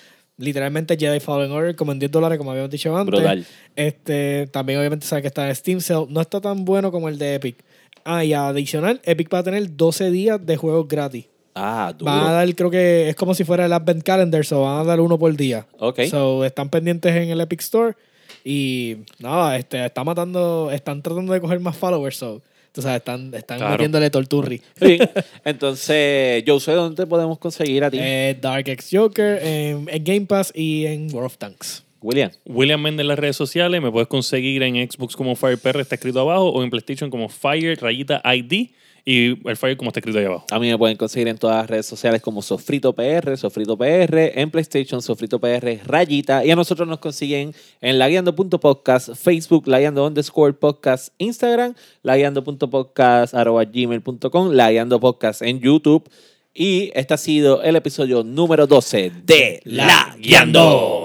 Speaker 3: Literalmente Jedi Fallen Order, como en 10 dólares, como habíamos dicho antes.
Speaker 1: Brutal.
Speaker 3: Este, también obviamente sabe que está en Steam Sale. No está tan bueno como el de Epic. Ah, y adicional, Epic va a tener 12 días de juegos gratis.
Speaker 1: Ah, duro.
Speaker 3: Van a dar, creo que es como si fuera el Advent Calendar, so van a dar uno por día.
Speaker 1: Ok.
Speaker 3: So están pendientes en el Epic Store y nada, este, está matando, están tratando de coger más followers, so. Tú sabes, están, están
Speaker 2: Claro.
Speaker 3: metiéndole torturri.
Speaker 1: Muy bien. Entonces, yo sé dónde te podemos conseguir a ti,
Speaker 3: Eh, Dark Ex Joker, en, en Game Pass y en World of Tanks.
Speaker 1: William.
Speaker 2: William Méndez en las redes sociales. Me puedes conseguir en Xbox como FirePR, está escrito abajo, o en PlayStation como Fire, rayita ID, y el Fire como está escrito ahí abajo.
Speaker 1: A mí me pueden conseguir en todas las redes sociales como Sofrito PR, Sofrito PR, en PlayStation, Sofrito PR, Rayita. Y a nosotros nos consiguen en lagueando.podcast, Facebook, lagueando underscore podcast, Instagram, lagueando.podcast, arroba gmail.com, lagueando podcast en YouTube. Y este ha sido el episodio número 12 de La Guiando.